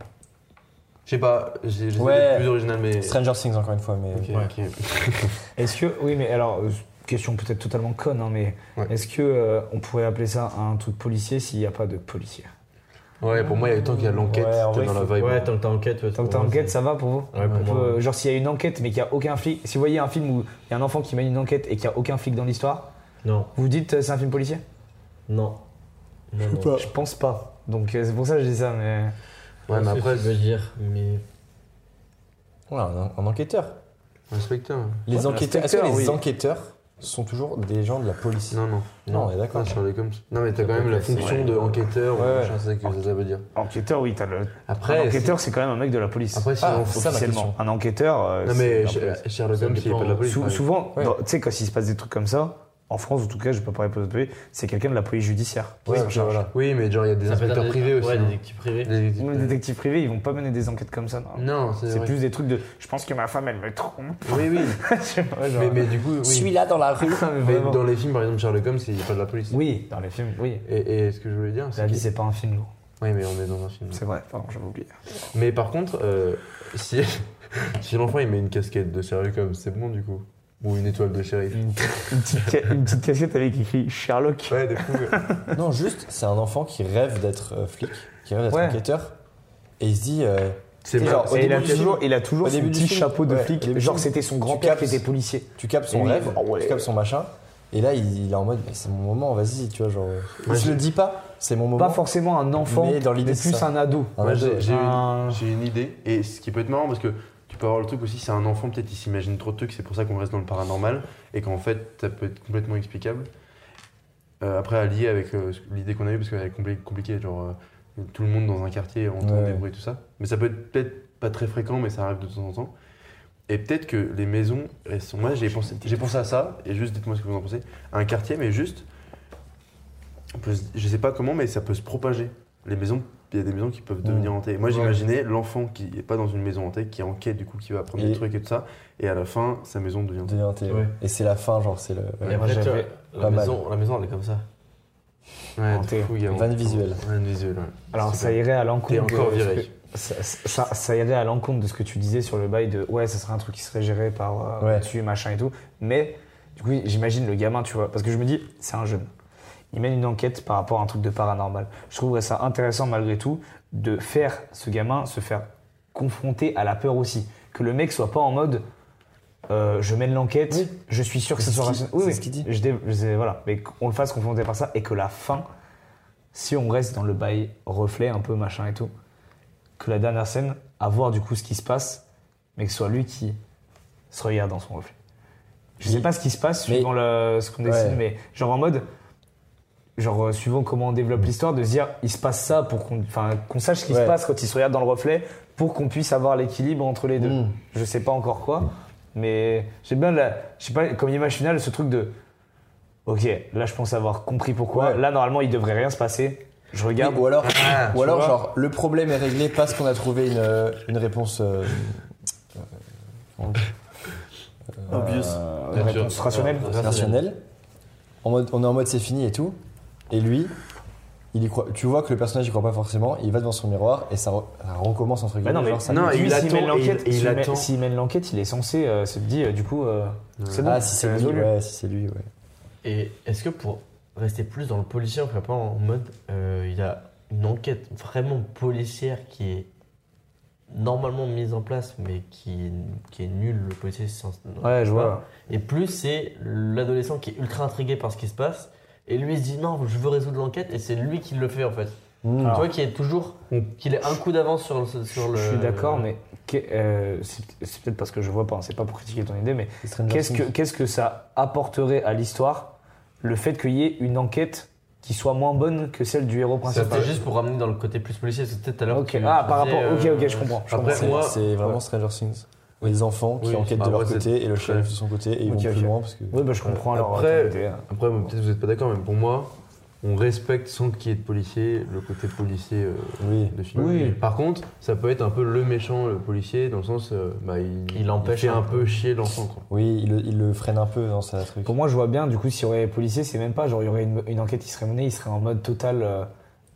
A: Je sais pas, j'ai j'ai
D: Ouais.
A: d'être plus original, mais.
D: Stranger Things encore une fois, mais
A: Ok,
D: Ouais.
A: ok.
E: Est-ce que. Oui, mais alors, euh, question peut-être totalement conne, hein, mais
A: Ouais.
E: est-ce que euh, on pourrait appeler ça un truc policier s'il n'y a pas de policier
A: Ouais, pour moi, il y a tant qu'il y a l'enquête,
D: Ouais, en
A: t'es
D: vrai,
A: dans la
D: faut-
A: vibe.
C: Ouais, tant que t'as enquête. ouais,
E: Tant que
C: pour
E: t'as
C: moi,
E: enquête,
C: c'est-
E: ça va pour vous
C: Ouais, pour
E: On
C: moi,
E: peut-
C: ouais.
E: Genre, s'il y a une enquête mais qu'il n'y a aucun flic. Si vous voyez un film où il y a un enfant qui mène une enquête et qu'il n'y a aucun flic dans l'histoire,
C: Non,
E: vous dites euh, c'est un film policier
C: non. Non, non.
E: Je pense pas. Donc euh, c'est pour ça que je dis ça, mais.
A: Ouais, mais
C: Je sais
A: après,
C: ce que tu veux dire, mais.
D: Ouais, un, un enquêteur.
A: inspecteur.
D: Les
E: Ouais,
D: enquêteurs. Est-ce que
E: inspecteur,
D: les
E: oui.
D: enquêteurs sont toujours des gens de la police.
A: Non, non.
D: Non, on est d'accord.
A: Ah, Sherlock Holmes. Non, mais t'as
D: Ça
A: quand
D: peut
A: même la
D: être-
A: fonction
E: ouais.
A: de enquêteur,
D: Ouais, ouais.
A: machin, c'est ça que ça veut dire.
E: Enquêteur, oui, t'as le.
A: Après,
E: enquêteur, c'est quand même un mec de la police.
A: c'est- après, si
D: Ah,
A: on-
D: c'est ça ma
E: officiellement.
D: question.
E: Un enquêteur. euh,
A: Non,
E: c'est
A: mais
E: un
A: Sh-
E: police.
A: Sherlock Holmes, il est
C: dépend.
A: pas de la police.
E: Sou-
A: par exemple.
E: souvent,
D: Ouais.
E: dans- tu sais, quand il se passe des trucs comme ça, en France, en tout cas, je peux pas parler pour d'autres pays, c'est quelqu'un de la police judiciaire.
D: Ouais,
A: Oui,
D: ok, voilà.
A: Oui, mais genre, il y a des
C: Ça peut être
A: inspecteurs
C: des-
A: privés aussi.
C: Ouais,
A: hein.
C: des équipes privées.
A: Des-
E: Même les détectives privés, ils vont pas mener des enquêtes comme ça. non.
D: Mm,
A: Non, c'est
E: C'est
A: vrai.
E: plus des trucs de. Je pense que ma femme, elle me trompe.
A: Oui, oui.
E: Je sais pas, genre.
A: Mais, mais du coup, oui.
D: dans la rue.
E: Non, Ah, mais
A: Mais
E: vraiment.
A: dans les films, par exemple, Sherlock Holmes, il n'y a pas de la police.
E: Oui, dans les films, oui.
A: Et, et ce que je voulais dire, c'est.
E: La vie,
A: que-
E: c'est pas un film lourd.
A: Oui, mais on est dans un film.
E: C'est vrai, pardon, j'avais oublié.
A: Mais par contre, euh, si, si l'enfant il met une casquette de Sherlock Holmes, c'est bon du coup. Ou une étoile de shérif.
E: Une petite, ca- une petite casquette avec écrit Sherlock.
A: Ouais, des fous.
D: Non, juste, c'est un enfant qui rêve d'être euh, flic, qui rêve d'être
E: Ouais.
D: enquêteur, et il se dit. euh,
A: C'est
D: Et
A: mal-
D: genre, au
E: Et il a,
D: début du
E: toujours,
D: film-
E: il a toujours
D: au
E: son
D: début du
E: petit
D: film,
E: chapeau de
D: ouais, au
E: flic.
D: début du
E: Genre,
D: film,
E: c'était son
D: tu
E: grand-père qui
D: captes-
E: était policier.
D: tu capes son
E: Oui,
D: rêve,
E: ah ouais.
D: tu capes son machin, et là il, il est en mode mais c'est mon moment, vas-y, tu vois, genre.
A: Ouais,
D: il se le dit pas, c'est mon moment.
E: Pas forcément un enfant, mais,
D: Mais dans l'idée, c'est
E: plus
D: ça.
E: un ado.
D: Un
A: Moi,
D: ado.
A: j'ai j'ai
E: Un-
A: une, j'ai une idée. Et ce qui peut être marrant, parce que tu peux avoir le truc aussi, c'est un enfant, peut-être il s'imagine trop de trucs, c'est pour ça qu'on reste dans le paranormal. Et qu'en fait, ça peut être complètement explicable. Euh, après, à lier avec euh, l'idée qu'on a eue, parce qu'elle est compli- compliquée, genre euh, tout le monde dans un quartier entend des
D: Ouais.
A: bruits, tout ça. Mais ça peut être peut-être pas très fréquent, mais ça arrive de temps en temps. Et peut-être que les maisons, elles sont. Moi, j'ai pensé, j'ai pensé à ça, et juste dites-moi ce que vous en pensez. Un quartier, mais juste. on peut se- je sais pas comment, mais ça peut se propager. Les maisons, il y a des maisons qui peuvent devenir hantées. Moi, j'imaginais l'enfant qui est pas dans une maison hantée, qui est en quête, du coup, qui va apprendre
D: Et-
A: des trucs et tout ça, et à la fin, sa maison devient hantée.
D: Devenir un télé.
C: Ouais.
D: Et c'est la fin, genre, c'est le.
C: Et
D: Ouais.
C: après, tu vois,
D: j'avais
C: la
D: pas mal.
C: maison, la maison, elle est comme ça.
A: Ouais,
E: Hantée.
A: fou, il y a-
D: Vanne visuelle.
A: Vanne visuelle, ouais.
E: Alors,
A: Super.
E: ça irait à l'encontre.
A: T'es encore
E: de ce
A: viré.
D: euh,
E: que- Ça, ça- ça irait à l'encontre de ce que tu disais sur le bail de ouais, ça serait un truc qui serait géré par euh,
D: Ouais.
E: dessus, machin et tout. Mais du coup, j'imagine le gamin, tu vois, parce que je me dis, c'est un jeune. Il mène une enquête par rapport à un truc de paranormal. Je trouverais ça intéressant malgré tout de faire ce gamin se faire confronter à la peur aussi. Que le mec soit pas en mode euh, je mène l'enquête,
D: Oui.
E: je suis sûr que
D: C'est
E: ça
D: ce
E: sera.
D: qu'il-
E: oui,
D: c'est
E: oui.
D: ce qu'il dit.
E: Je dé- je sais, voilà, mais qu'on le fasse confronter par ça et que la fin, si on reste dans le bail reflet un peu machin et tout, que la dernière scène, à voir du coup ce qui se passe, mais que ce soit lui qui se regarde dans son reflet. Je sais
D: Oui.
E: pas ce qui se passe
D: Mais-
E: suivant le- ce qu'on décide,
D: Ouais.
E: mais genre en mode, genre euh, suivant comment on développe l'histoire, de se dire il se passe ça pour qu'on enfin, qu'on sache ce qui se
D: Ouais.
E: passe quand il se regarde dans le reflet pour qu'on puisse avoir l'équilibre entre les deux.
D: Mm.
E: Je sais pas encore quoi, mais j'ai bien la, je sais pas, comme image finale, ce truc de ok, là je pense avoir compris pourquoi,
D: Ouais.
E: là normalement il devrait rien se passer. Je regarde,
D: Oui, ou alors, ou alors
E: Ah, vois.
D: genre, le problème est réglé parce qu'on a trouvé une, euh, une réponse. euh,
A: Euh,
C: Obvious.
E: une Euh, réponse rationnelle.
D: rationnel. En mode, on est en mode c'est fini et tout. Et lui, il y croit, tu vois que le personnage y croit pas forcément, il va devant son miroir et ça, re- ça recommence entre
E: Bah
D: guillemets.
E: non, mais
D: genre, ça-
A: non,
E: lui,
A: il
E: s'il
A: attend
E: mène
A: et
E: l'enquête,
A: il- et il
E: s'il mène-
A: attend.
E: S'il mène l'enquête, il est censé euh, se dire, euh, du coup, euh, c'est bon. Euh,
D: ah, si c'est lui, ouais, si c'est lui, ouais.
C: Et est-ce que pour rester plus dans le policier, on ferait pas en mode euh, il y a une enquête vraiment policière qui est normalement mise en place mais qui, qui est nulle, le policier s'en-
E: Ouais, je vois.
C: Et plus c'est l'adolescent qui est ultra intrigué par ce qui se passe et lui il se dit non, je veux résoudre l'enquête et c'est lui qui le fait en fait.
E: Hmm.
D: Mm.
C: tu vois qu'il est toujours qu'il est un coup d'avance sur le sur le
E: Je suis d'accord, mais que- euh, c'est c'est peut-être parce que je vois pas, hein, c'est pas pour critiquer ton idée, mais
D: Stranger
E: qu'est-ce que,
D: Things.
E: qu'est-ce que ça apporterait à l'histoire le fait qu'il y ait une enquête qui soit moins bonne que celle du héros
C: ça
E: principal
C: c'était juste pour ramener dans le côté plus policier, c'était tout à l'heure.
E: Ok,
C: tu-
E: ah,
C: tu
E: par
C: disais,
E: rapport. Ok,
C: euh,
E: ok, je comprends. je
A: après,
E: comprends.
D: C'est-
A: moi-
D: C'est vraiment Stranger Things. Les enfants qui
A: Oui,
D: enquêtent
A: bah
D: de leur
A: après,
D: côté et le shérif de son côté et ils
E: Ok,
D: vont
E: ok.
D: plus loin parce que.
E: Oui, bah, je comprends alors. hein.
A: après-
E: ton idée.
A: Après, bon, peut-être que vous n'êtes pas d'accord, mais pour moi, on respecte sans qu'il y ait de policier le côté policier euh,
D: Oui.
A: de film.
E: Oui.
A: Par contre, ça peut être un peu le méchant, le policier, dans le sens, euh, bah, il,
C: Il empêche
A: fait
C: un
A: un
C: peu.
A: peu chier l'enfant. quoi.
D: Oui, il le, il le freine un peu dans sa truc.
E: Pour moi, je vois bien, du coup, s'il y aurait les policiers, c'est même pas genre, il y aurait une, une enquête qui serait menée, il serait en mode total euh,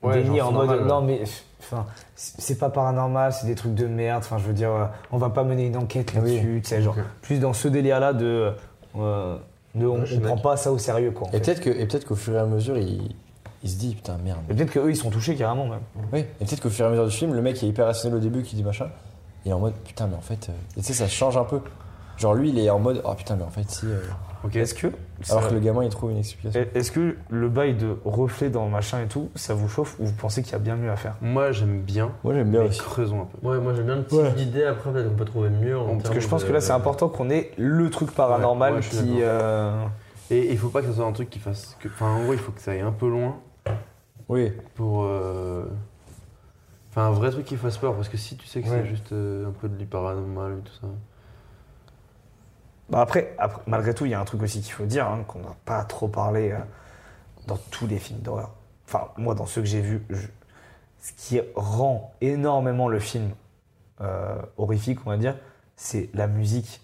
A: Ouais,
E: déni,
A: genre,
E: en
A: c'est
E: mode
A: normal,
E: non, mais pff, enfin, c'est c'est pas paranormal, c'est des trucs de merde, enfin, je veux dire, euh, on va pas mener une enquête
D: Oui.
E: là-dessus, tu sais, genre,
A: Ok.
E: plus dans ce délire-là de. euh, de, on,
A: Ouais, je
E: on
A: suis
E: prend pas ça au sérieux, quoi. en
D: Et
E: fait.
D: peut-être que- et peut-être qu'au fur et à mesure, il, il se dit putain merde.
E: Et peut-être qu'eux, ils sont touchés carrément, même.
D: Oui, et peut-être qu'au fur et à mesure du film, le mec est hyper rationnel au début qui dit machin, et en mode putain, mais en fait, euh, et tu sais, ça change un peu. Genre lui, il est en mode oh putain, mais en fait, si. euh,
E: Est-ce que.
D: Alors que le gamin, il trouve une explication.
E: Est-ce que le bail de reflet dans machin et tout, ça vous chauffe ou vous pensez qu'il y a bien mieux à faire
A: Moi, j'aime bien,
D: Moi, j'aime bien
A: mais
D: aussi.
A: creusons un peu.
C: Ouais, moi j'aime bien une petite
D: Ouais.
C: idée après peut-être qu'on peut trouver mieux en
E: Parce que
C: termes
E: je pense
C: de-
E: que là, c'est important qu'on ait le truc paranormal
A: ouais, je suis
E: qui.
A: d'accord.
E: euh,
A: Et il faut pas que ça soit un truc qui fasse. que- Enfin, en gros, il faut que ça aille un peu loin
D: Oui,
A: pour. euh, Enfin, un vrai truc qui fasse peur, parce que si tu sais que
E: Ouais.
A: c'est juste euh, un peu de l'hyparanormal et tout ça.
E: Bah après, après- malgré tout, il y a un truc aussi qu'il faut dire, hein, qu'on n'a pas trop parlé euh, dans tous les films d'horreur. Enfin, moi, dans ceux que j'ai vus, je- ce qui rend énormément le film euh, horrifique, on va dire, c'est la musique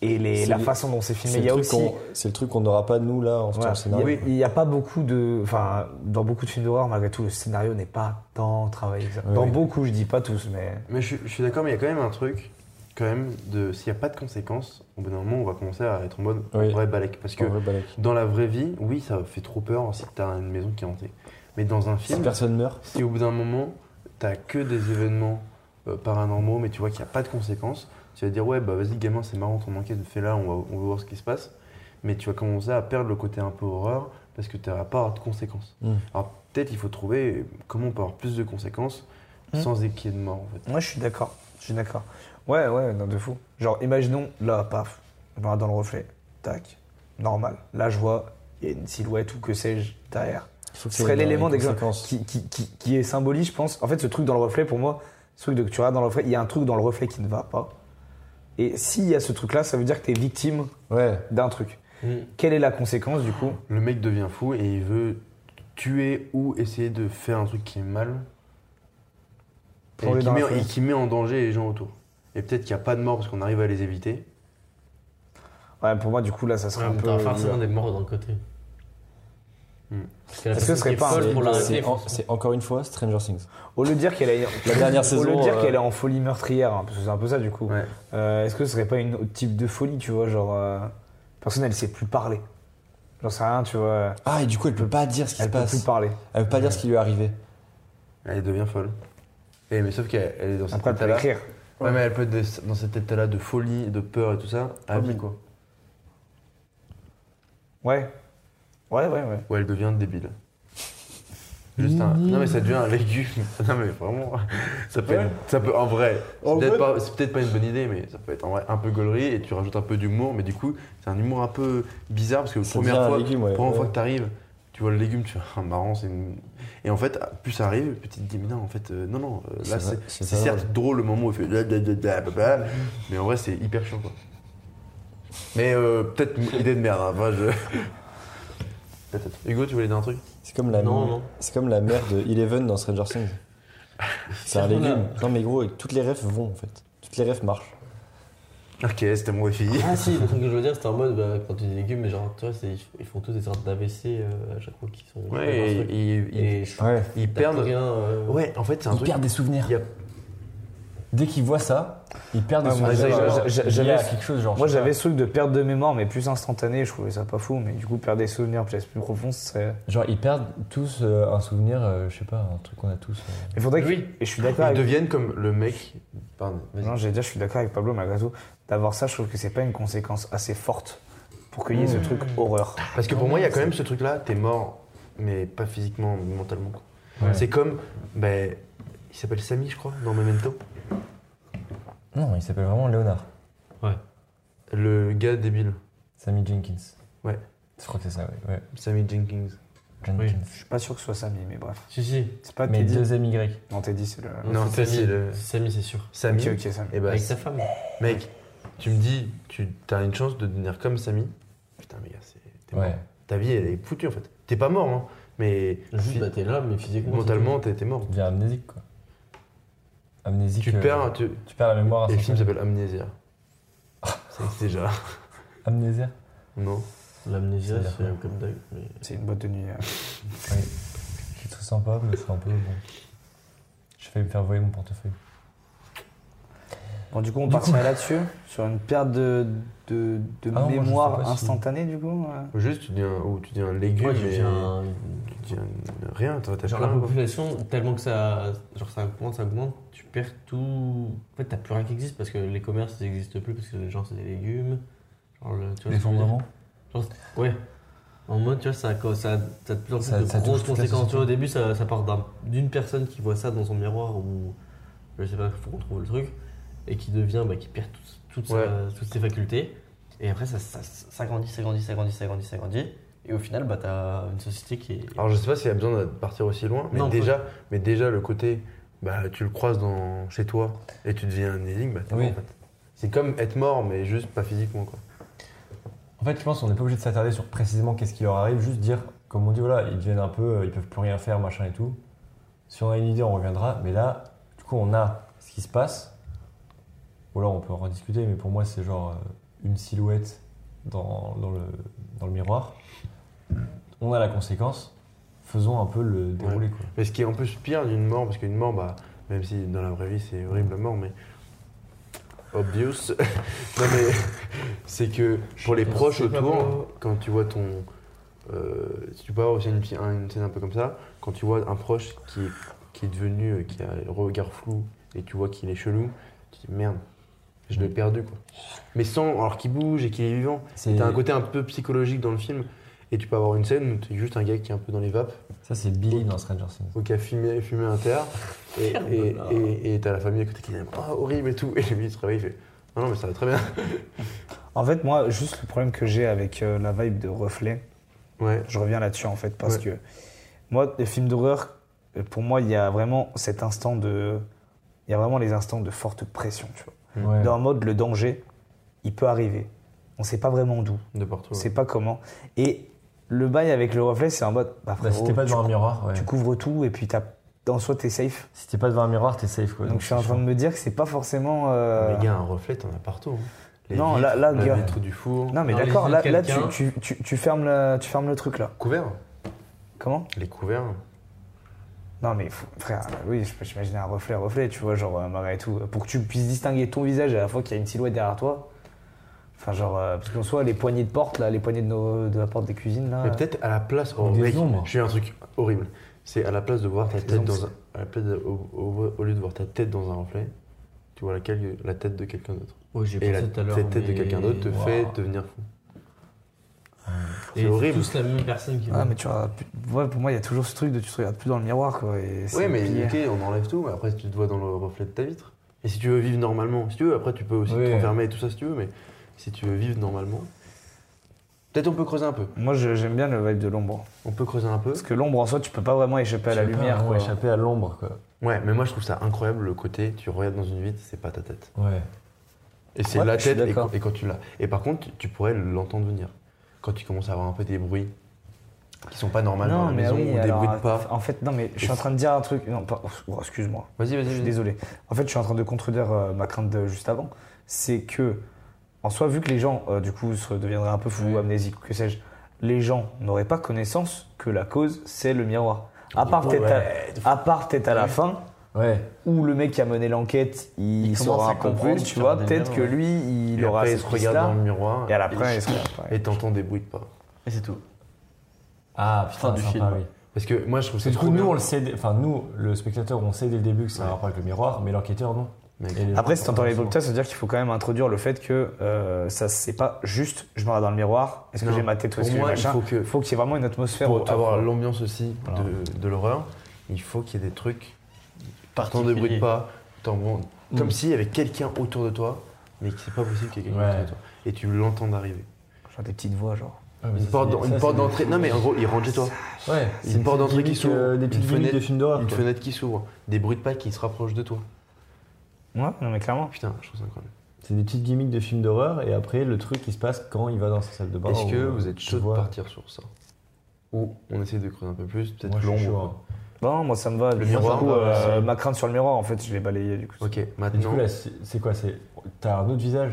E: et les-
D: C'est
E: la
D: les-
E: façon dont c'est filmé.
D: c'est
E: Il y
D: le,
E: a
D: truc
E: aussi...
D: qu'on- c'est le truc qu'on n'aura pas nous là en ce
E: Voilà.
D: temps scénario.
E: Il y a- Il n'y a pas beaucoup de. Enfin, dans beaucoup de films d'horreur, malgré tout, le scénario n'est pas tant travaillé que ça.
D: Ouais,
E: dans
D: oui.
E: beaucoup, je dis pas tous, mais.
A: Mais je, suis- je suis d'accord, mais il y a quand même un truc, quand même, de s'il n'y a pas de conséquences, au bout d'un moment, on va commencer à être en mode
D: Oui.
A: vrai balèque. Parce que
D: En vrai, Balek.
A: dans la vraie vie, oui, ça fait trop peur si t'as une maison qui est hantée. Mais dans un
D: Si
A: film,
D: personne meurt,
A: si au bout d'un moment, t'as que des événements euh, paranormaux, mais tu vois qu'il n'y a pas de conséquences, tu vas dire, ouais, bah vas-y, gamin, c'est marrant ton enquête, fais-la, on va, on va voir ce qui se passe. Mais tu vas commencer à perdre le côté un peu horreur parce que tu n'auras pas de conséquences.
D: Mm.
A: Alors peut-être il faut trouver comment on peut avoir plus de conséquences
E: Mm.
A: sans qu'il y ait de mort, en fait.
E: Moi, je suis d'accord. Je suis d'accord. Ouais, ouais, non, de fou. Genre, imaginons, là, paf, je me regarde dans le reflet, tac, normal. Là, je vois, il y a une silhouette ou que sais-je derrière.
D: il faut que
E: Ce serait l'élément d'exemple
D: d'exemple.
E: qui, qui- qui- qui est symbolique, je pense. En fait, ce truc dans le reflet, pour moi, ce truc de que tu regardes dans le reflet, il y a un truc dans le reflet qui ne va pas. Et s'il y a ce truc-là, ça veut dire que tu es victime
D: Ouais,
E: d'un truc.
C: Mm.
E: Quelle est la conséquence, du coup
A: Le mec devient fou et il veut tuer ou essayer de faire un truc qui est mal
E: Pour
A: et
E: aller
A: qui,
E: dans
A: met,
E: la folie.
A: et qui met en danger les gens autour. Et peut-être qu'il n'y a pas de mort parce qu'on arrive à les éviter.
E: Ouais, pour moi, du coup, là, ça serait
C: Ouais,
E: un
C: mais
E: peu.
C: T'as forcément des morts dans le côté.
A: Hmm.
C: Parce que la
E: Est-ce que
C: personne
E: ce serait
C: qui est
E: pas un-
C: folle pour l'arrêter.
D: c'est en-
C: forcément.
D: c'est encore une fois Stranger Things.
E: Au lieu de dire qu'elle est,
D: La dernière
E: au lieu de
D: saison,
E: dire
D: euh,
E: qu'elle est en folie meurtrière, hein, parce que c'est un peu ça du coup.
A: Ouais.
E: Euh, Est-ce que ce serait pas une autre type de folie, tu vois, genre euh, personne elle sait plus parler, j'en sais rien, tu vois, euh,
D: Ah, et du coup, elle peut pas dire ce qui se
E: elle peut plus
D: passe.
E: parler.
D: Elle peut pas dire ce qui lui est arrivé.
A: Elle devient folle. Et, mais sauf qu'elle elle est dans cet
E: Après elle peut
A: état-là. Ouais,
E: l'écrire.
A: mais elle peut être des- dans cet état-là de folie, de peur et tout ça. à vie, quoi.
E: Ouais, ouais, ouais, ouais.
A: Ou elle devient débile. Juste un- Non mais ça devient un légume. Non mais vraiment, ça peut, être- ça peut en vrai. C'est peut-être pas, c'est peut-être pas une bonne idée, mais ça peut être en vrai un peu gaulerie et tu rajoutes un peu d'humour. Mais du coup, c'est un humour un peu bizarre parce que
D: Ça
A: première
D: devient un
A: fois,
D: légume, ouais.
A: première
D: Ouais.
A: fois que t'arrives, tu vois le légume, tu fais ah, marrant, c'est une... Et en fait, plus ça arrive, plus tu te dis mais non, en fait, euh, non non, euh, là
D: C'est vrai,
A: c'est
D: c'est
A: c'est
D: pas
A: certes drôle le moment où il fait da, da, da, da, da, da, mais en vrai c'est hyper chiant quoi. Mais euh, peut-être une idée de merde. hein. Enfin, je- Peut-être. Hugo, tu voulais dire un truc?
D: C'est comme la
C: Non, non.
D: c'est comme la mère de Eleven dans Stranger Things. C'est un légume. Non mais gros, et toutes les rêves vont en fait. Toutes les rêves marchent.
A: Ok, c'était mon défi.
C: Ah si, le truc que je veux dire, c'est en mode bah, quand tu dis légumes, mais genre, tu vois, c'est- ils font tous des sortes d'AVC euh, à chaque fois qu'ils sont.
A: Ouais,
C: dans un
A: et-
C: truc.
A: ils, ils-
C: et je
D: Ouais.
A: ils
C: perdent
A: perdent.
C: rien. euh,
A: Ouais, en fait, c'est un
D: Ils
A: truc.
D: perdent des souvenirs.
A: Il y a-
D: Dès qu'ils voient ça, ils perdent des
E: Ah, moi,
D: souvenirs.
E: j'ai- j'ai-
D: Il y a
E: j'avais-
D: quelque chose genre.
E: Moi
D: je sais
E: j'avais ce truc de perte de mémoire, mais plus instantané, je trouvais ça pas fou, mais du coup perdre des souvenirs peut-être plus profonds, ce serait.
D: pas. Genre ils perdent tous euh, un souvenir, euh, je sais pas, un truc qu'on a tous. euh.
E: Il faudrait que.
A: Oui.
E: Et je suis
A: Ils
E: d'accord. Avec...
A: deviennent comme le mec. Pardon, vas-y.
E: Non, j'allais dire, je suis d'accord avec Pablo malgré tout. D'avoir ça, je trouve que c'est pas une conséquence assez forte pour qu'il y ait
D: Hmm.
E: ce truc horreur.
A: Parce que pour moi, il y a quand même ce truc-là, t'es mort, mais pas physiquement, mais mentalement. quoi.
D: Ouais.
A: C'est comme. Ben, il s'appelle Samy, je crois, dans Memento.
D: Non, il s'appelle vraiment Léonard.
A: Le gars débile.
D: Sammy Jenkins.
A: Ouais.
D: Je crois que c'est ça, ouais. ouais.
A: Sammy Jenkins.
D: Jenkins.
E: Je suis pas sûr que ce soit Samy, mais bref.
C: Si, si.
E: C'est pas
D: Mais Hmm.
E: Teddy.
D: deux MY.
E: Non, Teddy, c'est le.
A: Non,
C: c'est
A: Samy, le-
C: Samy, c'est sûr.
A: Samy.
E: Ok, ok, Samy.
A: Et bah,
C: Avec sa femme.
A: mec, tu me dis, tu as une chance de devenir comme Samy. Putain, mais gars, c'est. t'es mort.
D: Ouais.
A: Ta vie, elle est foutue en fait. T'es pas mort, hein. Mais.
C: Juste,
A: phy-
C: bah, t'es là, mais physiquement.
A: mentalement, t'es t'es mort.
D: Il devient amnésique quoi. Amnésique.
A: Tu
D: euh,
A: perds. Tu...
D: tu perds la mémoire.
A: Et le film
D: instantanée.
A: s'appelle Amnésia. Ça existe déjà.
D: Amnésia.
A: Non.
C: c'est tout. L'amnésie,
D: Ça veut dire
C: c'est comme dingue. mais-
E: C'est une boîte de nuit. euh.
D: C'est très sympa, mais c'est un peu bon. Je vais me faire voler mon portefeuille.
E: Bon, du coup, on partirait là-dessus, sur une perte de, de, de
D: Ah non, moi, je sais
E: mémoire
D: pas si-
E: instantanée, du coup. euh. ouais.
A: Juste, tu dis un, ou tu dis un légume,
C: Ouais,
A: mais
C: j'ai un.
A: tu dis un- rien, toi, t'as
C: Genre
A: plus
C: la
A: rien, quoi.
C: population, tellement que ça, genre ça augmente, ça augmente, tu perds tout. En fait, t'as plus rien qui existe parce que les commerces ils n'existent plus parce que les gens c'est des légumes. Genre, le- tu vois ce que je veux dire Genre, c'est- Ouais. En mode, tu vois, ça, co- ça, ça a de plus en plus
D: Ça-
C: de
D: ça touche
C: grosses
D: toute la
C: conséquences.
D: société.
C: Tu vois, au début, ça, ça part d'un- d'une personne qui voit ça dans son miroir ou je sais pas, faut qu'on trouve le truc et qui devient, bah, qui perd tout- toute sa-
A: Ouais.
C: toutes ses facultés.
H: Et après, ça ça- ça- ça grandit, ça grandit, ça grandit, ça grandit, ça grandit. Et au final, bah, t'as une société qui est.
A: Alors je sais pas s'il y a besoin de partir aussi loin, mais
H: Non,
A: déjà, mais déjà le côté, bah tu le croises dans chez toi et tu deviens un énigme, bah, t'es
B: Oui.
A: mort, en fait. C'est comme être mort, mais juste pas physiquement quoi.
B: En fait, je pense qu'on n'est pas obligé de s'attarder sur précisément qu'est-ce qui leur arrive, juste dire, comme on dit, voilà, ils deviennent un peu, euh, ils peuvent plus rien faire, machin et tout. Si on a une idée, on reviendra, mais là, du coup, on a ce qui se passe. Ou alors, on peut en rediscuter, mais pour moi, c'est genre euh, une silhouette dans, dans le, dans le miroir. On a la conséquence, faisons un peu le déroulé, quoi.
A: Mais ce qui est en plus pire d'une mort, parce qu'une mort, bah, même si dans la vraie vie c'est horrible la mort, mais. Obvious. non mais. C'est que pour les proches autour, quand tu vois ton. euh, si tu peux avoir aussi une, fi- un- une scène un peu comme ça, quand tu vois un proche qui est, qui est devenu. euh, qui a le regard flou et tu vois qu'il est chelou, tu dis merde, je l'ai perdu quoi. Mais sans. alors qu'il bouge et qu'il est vivant.
B: C'est-
A: T'as un côté un peu psychologique dans le film et tu peux avoir une scène où t'es juste un gars qui est un peu dans les vapes
B: Ça, c'est Billy dans Stranger Things.
A: donc il a fumé, fumé un terre et et- et- et t'as la famille à côté qui dit Ah, horrible et tout et lui il se réveille il fait non non mais ça va très bien
E: En fait, moi, juste le problème que j'ai avec euh, la vibe de reflet,
A: ouais
E: je reviens là-dessus en fait, parce
A: Ouais.
E: que moi, les films d'horreur, euh, pour moi, il y a vraiment cet instant de. Il y a vraiment les instants de forte pression, tu vois.
B: Ouais.
E: Dans un mode, le danger, il peut arriver. On sait pas vraiment d'où,
A: de partout
E: on sait pas comment. Et le bail avec le reflet, c'est un mode. Bah,
B: Bah, si
E: frérot,
B: t'es pas
E: tu,
B: devant un miroir, ouais.
E: tu couvres tout et puis t'as. Dans soi, t'es safe.
B: Si t'es pas devant un miroir, t'es safe, quoi.
E: Donc, je suis en train de me dire que c'est pas forcément. euh,
A: les gars un reflet t'en as partout hein. les
E: Non,
A: vitres,
E: là- là,
A: la
E: gars.
A: vitre du four
E: Non, mais
C: Dans les
E: d'accord,
C: yeux
E: là,
C: de
E: là,
C: quelqu'un.
E: tu, tu- tu- tu fermes le, tu fermes le truc là.
A: couverts
E: Comment
A: les couverts
E: Non, mais faut- frère, euh, oui, je peux t'imaginer un reflet, reflet, tu vois, genre, euh, malgré tout. euh, Pour que tu puisses distinguer ton visage à la fois qu'il y a une silhouette derrière toi. Enfin, genre, euh, parce qu'en soit les poignées de porte, là, les poignées de, nos- de la porte des cuisines, là.
A: mais
E: euh,
A: peut-être à la place oh,
B: Des
A: mec,
B: ombres.
A: je fais un truc horrible c'est à la place de voir ta tête dans un, à la place de- au, au- au lieu de voir ta tête dans un reflet tu vois laquelle la tête de quelqu'un d'autre
C: Ouais, j'ai
A: et la
C: pensé tout à l'heure.
A: tête de
C: mais-
A: quelqu'un d'autre te
C: Waouh.
A: fait devenir fou
C: Et
A: c'est horrible
C: tous la même personne qui
E: Ah, mais tu vois, pu- ouais, pour moi, il y a toujours ce truc de tu te regardes plus dans le miroir, quoi. Et c'est
A: Oui, mais
E: plié.
A: ok, on enlève tout, mais après, si tu te vois dans le reflet de ta vitre. Et si tu veux vivre normalement, si tu veux, après, tu peux aussi
B: Oui.
A: te renfermer et tout ça si tu veux, mais si tu veux vivre normalement. Peut-être on peut creuser un peu.
E: Moi, je- j'aime bien le vibe de l'ombre.
A: On peut creuser un peu.
E: Parce que l'ombre en soi, tu peux pas vraiment échapper à la
H: Ah,
E: lumière, quoi.
B: échapper à l'ombre, quoi.
A: Ouais, mais moi, je trouve ça incroyable le côté, tu regardes dans une vitre, c'est pas ta tête.
B: Ouais.
A: Et c'est
D: Ouais,
A: la
D: je suis
A: tête, et,
D: d'accord.
A: quand- et quand tu l'as. Et par contre, tu- tu pourrais l'entendre venir. Quand tu commences à avoir un peu des bruits qui sont pas normaux dans la maison,
E: oui,
A: ou des
E: alors,
A: bruits de pas.
E: En fait, non, mais je suis en train de dire un truc. Non, pas. oh, Excuse-moi.
A: Vas-y, vas-y,
E: Je suis
A: vas-y.
E: désolé. En fait, je suis en train de contredire euh, ma crainte de juste avant. C'est que, en soi, vu que les gens, euh, du coup, se deviendraient un peu fous, amnésiques, que sais-je, les gens n'auraient pas connaissance que la cause, c'est le miroir. À part peut-être euh, à, à part peut-être à la fin,
B: Ouais.
E: où le mec qui a mené l'enquête,
H: Il
E: il,
H: commence
E: saura
H: à comprendre
E: comprendre, tu
H: qu'il
E: vois,
H: regarde
E: peut-être
H: bien,
E: que
H: ouais.
E: lui, il
A: Et
E: aura
A: après,
E: cette
A: il se regarde dans
E: piste-là,
A: le miroir.
E: et à la fin, il se
A: Et t'entends des bruits de pas.
H: Et c'est tout.
B: Ah putain,
H: Fin du
B: sympa,
H: film.
B: oui.
A: Parce que moi, je trouve ça
B: Parce que du
A: trop
B: coup, nous,
A: bien.
B: on le sait, dès- enfin, nous, le spectateur, on sait dès le début que c'est un rapport avec le miroir, mais l'enquêteur, non.
A: Mec.
B: Et les gens
E: Après, si t'entends les bruits
B: forcément.
E: de ça, ça veut dire qu'il faut quand même introduire le fait que euh, ça, c'est pas juste je me regarde dans le miroir, est-ce que
A: Non.
E: j'ai ma tête ou
A: Pour
E: est-ce que j'ai
A: moi, il
E: machin
A: faut que-
E: faut qu'il y ait vraiment une atmosphère
A: pour
E: autour.
A: avoir l'ambiance aussi
E: Voilà.
A: de, de l'horreur, il faut qu'il y ait des trucs, tant de
H: Particulier.
A: bruit de pas, tant bon-
B: Mm.
A: comme s'il y avait quelqu'un autour de toi, mais que c'est pas possible qu'il y ait quelqu'un
B: Ouais.
A: autour de toi. Et tu l'entends arriver.
E: ah, Genre des petites voix, genre.
B: Ouais, Ah, mais
A: Une
B: ça,
A: porte,
B: c'est-
A: d'en-
B: ça,
A: une
B: c'est
A: porte
B: des-
A: d'entrée. Non mais en gros, il rentre chez toi.
B: Ouais. c'est
A: une porte
B: petite
A: d'entrée qui
B: gimmick,
A: s'ouvre,
B: euh, Des
A: une
B: petites
A: fenêtre-
B: fenêtres de films d'horreur.
A: Une
B: quoi.
A: fenêtre qui s'ouvre, des bruits de pas qui se rapprochent de toi.
E: Ouais, non mais clairement.
A: Putain, je trouve ça incroyable.
B: C'est des petites gimmicks de films d'horreur, et après, le truc qui se passe quand il va dans sa salle de bain.
A: Est-ce
B: où,
A: que
B: euh,
A: vous êtes
B: tu
A: chaud de
B: vois-
A: partir sur ça Ou on essaie de creuser un peu plus, peut-être
B: Moi, je suis chaud,
A: l'ombre.
B: hein.
E: Non, moi ça me va. Le
A: miroir,
B: bah, c'est-
E: euh, ma crainte sur le miroir, en fait, je l'ai balayé du coup.
A: Ok,
B: Et du coup,
A: maintenant,
B: là, c'est c'est quoi C'est t'as un autre visage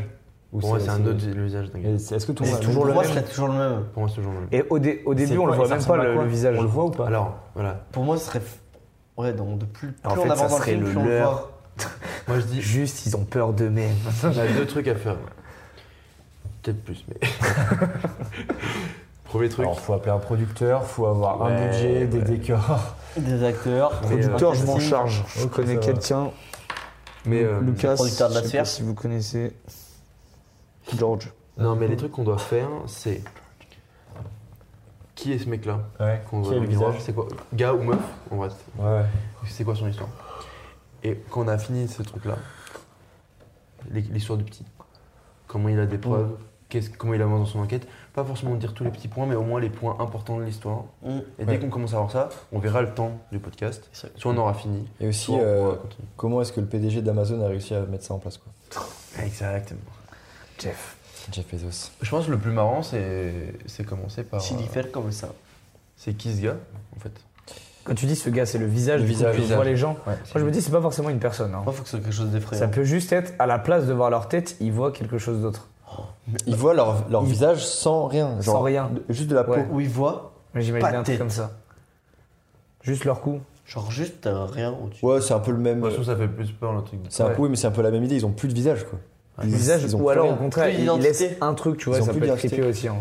B: Ou
A: pour moi c'est un autre vi- le visage d'un
B: Et
A: gars.
B: c'est- Est-ce que ton
H: Mais
B: voit
H: c'est
B: la
H: toujours le
B: même
H: même. C'est toujours le même.
A: Pour moi c'est toujours le même.
E: Et au, dé- au
B: C'est
E: début, on
B: quoi
E: le voit
B: Et ça
E: même pas
B: ressemble à
E: le,
B: quoi
E: le visage.
B: On le voit ou pas
A: Alors, voilà.
H: Pour moi, ce serait. f- Ouais, donc de plus, plus
E: En fait,
H: on
E: ça
H: avance dans le
E: serait
H: film,
E: le
H: plus on le
E: leurre.
H: voit.
A: Moi je dis
E: Juste, ils ont peur d'eux-mêmes.
A: On a deux trucs à faire. Peut-être plus, mais. Premier truc.
B: Alors, faut appeler un producteur, faut avoir un
A: Ouais,
B: budget, des
A: ouais.
B: décors.
H: Des acteurs.
A: Mais, euh,
E: Producteur, je m'en charge. Je
B: Ok,
E: connais
B: ça va.
E: quelqu'un.
A: mais, euh,
E: Lucas,
H: producteur de la
E: je sais
H: sphère.
E: pas si vous connaissez. George.
A: Non, mais les trucs qu'on doit faire, c'est. Qui est ce mec-là
B: Ouais,
A: qu'on
B: qui
A: voit
B: est
A: dans
B: le
A: le miroir
B: visage
A: C'est quoi Gars ou meuf En vrai, c'est-
B: Ouais.
A: c'est quoi son histoire Et quand on a fini ce truc-là, l'hi- l'histoire du petit, comment il a des preuves, quel- qu'est-ce- comment il avance dans son enquête. Pas forcément dire tous les petits points, mais au moins les points importants de l'histoire.
H: Mm.
A: Et dès qu'on commence à avoir ça, on verra le temps du podcast.
H: C'est vrai.
A: Soit on aura fini,
D: Et aussi,
A: soit on
D: euh,
A: pourra continuer.
D: comment est-ce que le PDG d'Amazon a réussi à mettre ça en place quoi
A: Exactement.
E: Jeff.
D: Jeff Bezos.
A: Je pense que le plus marrant, c'est c'est commencer par.
H: S'il y
A: euh,
H: fait comme ça.
A: C'est qui ce gars, en fait
E: Quand tu dis ce gars, c'est le visage,
A: Le
E: du
A: visage,
E: visage,
A: visage.
E: vois les gens.
A: Ouais,
E: Moi, je me dis, c'est pas forcément une personne. hein.
H: Moi, faut que ce soit quelque chose
E: Ça
H: d'effrayant.
E: peut juste être, à la place de voir leur tête, ils voient quelque chose d'autre.
D: Ils voient leur, leur
E: Ils-
D: visage sans rien.
E: Sans
D: genre,
E: rien.
D: Juste de la peau.
E: Ouais.
H: Où il voit,
E: Mais
H: Pas
E: j'imagine
H: de
E: un truc
H: tête.
E: comme ça. Juste leur cou.
H: genre juste t'as rien au-dessus.
D: Ouais, c'est un peu le même. euh,
A: Moi, je trouve que ça fait plus peur le truc. de-
H: Ah,
D: C'est un
E: Ouais.
D: peu, oui, mais c'est un peu la même idée. Ils ont plus de visage, quoi.
E: Le visage,
D: ils ont
E: ou
D: plus
E: alors
D: rien.
E: au contraire,
H: Plus
E: ils ils
H: d'identité.
E: laissent un truc, tu vois,
D: Ils ont
E: ça
D: plus
E: peut être
D: d'identité.
E: creepy aussi. hein.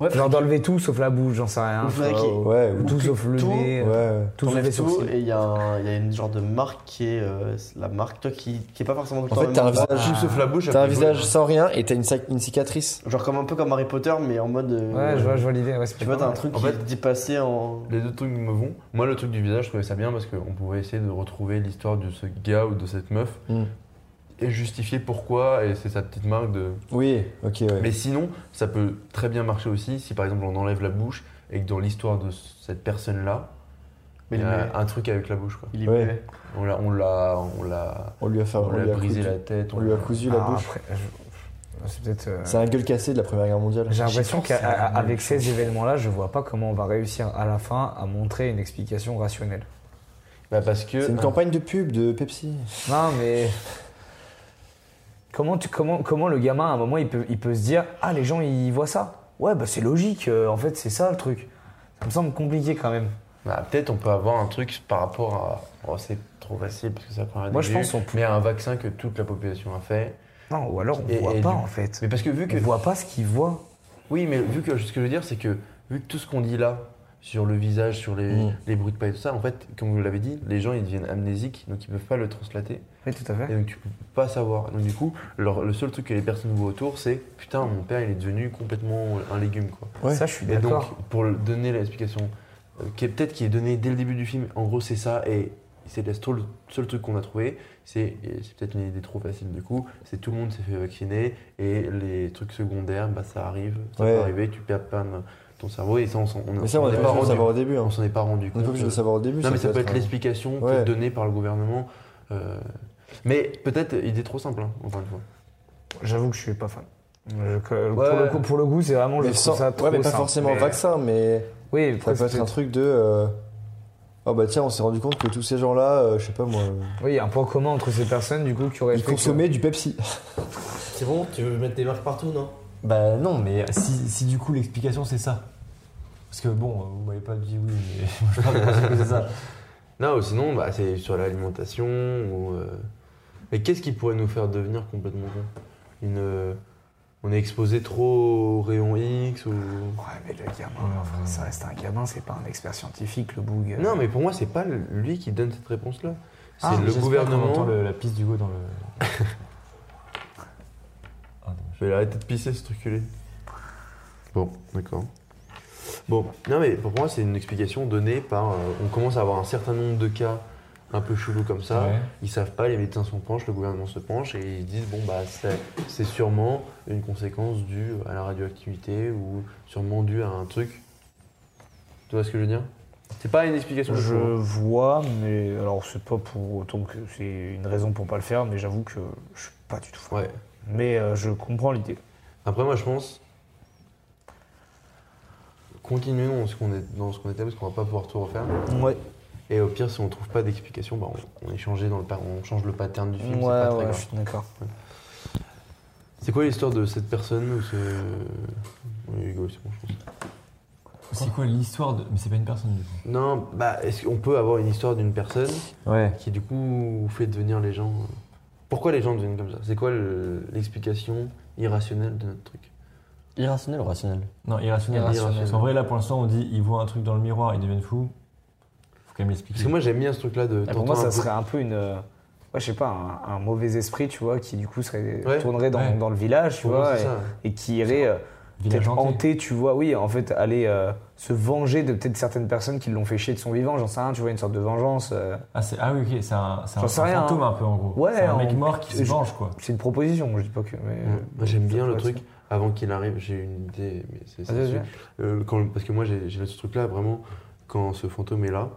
H: Ouais,
E: Genre d'enlever tout sauf la bouche, j'en sais rien.
H: Ou
E: tu
H: vrai
E: vois,
H: qu'il-
E: ou-
D: Ouais,
E: ou
D: ou-
E: tout
H: que
E: sauf le
H: tout-
E: nez,
D: ouais.
E: euh,
D: ouais.
E: tout sauf
H: T'enlèves
E: les
H: tout
E: sourcils.
H: et il y, a un- il y a une genre de marque qui est euh, la marque toi qui, qui est pas forcément tout le
D: En
H: temps
D: fait,
H: la
D: t'as un
H: même marque.
D: visage.
A: Juste sauf la bouche.
D: T'as un
A: après,
D: visage sans rien et t'as une, sac- une cicatrice.
H: genre comme un peu comme Harry Potter mais en mode euh,
E: Ouais, je vois, je vois l'idée. ouais, c'est
H: tu
E: pas
H: vois t'as un
E: mal.
H: truc
A: En
H: qui
A: fait-
H: est dépassé en
A: Les deux trucs me vont. Moi, le truc du visage, je trouvais ça bien parce qu'on pouvait essayer de retrouver l'histoire de ce gars ou de cette meuf
H: Hmm.
D: Mm.
A: et justifier pourquoi. Et c'est sa petite marque de.
D: Oui, ok, ouais.
A: Mais sinon, ça peut très bien marcher aussi si par exemple on enlève la bouche et que dans l'histoire de cette personne-là,
H: mais
A: il y
H: il est
A: a un truc avec la bouche. Quoi.
H: il est
D: Ouais.
H: muet.
A: On l'a, on l'a, on l'a,
D: On lui a fait,
A: on
D: on
A: l'a
D: lui a
A: brisé
D: cousu,
A: la tête.
D: on lui a cousu la
E: Ah,
D: bouche.
E: après, je- C'est peut-être. euh,
D: C'est un gueule cassé de la Première Guerre mondiale.
E: J'ai l'impression
B: pensé à la même
E: qu'avec
B: chose.
E: ces événements-là, je vois pas comment on va réussir à la fin à montrer une explication rationnelle.
A: Bah, parce que
D: C'est une campagne de pub de Pepsi.
E: Non, mais. Comment, tu, comment, comment le gamin, à un moment, il peut, il peut se dire Ah, les gens, ils voient ça Ouais, bah c'est logique, euh, en fait, c'est ça le truc. Ça me semble compliqué quand même.
A: Bah, peut-être on peut avoir un truc par rapport à. Oh, c'est trop facile parce que ça prend un
E: Moi, je
A: début,
E: pense qu'on peut-
A: Ah, Mais un vaccin que toute la population a fait.
E: Non, ou alors on
A: Et-
E: voit
A: et
E: pas,
A: du-
E: en fait.
A: Mais parce que vu que.
E: On voit pas ce qu'ils voient.
A: Oui, mais vu que ce que je veux dire, c'est que vu que tout ce qu'on dit là, sur le visage, sur les,
D: Mm.
A: les bruits de pas et tout ça, en fait, comme vous l'avez dit, les gens ils deviennent amnésiques, donc ils peuvent pas le translater.
E: Oui, tout à fait.
A: Et donc tu peux pas savoir. Donc du coup, leur- le seul truc que les personnes voient autour, c'est putain, mon père il est devenu complètement un légume quoi.
D: Ouais.
E: Ça, je suis
A: Et donc,
E: d'accord.
A: pour le- donner l'explication, euh, qui est peut-être qui est donnée dès le début du film, en gros c'est ça, et c'est le seul, seul truc qu'on a trouvé, c'est et c'est peut-être une idée trop facile du coup, c'est tout le monde s'est fait vacciner, et les trucs secondaires, bah, ça arrive, ça
D: Ouais.
A: peut arriver, tu perds pas de- ton cerveau, et ça on s'en on,
D: Mais ça, on
A: on
D: n'est
A: n'est pas
D: pas obligé de le
A: rendu,
D: savoir au début. hein.
A: on s'en est pas rendu
D: On n'est
A: compte.
D: pas obligé de le savoir au début.
A: Non mais ça peut être
D: un-
A: l'explication
D: Ouais.
A: peut-être donnée par le gouvernement, euh, mais peut-être idée trop simple, hein, encore une fois.
E: J'avoue que je suis pas fan. Je- que-
A: Ouais.
E: pour, le coup, pour le goût, c'est vraiment je
D: Mais
E: trouve
D: sans-
E: ça
D: ouais,
E: trop
D: mais pas
E: simple.
D: forcément
E: Mais-
D: vaccin, mais
E: Oui,
D: ça peut être un truc de. euh, Oh bah tiens, on s'est rendu compte que tous ces gens-là, euh, je sais pas moi, euh,
E: Oui, il y a un point commun entre ces personnes du coup qui auraient
D: ils
E: fait que-
D: consommaient du Pepsi.
H: C'est bon, tu veux mettre des marques partout non
B: Bah non, mais si, si du coup l'explication c'est ça. Parce que bon, euh, vous m'avez pas dit oui, mais moi, je parle de principe que c'est ça.
A: Non, ou sinon, bah, c'est sur l'alimentation. Ou, euh, Mais qu'est-ce qui pourrait nous faire devenir complètement cons Une, euh, On est exposé trop au rayon X ou...
E: Ouais, mais le gamin, enfin, ça reste un gamin, c'est pas un expert scientifique, le boug.
A: Non, mais pour moi, c'est pas lui qui donne cette réponse-là. C'est
E: Ah,
A: le
B: J'espère qu'on
A: gouvernement.
B: entend le- la piste du go dans le. Ah, dommage.
A: Je vais arrêter de pisser, ce truculé. Bon, d'accord. Bon, non, mais pour moi, c'est une explication donnée par. euh, on commence à avoir un certain nombre de cas un peu chelous comme ça.
B: Ouais.
A: Ils savent pas, les médecins s'en penchent, le gouvernement se penche et ils disent bon bah c'est c'est sûrement une conséquence due à la radioactivité ou sûrement due à un truc. Tu vois ce que je veux dire C'est pas une explication.
E: Je
A: de
E: vois, mais alors c'est pas pour autant que c'est une raison pour pas le faire, mais j'avoue que je suis pas du tout fan.
A: Ouais.
E: Mais euh, je comprends l'idée.
A: Après moi je pense. Continuons dans ce qu'on est dans ce qu'on était parce qu'on va pas pouvoir tout refaire.
E: Ouais,
A: Et au pire si on trouve pas d'explication, bah on, on est changé dans le pa- on change le pattern du film. c'est pas très
E: ouais, je
A: grave.
E: suis d'accord.
A: C'est quoi l'histoire de cette personne ou ce. Oui, Hugo, c'est bon, je pense.
B: C'est quoi l'histoire de. Mais c'est pas une personne du coup.
A: Non, bah, est-ce qu'on peut avoir une histoire d'une personne
B: Ouais.
A: qui, du coup, fait devenir les gens. euh, Pourquoi les gens deviennent comme ça C'est quoi le- l'explication irrationnelle de notre truc
H: Irrationnel ou rationnel
B: Non, irrationnel.
A: Irrationnel.
B: Parce qu'en vrai, là pour l'instant, on dit ils voient un truc dans le miroir, ils deviennent fous. Faut quand même l'expliquer.
A: Parce que moi, j'aime bien ce truc-là de.
E: Et Ah, pour moi,
A: t'entends un
E: ça
A: peu-
E: serait un peu une. euh, Ouais, je sais pas, un, un mauvais esprit, tu vois, qui du coup serait,
A: Ouais,
E: tournerait dans,
B: ouais.
E: dans le village, tu
A: Pour moi,
E: vois,
A: c'est
E: et,
A: ça.
E: et qui irait euh,
B: Village
E: peut-être
B: hanté.
E: hanté, tu vois, oui, en fait, aller euh, se venger de peut-être certaines personnes qui l'ont fait chier de son vivant, j'en sais rien, tu vois, une sorte de vengeance. euh,
B: Ah, c'est- ah oui, ok, c'est un, c'est un,
E: J'en sais
B: un
E: rien, hein.
B: fantôme un peu en gros.
E: Ouais,
B: c'est un
E: on-
B: mec mort qui se
E: je-
B: venge quoi.
E: C'est une proposition, je dis pas que. Mais
A: Ouais. Moi, j'aime bien le truc avant qu'il arrive, j'ai une idée, mais c'est c'est
E: Vas-y,
A: dessus.
E: vas-y.
A: Euh, quand- parce que moi, j'ai j'ai ce truc-là, vraiment, quand ce fantôme est là,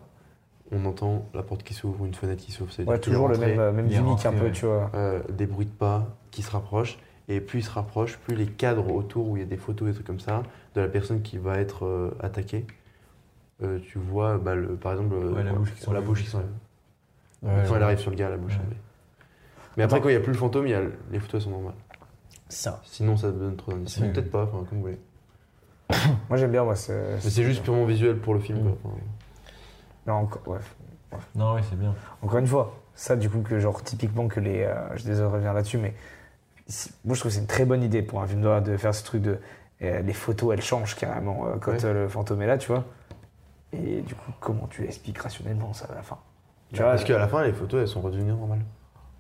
A: on entend la porte qui s'ouvre, une fenêtre qui s'ouvre. c'est-à-dire
E: Ouais,
A: qu'il est
E: toujours le
A: rentré,
E: même, euh, même
B: il est
E: gimmick
B: rentré,
E: un peu,
B: ouais.
E: tu vois.
A: euh, des bruits de pas qui se rapprochent. Et plus il se rapproche, plus les cadres autour où il y a des photos et trucs comme ça, de la personne qui va être euh, attaquée, euh, tu vois, bah, le- par exemple, euh,
B: Ouais, la bouche qui
A: la
B: s'enlève.
A: bouche qui s'enlève.
B: Ouais,
A: Quand
B: ouais.
A: elle arrive sur le gars, la bouche
B: Ouais.
A: s'enlève. Mais après, quand il n'y a plus le fantôme, il y a le- les photos elles sont normales.
H: Ça.
A: Sinon, ça donne trop d'indices.
B: Ouais.
A: Peut-être pas, enfin, comme vous voulez.
E: Moi j'aime bien, moi, c'est.
A: Mais c'est juste purement visuel pour le film.
B: Mm.
A: quoi. Enfin,
E: Non, encore, ouais.
B: Non, ouais, c'est bien.
E: Encore une fois, ça du coup que genre typiquement que les, euh, je suis désolé de revenir là-dessus, mais si- moi je trouve que c'est une très bonne idée pour un film d'horreur de faire ce truc de euh, les photos elles changent carrément euh, quand
A: Ouais.
E: euh, le fantôme est là, tu vois. Et du coup comment tu l'expliques rationnellement ça à la fin
B: Bah,
E: Tu vois,
A: Parce qu'à la fin, les photos elles sont redevenues normales.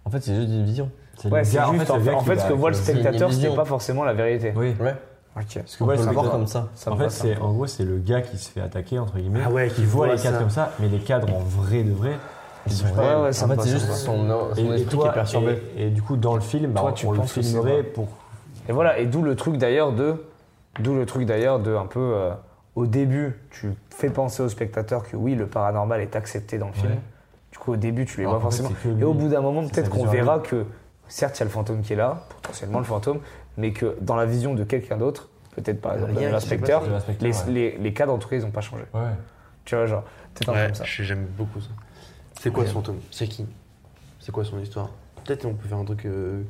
B: En fait, c'est juste une vision. C'est
E: ouais,
B: le
E: c'est
B: gars-
E: juste en
B: le
E: fait,
B: gars
E: en
B: qui
E: fait
B: va-
E: ce que voit le
B: qui va-
E: spectateur
H: vision.
E: c'était pas forcément la vérité.
B: Oui.
H: Ouais.
E: Ok.
B: Parce que
H: On
B: ouais,
H: peut
B: c'est
H: le voir
B: pas-
H: comme ça.
E: Ça
B: en
E: me
B: fait,
E: va, ça me
B: c'est
E: va.
B: en gros, c'est le gars qui se fait attaquer entre guillemets.
A: Ah ouais,
B: qui voit les cadres comme ça, mais les cadres en vrai de vrai, ils sont
E: Ouais,
B: réels.
E: ouais, ça
B: En
E: me
B: fait,
E: va,
B: c'est
E: ça me
B: juste
E: va.
H: son,
B: Et, et toi, et, et du coup, dans le film, bah,
E: Toi, tu
B: on le
E: penses que c'est
B: filmerait
E: vrai.
B: pour.
E: Et voilà, et d'où le truc d'ailleurs de. D'où le truc d'ailleurs de un peu. euh, au début, tu fais penser au spectateur que oui, le paranormal est accepté dans le film.
B: Ouais.
E: Du coup, au début, tu les
B: Alors
E: vois
B: qu'en fait,
E: forcément.
B: c'est que lui.
E: Et au bout d'un moment,
B: C'est
E: peut-être
B: sa
E: qu'on
B: vision à
E: verra que, certes, il y a le fantôme qui est là, potentiellement le fantôme, mais que dans la vision de quelqu'un d'autre, peut-être par exemple
A: rien qui
E: l'inspecteur,
B: s'est passé.
E: les,
B: L'inspecteur,
E: les, les cadres en tout cas, ils n'ont pas changé.
B: Ouais.
E: Tu vois, genre, peut-être un truc
A: Ouais,
E: comme ça.
A: je- j'aime beaucoup ça. C'est quoi ce fantôme C'est qui C'est quoi son histoire Peut-être on peut faire un truc euh,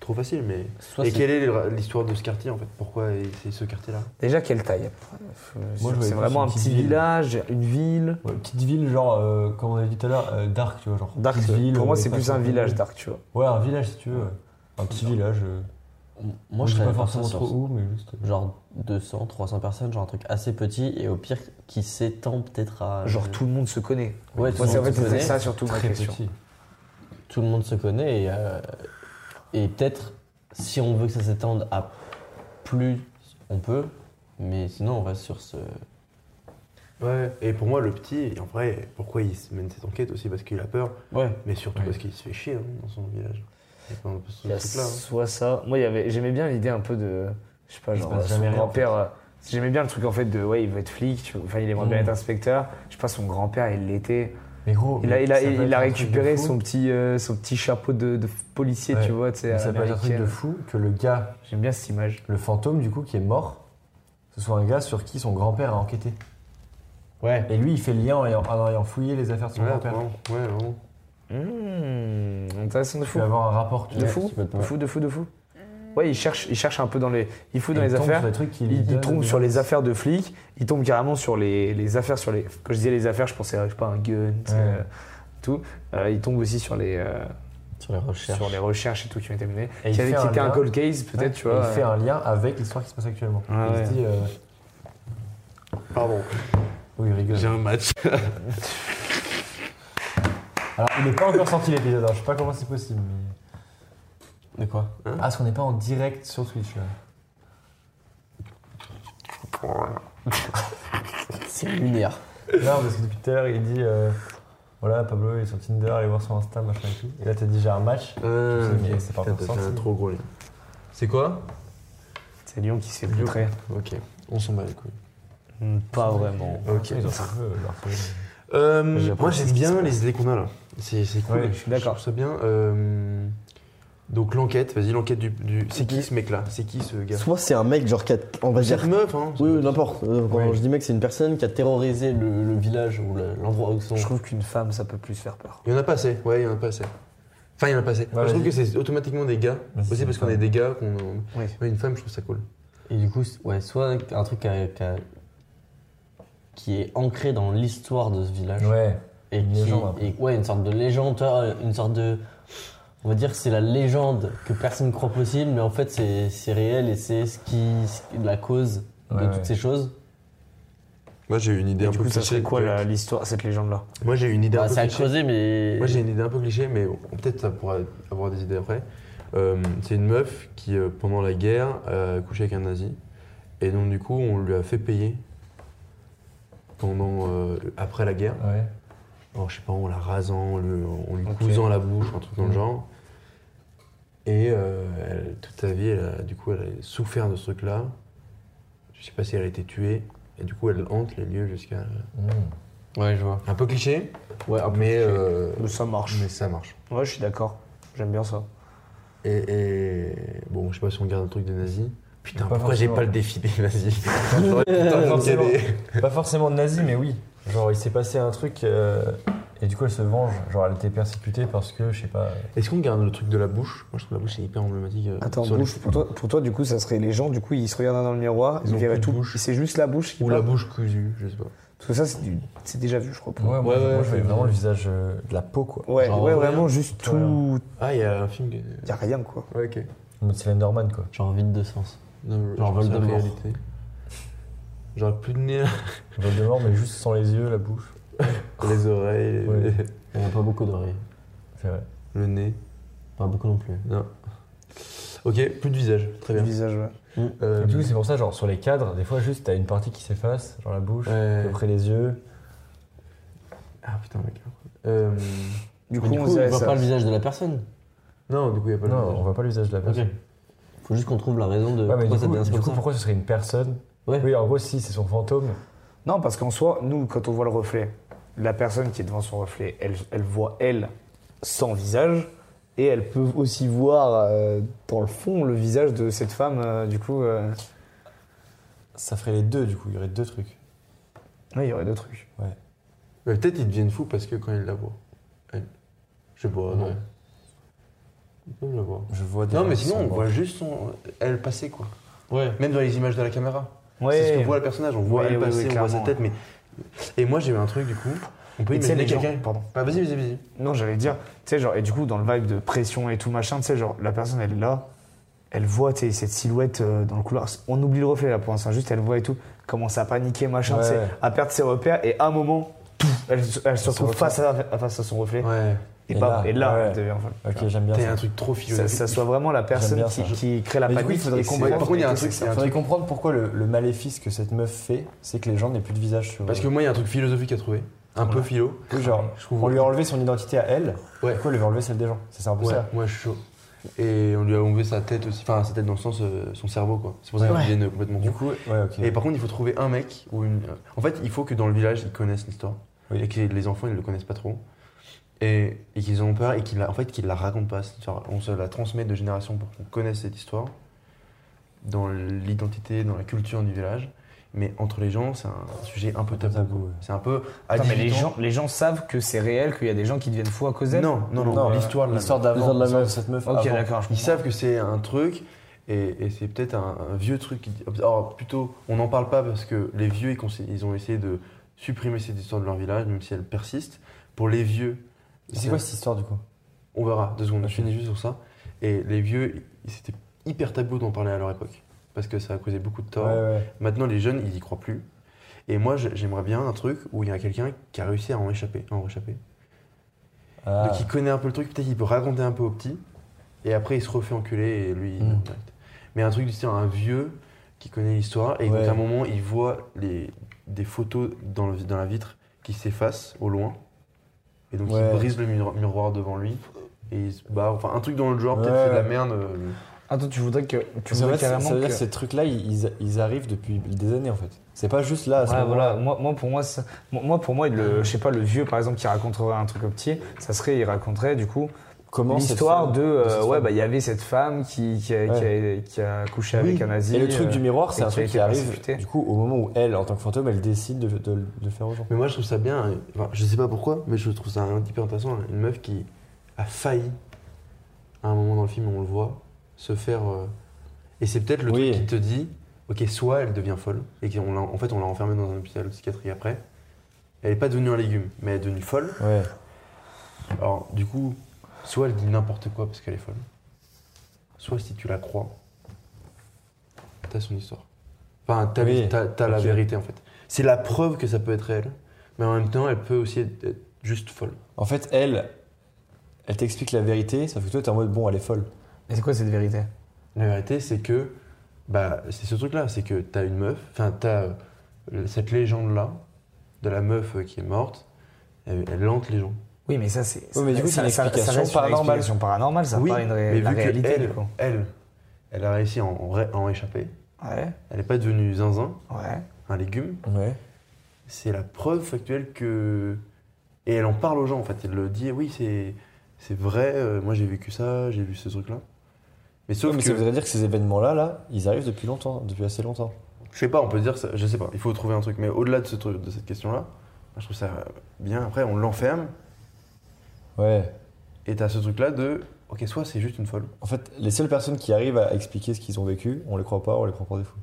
A: trop facile, mais.
H: Soit
A: et
H: c'est
A: quelle est le- l'histoire de ce quartier en fait Pourquoi est- c'est ce quartier-là
E: Déjà, quelle taille
B: Moi, je voyais
E: C'est
B: plus
E: vraiment un
B: une
E: petit
B: petite ville.
E: village, une ville.
B: Ouais, petite ville, genre, euh, comme on avait dit tout à l'heure, euh, dark, tu vois. Genre,
E: Dark,
B: petite ville,
E: pour moi,
B: euh,
E: c'est
B: pas
E: plus un
B: trop-
E: village dark, tu vois.
B: Ouais, un village si tu veux. ouais. Un petit village. euh,
H: Moi, je
B: sais pas
H: savais pas ça
B: forcément
H: sur
B: trop où, mais juste.
H: genre 200, 300 personnes, genre un truc assez petit et au pire qui s'étend peut-être à.
E: Genre tout le monde se connaît.
H: Ouais, tout
E: Moi,
H: le
E: c'est en
H: monde
E: fait
H: se
E: c'était
H: connaît.
E: ça surtout ma
B: Très
E: question.
B: petit.
H: Tout le monde se connaît et, euh, et peut-être si on veut que ça s'étende à plus, on peut, mais sinon on reste sur ce.
A: Ouais. Et pour moi, le petit, en vrai, pourquoi il se mène cette enquête aussi Parce qu'il a peur,
H: Ouais.
A: mais surtout
B: Ouais.
A: parce qu'il se fait chier hein, dans son village. Il y a pas un peu ce
E: Il y a
A: truc-là, hein.
E: soit ça. Moi, il y avait- j'aimais bien l'idée un peu de. Je sais pas,
B: Il se
E: genre,
B: passe
E: son
B: jamais rien,
E: grand-père. euh, J'aimais bien le truc en fait de. Ouais, il veut être flic, tu- enfin, il aimerait bien
B: Mm.
E: être inspecteur. Je sais pas, son grand-père, il l'était.
B: Mais gros.
E: Il a, il a,
B: ça peut
E: il
B: être
E: a
B: un truc de
E: récupéré
B: fou.
E: son petit, euh, son petit chapeau de, de policier,
B: Ouais.
E: tu vois, tu sais.
B: Mais
E: à
B: Ça peut être un truc de
E: l'américaine.
B: fou que le gars,
E: J'aime bien cette image.
B: le fantôme du coup qui est mort, ce soit un gars sur qui son grand-père a enquêté.
A: Ouais.
B: Et lui, il fait le lien en ayant, en ayant fouillé les affaires de son
A: Ouais,
B: grand-père.
A: vraiment. Ouais, vraiment.
E: Mmh, intéressant de
B: Tu
E: fou.
B: vas avoir un rapport. Tu
E: De
B: vois.
E: fou,
B: Tu peux te-
E: de fou, de fou, de fou. Ouais, il cherche, il cherche un peu dans les. Il fouille dans
B: Et
E: les
B: il tombe
E: affaires.
B: sur des trucs qui lui
E: Il, il
B: donnent
E: tombe
B: des
E: sur les
B: indices.
E: affaires de flics, il tombe carrément sur les, les affaires sur les. Quand je disais les affaires, je pensais, je sais pas, un gun, tu sais,
B: Ouais.
E: euh, tout. Euh, il tombe aussi sur les, euh,
H: Sur les recherches.
E: sur les recherches et tout qui ont été menées.
B: Et il
E: qui avait-
B: fait
E: qui
B: un
E: était un
B: lien.
E: cold case, peut-être,
B: Ouais.
E: tu
B: Et
E: vois. euh,
B: Il fait un lien avec l'histoire qui se passe actuellement.
E: Ah
B: il se dit. euh,
A: Pardon,
B: Oui, il rigole.
A: j'ai un match.
B: Alors, il n'est pas encore sorti l'épisode, alors je sais pas comment c'est possible. Mais...
H: De quoi
B: Ah, parce qu'on n'est pas en direct sur Twitch. là.
H: C'est lunaire.
B: Non, parce que depuis tout à l'heure, il dit euh, Voilà, Pablo, il est sur Tinder, allez voir son Insta, machin et tout. Et là, t'as dit J'ai un match.
A: Euh,
B: Je sais, mais c'est pas
A: putain,
B: encore
A: t'as fait un
B: sorti.
A: trop gros lien. C'est quoi
E: C'est Lyon qui s'est filtré.
A: Ok, on s'en bat les couilles.
E: Pas vraiment.
A: Ok.
B: Ils ont fait un peu, euh, leur folie.
A: Euh,
B: J'apprécie
A: moi
B: ce
A: j'aime
B: qui se
A: bien
B: passe.
A: les idées qu'on a là. C'est c'est cool.
B: Ouais,
E: je suis d'accord.
A: Je trouve ça bien. Euh, donc l'enquête, vas-y, l'enquête du. du- c'est qui ce mec là C'est qui ce gars
D: Soit c'est un mec, genre, qui a- on va
A: Cette
D: dire.
A: meuf, hein
D: Oui, oui, n'importe. Euh, Quand
B: Oui.
D: je dis mec, c'est une personne qui a terrorisé.
H: Terroriser le, le village ou le- l'endroit où ils sont.
E: Je trouve qu'une femme, ça peut plus faire peur.
A: Il y en a pas assez, ouais, il y en a pas assez. Enfin, il y en a pas assez. Moi, je trouve que c'est automatiquement des gars.
B: Vas-y,
A: aussi
B: c'est
A: parce
B: une
A: qu'on est
B: femme.
A: des gars, qu'on.
E: Oui.
A: Ouais, une femme, je trouve ça cool.
H: Et du coup, c- ouais, soit un truc qui, a- qui a- qui est ancré dans l'histoire de ce village.
B: Ouais.
H: et
B: Une
H: qui-
B: légende, un peu.
H: et- ouais, une sorte de légende, tu vois, une sorte de. On va dire que c'est la légende que personne ne croit possible, mais en fait c'est c'est réel et c'est ce qui, ce- la cause de
B: Ouais,
H: toutes
B: ouais.
H: ces choses.
A: Moi j'ai une idée
E: Et du coup, ça serait quoi la- l'histoire, cette légende-là
A: Moi j'ai une idée
H: Bah,
A: un peu
H: c'est à
A: cliché.
H: creuser, mais.
A: Moi j'ai une idée un peu cliché, mais bon, peut-être ça pourra avoir des idées après. Euh, c'est une meuf qui, euh, pendant la guerre, a couché avec un nazi. Et donc, du coup, on lui a fait payer pendant, euh, après la guerre.
B: Ouais.
A: Alors, je sais pas, en la rasant, en lui, en lui
B: Ok.
A: Mm. cousant la bouche, un truc dans le genre. Et euh, elle- toute sa vie, elle a, du coup, elle a souffert de ce truc-là. Je sais pas si elle a été tuée. Et du coup, elle hante les lieux jusqu'à. Mm.
C: Ouais, je vois.
A: Un peu cliché. Ouais, mais, euh,
E: Mais ça marche.
A: mais ça marche.
E: Ouais, je suis d'accord. J'aime bien ça.
A: Et, et- bon, je sais pas si on garde un truc des nazis. Putain,
B: Pas
A: pourquoi j'ai
B: forcément.
A: pas le défilé nazi
B: Pas forcément,
A: des-
B: pas forcément de nazi, mais oui. Genre, il s'est passé un truc euh, et du coup, elle se venge. Genre, elle était persécutée parce que, je sais pas. euh,
A: Est-ce qu'on garde le truc de la bouche Moi, je trouve la bouche c'est hyper emblématique. euh,
E: Attends,
A: sur les-
E: bouche, pour, toi, pour toi, du coup, ça serait les gens, du coup, ils se regardent dans le miroir,
A: Ils
E: ils
A: ont
E: verraient
A: plus de
E: tout.
A: bouche.
E: C'est juste la bouche qui
A: Ou la
E: parle.
A: bouche cousue, je sais pas.
E: Parce que ça, c'est du- c'est déjà vu, je crois. pour-
B: Ouais, moi,
A: Ouais,
B: je-
A: ouais,
B: moi, je voyais
A: ouais.
B: vraiment le visage euh, de la peau, quoi.
E: Ouais,
A: Genre,
E: ouais,
A: rien.
E: vraiment, juste
B: Plus
E: tout.
A: Ah, il y a un film. qui-
E: Y a rien, quoi.
A: Ouais, ok.
B: En mode Slenderman, quoi.
H: Genre vide de sens. Genre
A: Non, je pense à la
H: Voldemort.
A: réalité. Genre plus de nez, là.
B: Voldemort, mais juste sans les yeux, la bouche.
A: les oreilles, les-
B: Ouais.
A: les-
H: Il n'y a pas beaucoup d'oreilles.
B: C'est vrai.
A: le nez.
H: Pas beaucoup non plus.
A: Non. Ok, plus de visage, très
E: Le
A: bien.
E: visage, ouais.
A: Euh,
B: Et du coup, c'est pour ça, genre, sur les cadres, des fois, juste, t'as une partie qui s'efface, genre la bouche,
A: ouais.
B: après les yeux.
A: Ah putain, mec. Euh,
E: Du
H: Mais
E: coup, on dirait
H: voit
E: ça.
H: pas le visage de la personne.
A: Non, du coup, il n'y a pas
B: Non,
A: le
B: on
A: visage.
B: voit pas le visage de la personne.
H: Faut juste qu'on trouve la raison de
B: Ouais, mais
H: pourquoi
B: du
H: ça
B: coup,
H: devient
B: du coup,
H: comme ça.
B: pourquoi ce serait une personne
H: Ouais.
B: Oui, en gros, si, c'est son fantôme.
E: Non, parce qu'en soi, nous, quand on voit le reflet, la personne qui est devant son reflet, elle, elle voit elle sans visage. Et elle peut aussi voir euh, dans le fond le visage de cette femme, euh, du coup. euh,
D: Ça ferait les deux, du coup, il y aurait deux trucs.
E: Ouais, il y aurait deux trucs.
A: Mais peut-être ils deviennent fous parce que quand ils la voient. elle. Je sais pas, non. Ils peuvent la voir.
D: Je vois des
A: Non, mais
D: gens qui
A: sinon,
D: sont
A: on
D: morts.
A: voit juste son... elle passer, quoi.
H: Ouais.
A: Même dans les images de la caméra.
E: Ouais,
A: C'est ce que voit le personnage, on voit
E: Ouais,
A: elle
E: ouais,
A: passer, on
E: ouais,
A: voit sa
E: clairement.
A: tête, mais. Et moi, j'ai eu un truc, du coup. On peut
E: Et tu sais,
A: imaginer
E: les gens-
A: quelqu'un.
E: Pardon.
A: Ah, vas-y, vas-y, vas-y.
E: Non, j'allais dire, tu sais, genre, et du coup, dans le vibe de pression et tout machin, tu sais, genre, la personne, elle est là, elle voit, tu sais, cette silhouette euh, dans le couloir. On oublie le reflet, là, pour l'instant, juste, elle voit et tout, commence à paniquer, machin, tu sais,
B: Ouais.
E: à perdre ses repères, et à un moment, tout, elle, se- elle se retrouve face à, face à son reflet,
A: Ouais.
E: et,
B: Et
E: bam,
B: là,
E: et là,
B: ouais.
E: elle devient folle. Tu
B: Ok,
E: vois.
B: j'aime bien
A: T'as
B: ça.
A: un truc trop philosophique.
E: Ça, ça soit vraiment la personne
B: bien
E: qui,
B: ça.
E: qui crée la
B: Mais du
E: panique.
B: coup, il faudrait
E: et c'est
B: combattre.
E: la
A: Par contre, il y a un
E: vérité,
A: truc,
E: c'est
A: c'est
E: ça.
A: un
B: Faudrait comprendre pourquoi le, le maléfice que cette meuf fait, c'est que les gens n'aient plus de visage sur
A: Parce que moi, il y a un truc philosophique à trouver. Un peu philo.
B: Oui, genre,
A: Je trouve-
B: on lui a enlevé son identité à elle,
A: Ouais.
B: pourquoi lui a enlevé celle des gens C'est ça, un peu
A: Ouais,
B: ça.
A: ouais, je suis chaud. Et on lui a enlevé sa tête aussi, enfin sa tête dans le sens, euh, son cerveau quoi. C'est pour ça
B: Ouais.
A: qu'ils deviennent complètement
B: Du
A: fous.
B: coup, ouais, ok.
A: Et par contre, il faut trouver un mec ou une. En fait, il faut que dans le village, ils connaissent l'histoire.
B: Oui.
A: Et que les enfants, ils le connaissent pas trop. Et, et qu'ils en ont peur et qu'ils la, en fait, qu'ils la racontent pas. cette histoire. on se la transmet de génération pour qu'on connaisse cette histoire. Dans l'identité, dans la culture du village. Mais entre les gens, c'est un sujet un peu tabou.
B: Tabou, ouais.
A: C'est un peu. à
E: Attends, mais les
A: 18 ans-
E: gens, les gens savent que c'est réel, qu'il y a des gens qui deviennent fous à cause d'elle.
A: Non, non, non,
B: Non,
A: l'histoire de la
B: L'histoire d'avant,
D: L'histoire de la
B: l'histoire de
D: meuf.
B: cette meuf
E: Ok,
B: avant.
E: d'accord, je
A: Ils
E: comprends.
A: savent que c'est un truc et, et c'est peut-être un, un vieux truc. qui- Or, plutôt, on n'en parle pas parce que les vieux, ils, consi- ils ont essayé de supprimer cette histoire de leur village, même si elle persiste. Pour les vieux,
B: C'est quoi cette histoire, du coup
A: on verra, deux secondes,
B: Ok.
A: je finis juste sur ça. Et les vieux, ils- c'était hyper tabou d'en parler à leur époque parce que ça a causé beaucoup de tort.
B: ouais.
A: Maintenant, les jeunes, ils y croient plus. Et moi, je- j'aimerais bien un truc où il y a quelqu'un qui a réussi à en échapper, à en réchapper.
B: Ah.
A: Donc il connaît un peu le truc, peut-être qu'il peut raconter un peu au petit, et après il se refait enculer et lui. il
B: Mm.
A: direct. Mais un truc du style, un vieux qui connaît l'histoire, et donc
B: Ouais.
A: à un moment il voit les, des photos dans, le- dans la vitre qui s'effacent au loin, et donc
B: Ouais.
A: il brise le miro- miroir devant lui, et il se barre. Enfin, un truc dans le genre, peut-être
B: Ouais.
A: c'est de la merde. euh,
E: Attends, tu voudrais que. Tu
B: Ça veut
E: voudrais
B: dire-
E: carrément.
B: ça veut dire
E: que-
B: que ces trucs-là, ils, ils arrivent depuis des années en fait. C'est pas juste là à ce
E: Ouais,
B: moment-là.
E: voilà. Moi, moi, pour moi, ça- moi- moi, pour moi, le, je sais pas, le vieux, par exemple, qui raconterait un truc au petit, ça serait, il raconterait du coup
B: Comment cette
E: l'histoire
B: femme-
E: de, euh,
B: cette
E: ouais,
B: femme-
E: bah, il y avait cette femme qui, qui, a,
B: Ouais.
E: qui a- qui a couché
B: Oui.
E: avec un nazi.
B: Et le truc
E: euh,
B: du miroir,
E: et
B: c'est un
E: qui a
B: truc
E: été
B: qui arrive
E: persécuté.
B: du coup au moment où elle, en tant que fantôme, elle décide de, de- de le faire aux gens.
A: Mais moi je trouve ça bien, euh, enfin, je sais pas pourquoi, mais je trouve ça un petit peu intéressant, hein. une meuf qui a failli, à un moment dans le film, on le voit, se faire... euh, Et c'est peut-être le
B: Oui.
A: truc qui te dit, ok, soit elle devient folle, et qu'on l'a- en fait on l'a enfermée dans un hôpital psychiatrique après, elle est pas devenue un légume, mais elle est devenue folle,
B: Ouais.
A: alors du coup, soit elle dit n'importe quoi parce qu'elle est folle, soit si tu la crois, t'as son histoire. Enfin, t'as
B: Oui,
A: t'as- t'as la
B: ok.
A: vérité en fait. C'est la preuve que ça peut être elle, mais en même temps, elle peut aussi être être juste folle.
B: En fait, elle, elle t'explique la vérité, sauf que toi, t'es en mode bon, elle est folle.
E: Mais c'est quoi cette vérité
A: La vérité, c'est que, bah, c'est ce truc-là, c'est que t'as une meuf, enfin, t'as euh, cette légende-là, de la meuf euh, qui est morte, elle, elle hante les gens.
E: Oui, mais ça, c'est.
D: Oui, mais du coup, c'est une explication
E: reste
D: paranormale.
E: explication paranormale, ça
A: Oui,
E: pas une ré-
A: mais
E: la
A: vu que
E: réalité,
A: elle,
E: du coup.
A: elle, elle a réussi à en, en ré- à en échapper,
E: Ouais,
A: elle n'est pas devenue zinzin,
E: ouais.
A: un légume,
D: Ouais.
A: c'est la preuve factuelle que. Et elle en parle aux gens en fait, elle le dit, oui, c'est c'est vrai, euh, moi j'ai vécu ça, j'ai vu ce truc-là. Mais sauf
D: Ouais, mais
A: que.
D: ça voudrait dire que ces événements-là, là, ils arrivent depuis longtemps, depuis assez longtemps.
A: Je sais pas, on peut dire, ça, je sais pas, il faut trouver un truc. Mais au-delà de, ce truc, de cette question-là, moi, je trouve ça bien. Après, on l'enferme
D: Ouais.
A: et t'as ce truc-là de, ok, soit c'est juste une folle.
D: En fait, les seules personnes qui arrivent à expliquer ce qu'ils ont vécu, on les croit pas, on les prend pour des fous.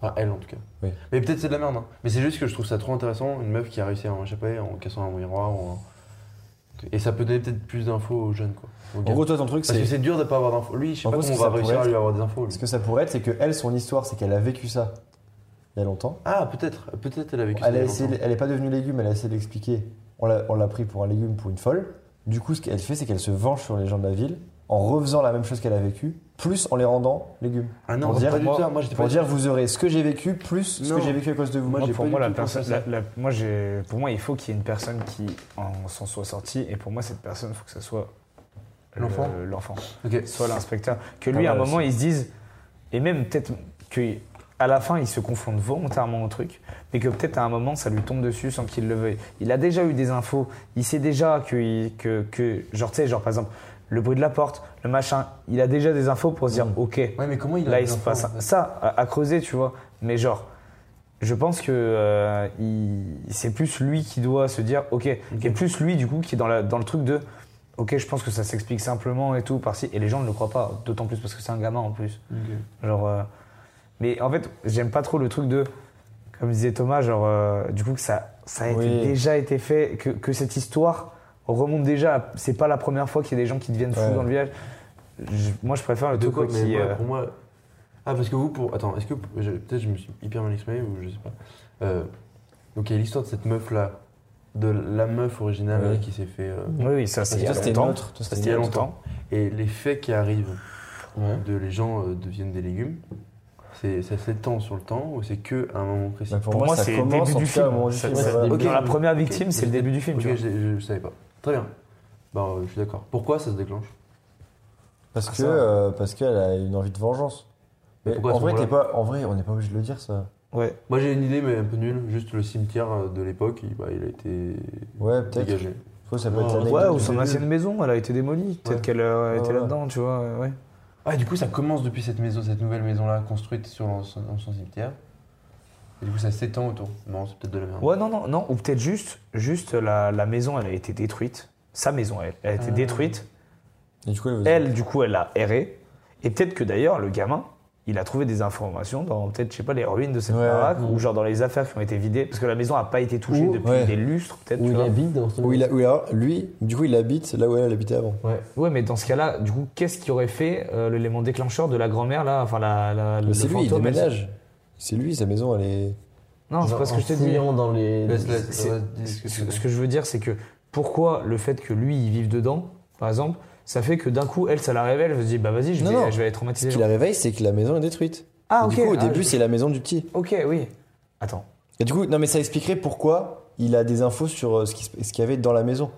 A: Enfin, elle en tout cas.
D: Oui.
A: Mais peut-être c'est de la merde. hein. Mais c'est juste que je trouve ça trop intéressant, une meuf qui a réussi à en échapper en cassant un miroir. ou un- Et ça peut donner peut-être plus d'infos aux jeunes, quoi. aux
D: En
A: gars.
D: gros, toi, ton truc,
A: Parce que
D: c'est.
A: c'est dur de pas avoir d'infos. Lui, je sais
D: En
A: pas
D: gros,
A: comment
D: ce
A: on va
D: que ça
A: réussir à
D: pourrait
A: lui avoir des infos. lui.
D: Ce que ça pourrait être, c'est que elle, son histoire, c'est qu'elle a vécu ça il y a longtemps.
A: Ah, peut-être. Peut-être elle a vécu ça
D: Elle,
A: il y
D: a
A: a
D: essayé-
A: longtemps.
D: elle est pas devenue légume, elle a essayé d'expliquer. On l'a on l'a pris pour un légume, pour une folle. Du coup, ce qu'elle fait, c'est qu'elle se venge sur les gens de la ville en refaisant la même chose qu'elle a vécu, plus en les rendant légumes.
A: Ah non,
D: pour
A: pas
D: dire,
A: du tout
D: moi-
A: ça. Moi, j'étais
D: Pour
A: pas
D: dire, vous aurez ce que j'ai vécu, plus ce
A: Non.
D: que j'ai vécu à cause de vous.
A: Moi,
E: Moi,
A: j'ai
E: pour
A: pas
E: moi,
A: du
E: Oh, la
A: tout pensé à
E: personne,
A: ça.
E: la- la- moi, j'ai- pour moi, il faut qu'il y ait une personne qui en s'en soit sortie, et pour moi, cette personne, il faut que ce soit le-
A: L'enfant
E: l'enfant,
A: Ok.
E: soit l'inspecteur, que lui,
D: Ah
E: à un
D: ouais,
E: moment, il se dise, et même peut-être que à la fin, il se confonde volontairement au truc, mais que peut-être à un moment, ça lui tombe dessus sans qu'il le veuille. Il a déjà eu des infos, il sait déjà que, il- que, que genre, tu sais, genre par exemple, le bruit de la porte, le machin, il a déjà des infos pour se
D: Mm.
E: dire, ok,
A: Ouais, mais comment il a
E: Là,
A: des
E: il se
A: infos,
E: passe
A: en fait
E: ça à, à creuser, tu vois. Mais genre, je pense que euh, il- c'est plus lui qui doit se dire, ok, et plus lui du coup qui est dans, la- dans le truc de, ok, je pense que ça s'explique simplement et tout par ci, et les gens ne le croient pas, d'autant plus parce que c'est un gamin en plus. Genre, euh, mais en fait, j'aime pas trop le truc de, comme disait Thomas, genre, euh, du coup que ça, ça a été-
D: Oui.
E: déjà été fait, que, que cette histoire remonte déjà, à- c'est pas la première fois qu'il y a des gens qui deviennent fous
D: Ouais.
E: dans le village. Je- moi, je préfère le
A: De
E: truc
A: quoi
E: qui.
A: mais moi,
E: euh,
A: Pour moi. Ah, parce que vous, pour. Attends, est-ce que. je- Peut-être je me suis hyper mal exprimé ou je sais pas. Euh, donc il y a l'histoire de cette meuf-là. De la meuf originale
D: Oui.
A: euh, qui s'est fait. euh,
E: Oui, oui, ça,
D: Parce
E: c'est il
D: que
E: y a
D: toi, c'était
E: longtemps.
D: neutre. Toi,
A: C'était
D: c'était
A: il y a
D: neutre.
A: longtemps. Et les faits qui arrivent de les gens euh, deviennent des légumes, c'est ça s'étend sur le temps ou c'est que à un moment précis
D: Bah,
E: Pour moi, c'est le
D: commence,
E: début
D: en
E: du
D: tout cas,
E: film.
D: au moment du
E: Ça-
D: film.
E: ça-
D: Ouais.
A: Ok.
E: Dans la première victime,
A: Ok.
E: c'est le début du film,
A: Ok,
E: tu vois.
A: je, je- je savais pas. Très bien. Bah, euh, je suis d'accord. Pourquoi ça se déclenche
D: Parce
E: Ah,
D: que
E: ça.
D: euh, parce qu'elle a une envie de vengeance.
A: Mais
D: Mais
A: Bah, pourquoi à
D: en
A: ce
D: vrai, t'es
A: moment-là
D: pas, en vrai, on n'est pas obligé de le dire ça.
E: Ouais.
A: Moi j'ai une idée mais un peu nulle. Juste le cimetière euh, de l'époque, il, bah, il a été
D: Ouais, peut-être.
A: dégagé.
D: Faut, ça peut être
A: Ouais,
D: l'anecdote.
E: Ouais, ou
D: du
E: son
D: début.
E: ancienne maison, elle a été démolie. Peut-être
A: Ouais.
E: qu'elle euh, était
D: Ouais.
E: là-dedans, tu vois. euh, Ouais.
A: Ah, et du coup, ça commence depuis cette maison, cette nouvelle maison-là, construite sur l'an- son, son cimetière. Et du coup, ça s'étend autour. Non, c'est peut-être de la merde.
E: Ouais, non, non, non. Ou peut-être juste, juste la, la maison, elle a été détruite. Sa maison, elle, elle a été
A: Ah.
E: détruite.
D: Et du coup, elle, veut-
E: Elle, du coup, elle a erré. Et peut-être que d'ailleurs, le gamin, il a trouvé des informations dans, peut-être, je sais pas, les ruines de cette
D: Ouais. Mm.
E: baraque ou genre dans les affaires qui ont été vidées. Parce que la maison a pas été touchée
C: Ou-
E: depuis
D: ouais.
E: des lustres, peut-être.
C: Où
E: tu
C: il
E: vois.
C: habite dans ce
D: Ou il a- ou alors, lui, du coup, il habite là où elle habitait avant.
E: Ouais, mais dans ce cas-là, du coup, qu'est-ce qui aurait fait euh, l'élément déclencheur de la grand-mère, là Enfin, la, la-
D: Mais
E: le
D: c'est lui, il
E: fantôme, elle-
D: déménage. C'est lui, sa maison, elle est.
E: Non, c'est pas ce que je te dis.
C: dans les.
A: Laisse-la-
E: c'est-
A: laisse-la dire ce que
E: Ce
A: tu
E: ce
D: Mhm.
A: veux.
E: que je veux dire, c'est que pourquoi le fait que lui, il vive dedans, par exemple, ça fait que d'un coup, elle, ça la révèle, elle se dit, bah vas-y, je,
D: Non, non.
E: vais, je vais être traumatisée.
D: Ce qui la réveille, c'est que la maison est détruite.
E: Ah,
D: Et
E: ok.
D: Du coup, au
E: ah,
D: début,
E: je-
D: c'est la maison du petit.
E: Ok, oui. Attends.
D: Et du coup, non, mais ça expliquerait pourquoi il a des infos sur euh, ce qui- ce qu'il y avait dans la maison.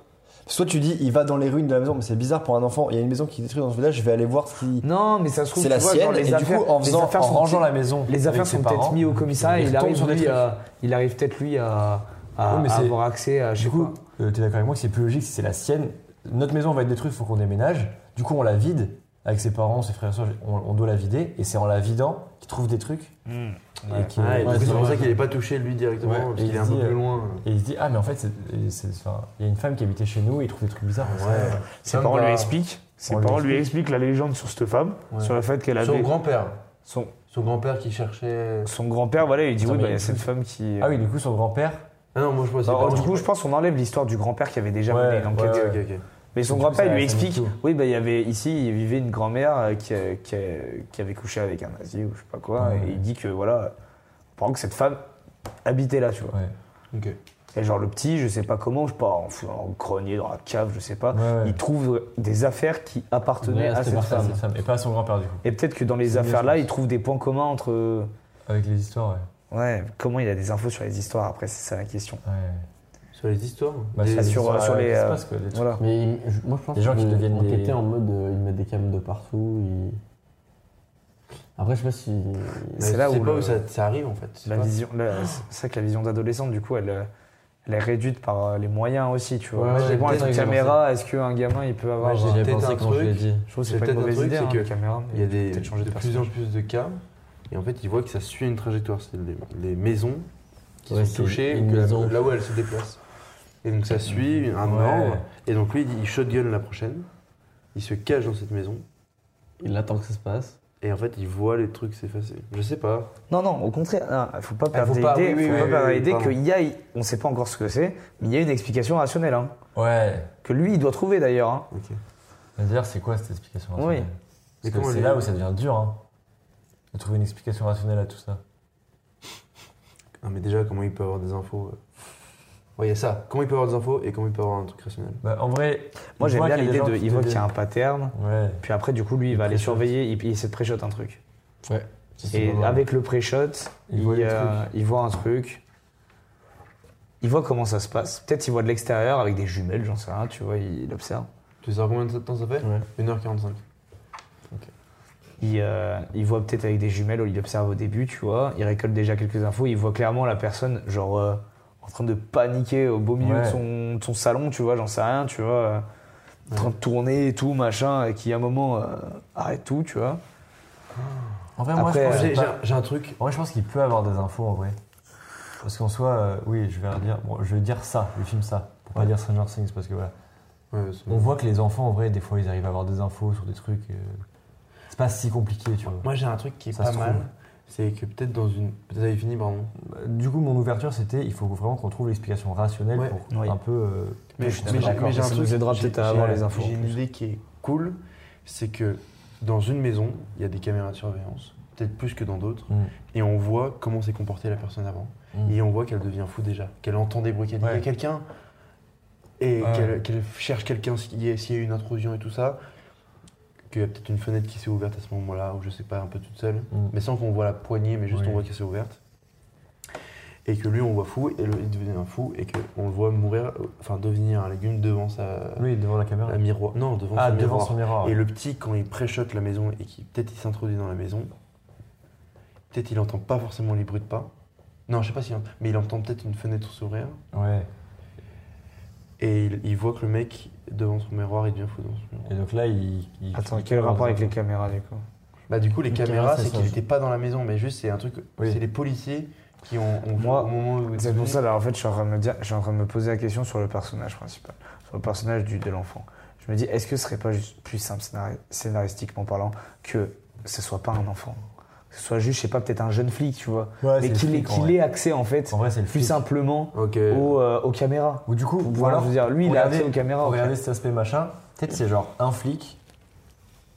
D: Soit tu dis, il va dans les ruines de la maison, mais c'est bizarre pour un enfant. Il y a une maison qui est détruite dans ce village, je vais aller voir ce qui.
E: Non, mais ça se trouve,
D: C'est
E: tu
D: la
E: vois, genre,
D: sienne,
E: les
D: et du
E: affaires,
D: coup, en,
E: les
D: faisant,
E: affaires
D: en
E: sont
D: rangeant
E: peut-être-
D: la maison.
E: Les affaires
D: avec ses
E: sont
D: parents,
E: peut-être mises au commissariat,
D: il
E: il
D: retombe
E: arrive,
D: sur des
E: lui,
D: trucs.
E: à- il arrive peut-être lui à, à-
D: Oui, mais
E: à
D: c'est-
E: avoir accès à. je sais
D: Du coup,
E: pas.
D: euh, t'es d'accord avec moi que c'est plus logique si c'est la sienne. Notre maison va être détruite, faut qu'on déménage. Du coup, on la vide avec ses parents, ses frères et soeurs. On, on doit la vider et c'est en la vidant qu'il trouve des trucs.
E: Ouais.
D: Et, qu'il-
A: Ah, et du
D: et
A: coup, c'est
D: qu'il-
A: pour ça qu'il n'est pas touché lui directement,
D: Ouais,
A: parce
D: et
A: qu'il
D: il
A: est un
D: dit,
A: peu
D: euh,
A: plus loin.
D: et il se dit Ah, mais en fait, c'est- c'est- c'est- enfin, il y a une femme qui habitait chez nous et il trouve des trucs bizarres.
E: Ses
D: Comme
E: parents
D: la-
E: lui expliquent. Ses
D: on lui
E: parents lui expliquent la légende sur cette femme,
A: Ouais.
E: sur le fait qu'elle
A: Son
E: avait
A: grand-père.
E: son,
A: Son grand-père qui cherchait.
E: son grand-père. Voilà, il dit
D: Putain,
E: oui,
D: mais
E: bah, il y a
D: il-
E: cette femme qui.
D: Ah oui, du coup, son grand-père.
A: Ah non, moi je pensais.
E: Alors,
A: pas.
E: du coup, je pense qu'on enlève l'histoire du grand-père qui avait déjà
D: Ouais,
E: mené une enquête.
A: Ok, ok, ok.
E: Mais son
D: Du coup,
E: grand-père
D: ça-
E: il lui
D: ça
E: explique,
D: nique
E: oui, bah, il y avait ici, il vivait une grand-mère euh, qui, euh, qui, euh, qui avait couché avec un nazi ou je sais pas quoi.
D: Ouais.
E: Et il dit que voilà, pendant que cette femme habitait là, tu vois.
D: Ouais.
A: Ok.
E: Et genre le petit, je sais pas comment, je sais pas, en, en grenier, dans la cave, je sais pas,
D: Ouais, ouais.
E: il trouve des affaires qui appartenaient à cette femme.
D: Et pas à son grand-père, du coup.
E: Et peut-être que dans les affaires-là, ils trouvent des points communs entre. euh,
D: Avec les histoires, ouais.
E: Ouais, comment il a des infos sur les histoires après, c'est ça la question.
D: Ouais.
A: Parce sur les histoires.
B: Bah,
A: Des-
B: c'est
A: des-
B: sur,
E: sur- sur les,
B: les.
E: euh,
B: Voilà.
A: Mais il- je- moi, je pense
B: Des gens qui
A: que
B: deviennent
A: enquêter
B: des-
A: en mode euh, ils mettent des cams de partout. ils- Après, je sais pas si.
E: C'est
A: Mais
E: là
A: je sais
E: où
A: pas
E: le-
A: ça, ça arrive en fait. je sais
E: La
A: pas.
E: vision, la- c'est vrai que la vision d'adolescente, du coup, elle, euh, elle est réduite par euh, les moyens aussi, tu vois.
A: Ouais,
E: Ça
A: j'ai
E: dépend, elles
A: peut-être
E: ont une
A: raison,
E: caméra, est-ce qu'un gamin, il peut avoir...
A: Ouais, j'ai
E: un-
A: peut-être
B: J'y ai pensé
A: un
B: quand je l'ai
A: truc.
B: dit.
E: je trouve que
A: j'ai
E: c'est pas une
A: peut-être un
E: mauvaise
A: truc,
E: idée,
A: c'est
E: hein,
A: que
E: les caméras, mais
A: Il y a des,
E: peut-être changer
A: de,
E: de,
A: plus en plus de cas, et en fait, ils voient que ça suit une trajectoire. C'est les, les maisons qui
B: Ouais, c'est
A: sont touchées,
B: une
A: ou que la-
B: maison.
A: là où elles se déplacent. Et donc, ça suit un
B: Ouais.
A: ordre. Et donc, lui, il dit, il shotgun la prochaine, il se cache dans cette maison,
H: Il attend que ça se passe.
A: et en fait, il voit les trucs s'effacer. Je sais pas.
E: Non, non, au contraire, il faut pas perdre
A: pas-
E: l'idée
A: oui, oui,
E: faut pas
A: oui,
E: perdre
A: oui,
E: l'idée
A: pardon.
E: qu'il y a, on sait pas encore ce que c'est, mais il y a une explication rationnelle, hein,
B: Ouais.
E: que lui, il doit trouver d'ailleurs. hein.
B: Mais D'ailleurs, c'est quoi cette explication
E: Oui.
B: rationnelle
A: Mais
B: Parce
A: comment
B: que c'est
A: les-
B: là où ça devient dur, hein, de trouver une explication rationnelle à tout ça.
A: Ah, mais déjà, comment il peut avoir des infos euh Ouais, il y a ça. Comment il peut avoir des infos et comment il peut avoir un truc rationnel
B: Bah, en vrai,
E: Moi,
B: il
E: j'aime
B: voit
E: bien
B: qu'il y a des
E: l'idée
B: gens
E: de,
B: qui
E: il voit qu'il y a un
B: deviennent-
E: pattern,
B: Ouais.
E: puis après, du coup, lui, il va aller
B: pré-shot.
E: surveiller, il, il essaie de pré-shot un truc.
B: Ça, c'est
E: Et
B: vraiment-
E: avec le pré-shot, il,
B: Il voit les
E: euh, il voit un truc. Il voit comment ça se passe. Peut-être il voit de l'extérieur avec des jumelles, j'en sais rien, tu vois, il, il observe.
A: Tu sais combien de temps ça fait 1h45.
E: Il, euh, il voit peut-être avec des jumelles, il observe au début, tu vois. Il récolte déjà quelques infos. Il voit clairement la personne, genre, euh, en train de paniquer au beau milieu
B: Ouais.
E: de, son, de son salon, tu vois, j'en sais rien, tu vois. euh, En train de tourner et tout, machin, et qui à un moment euh, arrête tout, tu vois.
B: En vrai, moi,
E: Après,
B: je pense
E: euh,
B: que
A: J'ai
B: c'est
A: j'ai
B: pas-
A: un- j'ai un truc.
B: en vrai, je pense qu'il peut avoir des infos, en vrai. Parce qu'en soi, euh, oui, je vais dire, bon, je vais dire ça, le film ça, pour pas dire Stranger Things, parce que voilà.
A: Ouais,
E: Mm.
A: c'est-
B: On voit que les enfants, en vrai, des fois, ils arrivent à avoir des infos sur des trucs. euh, C'est pas si compliqué, tu vois.
A: Moi, j'ai un truc qui est
B: Ça
A: pas
B: se
A: mal.
B: trouve.
A: C'est que peut-être dans une. Vous avez fini, pardon.
B: Bah, Du coup, mon ouverture, c'était il faut vraiment qu'on trouve l'explication rationnelle
A: Ouais.
B: pour
E: Oui.
B: un peu. euh,
A: Mais,
E: suis
A: mais
E: d'accord.
A: j'ai- mais j'ai un
E: Ça nous
A: truc-
E: aidera
A: j'ai-
E: peut-être à
A: j'ai-
E: avoir les infos,
A: J'ai
E: en
A: une
E: plus.
A: idée qui est cool, c'est que dans une maison, il y a des caméras de surveillance, peut-être plus que dans d'autres,
B: Mm.
A: et on voit comment s'est comportée la personne avant,
B: Mm.
A: et on voit qu'elle devient fou déjà, qu'elle entend des bruits, qu'elle dit
B: Ouais.
A: il y a quelqu'un, et
B: Ouais.
A: qu'elle qu'elle cherche quelqu'un s'il y, a- s'il y a eu une intrusion et tout ça, qu'il y a peut-être une fenêtre qui s'est ouverte à ce moment-là, ou je sais pas, un peu toute seule,
B: Mm.
A: mais sans qu'on voit la poignée, mais juste
B: Oui.
A: on voit qu'elle s'est ouverte. Et que lui, on voit fou, et le- il devient un fou, et qu'on le voit mourir, euh, enfin devenir un légume devant sa,
B: Euh, Oui, devant la caméra.
A: un miroir. Non, devant
B: Ah,
A: son
B: devant
A: miroir.
B: son miroir.
A: Et le petit, quand il préchote la maison et qu'il peut-être il s'introduit dans la maison, peut-être il entend pas forcément les bruits de pas. Non, je sais pas s'il entend, mais il entend peut-être une fenêtre s'ouvrir.
B: Ouais.
A: Et il, il voit que le mec, devant son miroir, il devient fou devant son miroir.
B: Et donc là, il. il-
E: Attends,
B: il-
E: quel
B: il-
E: rapport avec les caméras, du coup
A: Bah, du coup, les
B: Les
A: caméras,
B: caméras,
A: c'est
B: c'est ça,
A: qu'il
B: je-
A: n'était pas dans la maison, mais juste, c'est un truc.
B: Oui.
A: C'est les policiers qui ont, ont
E: Moi,
A: au moment où.
E: C'est pour ça, là, en fait, je suis, en train de me dire, je suis en train de me poser la question sur le personnage principal, sur le personnage du, de l'enfant. Je me dis, est-ce que ce serait pas juste plus simple scénari- scénaristiquement parlant que ce soit pas un enfant Que ce soit juste, je sais pas, peut-être un jeune flic, tu vois.
B: Ouais, c'est
E: mais
B: le
E: qu'il ait,
B: flic, en
E: qu'il
B: vrai.
E: ait accès, en fait,
B: En vrai, c'est le
E: plus
B: flic.
E: simplement
A: Ok.
E: aux, euh, aux caméras.
B: Ou du coup,
E: Ou
B: ou
E: alors,
B: alors,
E: je veux dire, lui, il a
B: regardez-
E: accès aux caméras.
B: regardez
E: ok.
B: cet aspect machin. Peut-être c'est genre un flic,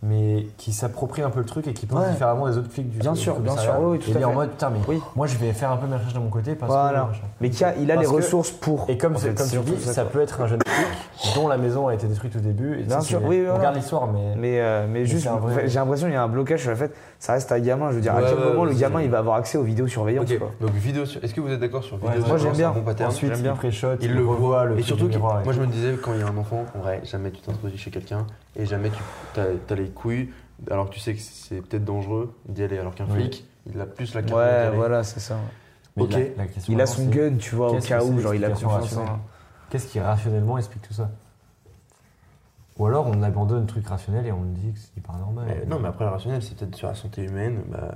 B: mais qui s'approprie un peu le truc et qui pense
E: Ouais.
B: différemment des autres flics du
E: Bien
B: du
E: sûr, bien
B: commissariat.
E: sûr, oui, oui, tout
B: Et
E: à
B: il est en
E: fait.
B: mode, putain, mais
E: Oui.
B: moi, je vais faire un peu mes recherches de mon côté parce que.
E: Voilà.
B: machin.
E: Mais qu'il y a- il a
B: Parce
E: les
B: que-
E: ressources pour.
B: Et comme,
E: en
B: c'est-
E: fait,
B: comme
E: c'est
B: tu dis,
E: surtout
B: ça,
E: quoi.
B: peut être un jeune flic dont la maison a été détruite au début. Et
E: Bien
B: ça,
E: sûr,
B: c'est-
E: oui, oui,
B: On
E: voilà.
B: regarde l'histoire, mais.
E: Mais, euh, mais juste,
B: c'est un vrai-
E: j'ai l'impression qu'il y a un blocage sur le fait, ça reste un gamin. Je veux dire,
A: Ouais,
E: à quel
A: ouais,
E: moment le
A: c'est-
E: gamin il va avoir accès aux vidéosurveillances
A: Ok,
E: quoi.
A: donc vidéo. sur- Est-ce que vous êtes d'accord sur vidéo
B: Ouais,
E: moi,
A: sur-
E: j'aime
A: sur
E: bien.
A: un bon pattern
B: Ensuite,
A: J'aime
B: il
A: bien.
B: pré-shot,
A: Il le voit,
B: le
A: et
B: truc
A: surtout,
B: du
A: qu'il-
B: miroir et
A: moi
B: tout.
A: je me disais, quand il y a un enfant, en vrai, jamais tu t'introduis chez quelqu'un et jamais tu as, les couilles, alors que tu sais que c'est peut-être dangereux d'y aller, alors qu'un
B: Oui.
A: flic, il a plus la carte d'y
E: Ouais,
A: aller.
E: voilà, c'est ça.
B: Mais
A: Ok.
B: la- la question
E: Il a
B: avant,
E: son
B: c'est
E: gun, tu vois, au
B: qu'est-ce
E: cas
B: que
E: où,
B: c'est
E: genre il a
B: l'explication
E: confiance en.
B: rationnelle Qu'est-ce qui rationnellement explique tout ça Ou alors on abandonne le truc rationnel et on dit que c'est paranormal.
A: Mais non, mais après, le rationnel, c'est peut-être sur la santé humaine. Bah...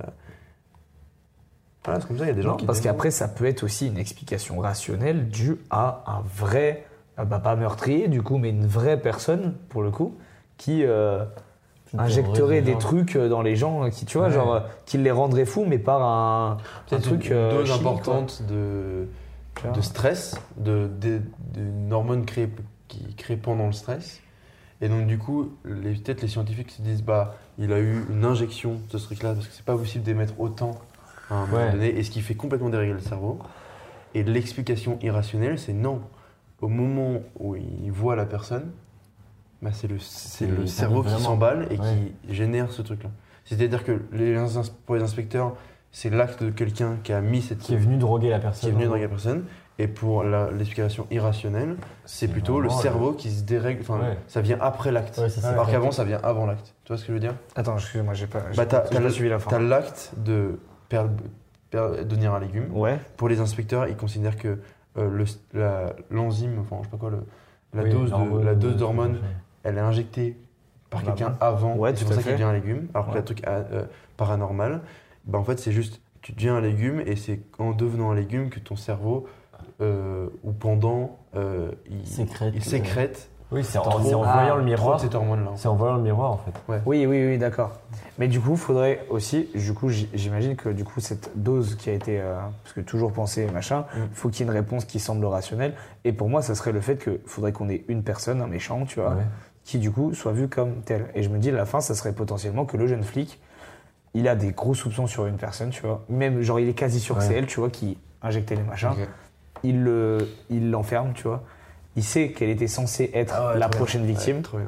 A: Voilà, c'est comme ça, il y a des gens
E: Non,
A: qui.
E: parce
A: démontrent.
E: qu'après, ça peut être aussi une explication rationnelle due à un vrai, euh, bah, pas meurtrier du coup, mais une vraie personne, pour le coup, qui euh, injecterait des trucs euh, dans les gens, euh, qui, tu vois,
B: Ouais.
E: genre, euh, qui les rendrait fous, mais par un, un
A: Peut-être
E: truc.
A: une
E: euh,
A: dose
E: chimique,
A: importante de,
E: quoi.
A: de stress, de, de- d'une hormone créée, qui crée pendant le stress. Et donc, du coup, les- peut-être les scientifiques se disent bah, il a eu une injection de ce truc-là, parce que c'est pas possible d'émettre autant à un moment
B: Ouais.
A: donné, et ce qui fait complètement dérégler le cerveau. Et l'explication irrationnelle, c'est non. Au moment où il voit la personne, bah, c'est le, c'est
B: C'est
A: le
B: le
A: cerveau qui
B: vraiment.
A: s'emballe et
B: Ouais.
A: qui génère ce truc-là. C'est-à-dire que les ins- pour les inspecteurs, c'est l'acte de quelqu'un qui a mis cette
B: Qui est venu droguer la personne.
A: qui est venu dans la personne. Et pour la- l'explication irrationnelle, c'est plutôt le
B: vraiment,
A: cerveau qui se dérègle. Enfin,
B: Ouais.
A: ça vient après l'acte.
C: Ouais, ça, c'est
A: Alors
C: vrai.
A: qu'avant, ça vient avant l'acte. Tu vois ce que je veux dire
E: Attends, excuse-moi, j'ai pas, j'ai
A: Bah, t'as-
E: pas- j'ai
A: t'as
E: pas
A: le-
E: suivi la
A: T'as
E: fin.
A: l'acte de per- per- devenir un légume.
E: Ouais.
A: Pour les inspecteurs, ils considèrent que euh, le- la- l'enzyme, enfin, je sais pas quoi, le- la
B: Oui,
A: dose de-
B: l'hormone,
A: la dose
B: euh,
A: d'hormones, elle est injectée par
E: Ah
A: quelqu'un avant.
E: Ouais,
A: et c'est
E: tout
A: pour
E: à
A: ça qu'il
E: fait.
A: devient un légume. Alors que
E: Ouais.
A: le truc ah, euh, paranormal, bah, en fait, c'est juste, tu deviens un légume et c'est en devenant un légume que ton cerveau, euh, ou pendant, euh, il
C: Sécrète,
A: il
C: euh,
A: sécrète
B: Oui, c'est en,
A: Trop-
B: c'est en
E: Ah,
B: voyant le
A: trop
B: miroir.
A: cette hormone-là. en fait.
B: C'est en voyant le miroir en fait.
E: Oui, oui, oui, d'accord. Mais du coup, faudrait aussi, du coup, j- j'imagine que du coup, cette dose qui a été, euh, parce que toujours pensée et machin,
C: Mm.
E: faut qu'il y ait une réponse qui semble rationnelle. Et pour moi, ça serait le fait que faudrait qu'on ait une personne, un méchant, tu vois,
B: Ouais.
E: qui du coup soit vu comme tel. Et je me dis, à la fin, ça serait potentiellement que le jeune flic, il a des gros soupçons sur une personne, tu vois. Même, genre, il est quasi sûr que
B: Ouais.
E: c'est elle, tu vois, qui injectait les machins.
A: Ok.
E: Il le- il l'enferme, tu vois. Il sait qu'elle était censée être
C: Ah ouais,
E: la
C: trop bien.
E: prochaine victime.
A: Trop bien.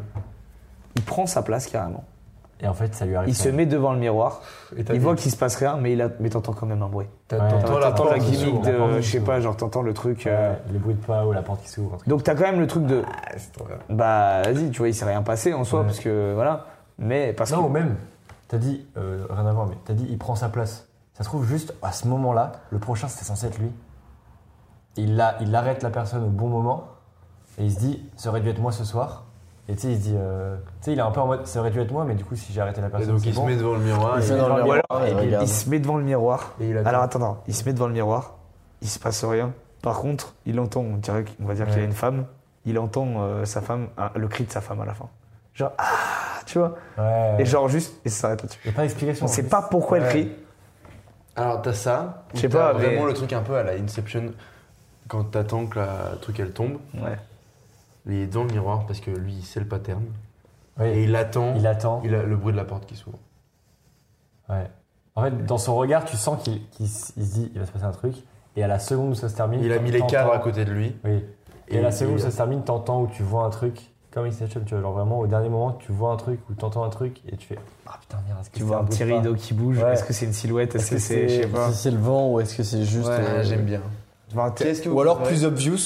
E: Il prend sa place carrément.
B: Et en fait, ça lui arrive.
E: Il
B: ça.
E: se met devant le miroir.
A: Et t'as
E: Il
A: des-
E: voit qu'il se passe rien, mais il a... mais t'entends quand même un bruit.
A: t'as-
B: Ouais.
A: t'entends
B: T'entends
A: la
E: T'entends la
A: porte qui
E: gimmick
A: s'ouvre.
B: la porte
E: de,
B: qui
E: je sais
B: s'ouvre.
E: pas, genre t'entends le truc. euh,
B: Ouais, Les bruits de pas ou la porte qui s'ouvre. un truc.
E: Donc t'as quand même le truc de, bah vas-y, tu vois, il s'est rien passé en soi,
B: Ouais.
E: parce que voilà. Mais parce
B: non, ou
E: que
B: même, t'as dit, euh, rien à voir, mais t'as dit, il prend sa place. Ça se trouve juste à ce moment-là, le prochain c'était censé être lui. Il, l'a- il arrête la personne au bon moment et il se dit, ça aurait dû être moi ce soir. Et tu sais, il se dit, euh, tu sais, il est un peu en mode, ça aurait dû être moi, mais du coup, si j'ai arrêté la
A: Et
B: personne,
A: donc
B: Bah, c'est
A: il se
B: bon.
A: met devant Ah, le miroir.
D: Il
A: et-
D: se met dans le
E: Ou
D: miroir
E: alors,
D: et il regarde.
E: il se met devant le miroir.
A: Et il a-
E: Alors attends, attends, il se met devant le miroir, il se passe rien. Par contre, il entend, on, dirait, qu'on va dire qu'il y a
B: Ouais.
E: une femme, il entend euh, sa femme, ah, le cri de sa femme à la fin. Genre, ah, tu vois.
B: Ouais.
E: Et genre juste, et ça s'arrête là-dessus.
B: Il n'y a pas d'explication.
E: On sait pas pourquoi elle
A: Ouais.
E: crie.
A: Alors t'as ça, ou
E: Je sais
A: t'as
E: pas,
A: vraiment
E: mais-
A: le truc un peu à la Inception, quand t'attends que la le truc elle tombe,
E: Ouais.
A: il est dans le miroir parce que lui il sait le pattern,
B: Oui,
A: et il attend,
B: il attend.
A: il a le bruit de la porte qui s'ouvre.
B: Ouais. En fait, dans son regard, tu sens qu'il qu'il s- il se dit, il va se passer un truc. Et à la seconde où ça se termine.
A: Il a mis les
B: t'entends-
A: cadres à côté de lui.
B: Oui. Mmh. Et, la seconde où
A: il-
B: ça se termine, t'entends ou tu vois un truc, comme Inception, tu vois, genre vraiment au dernier moment, tu vois un truc ou t'entends un truc et tu fais Ah putain, merde, est-ce que
E: Tu
B: c'est
E: vois un
B: beau
E: petit
B: pas
E: rideau qui bouge.
B: Ouais.
E: Est-ce que c'est une silhouette Est-ce que c'est, je sais pas.
D: Si c'est le vent ou est-ce que c'est juste.
A: Ouais,
D: euh,
A: j'aime bien.
E: Enfin, t'es-
A: Qu'est-ce que vous
D: Ou alors
A: préférez
D: plus obvious,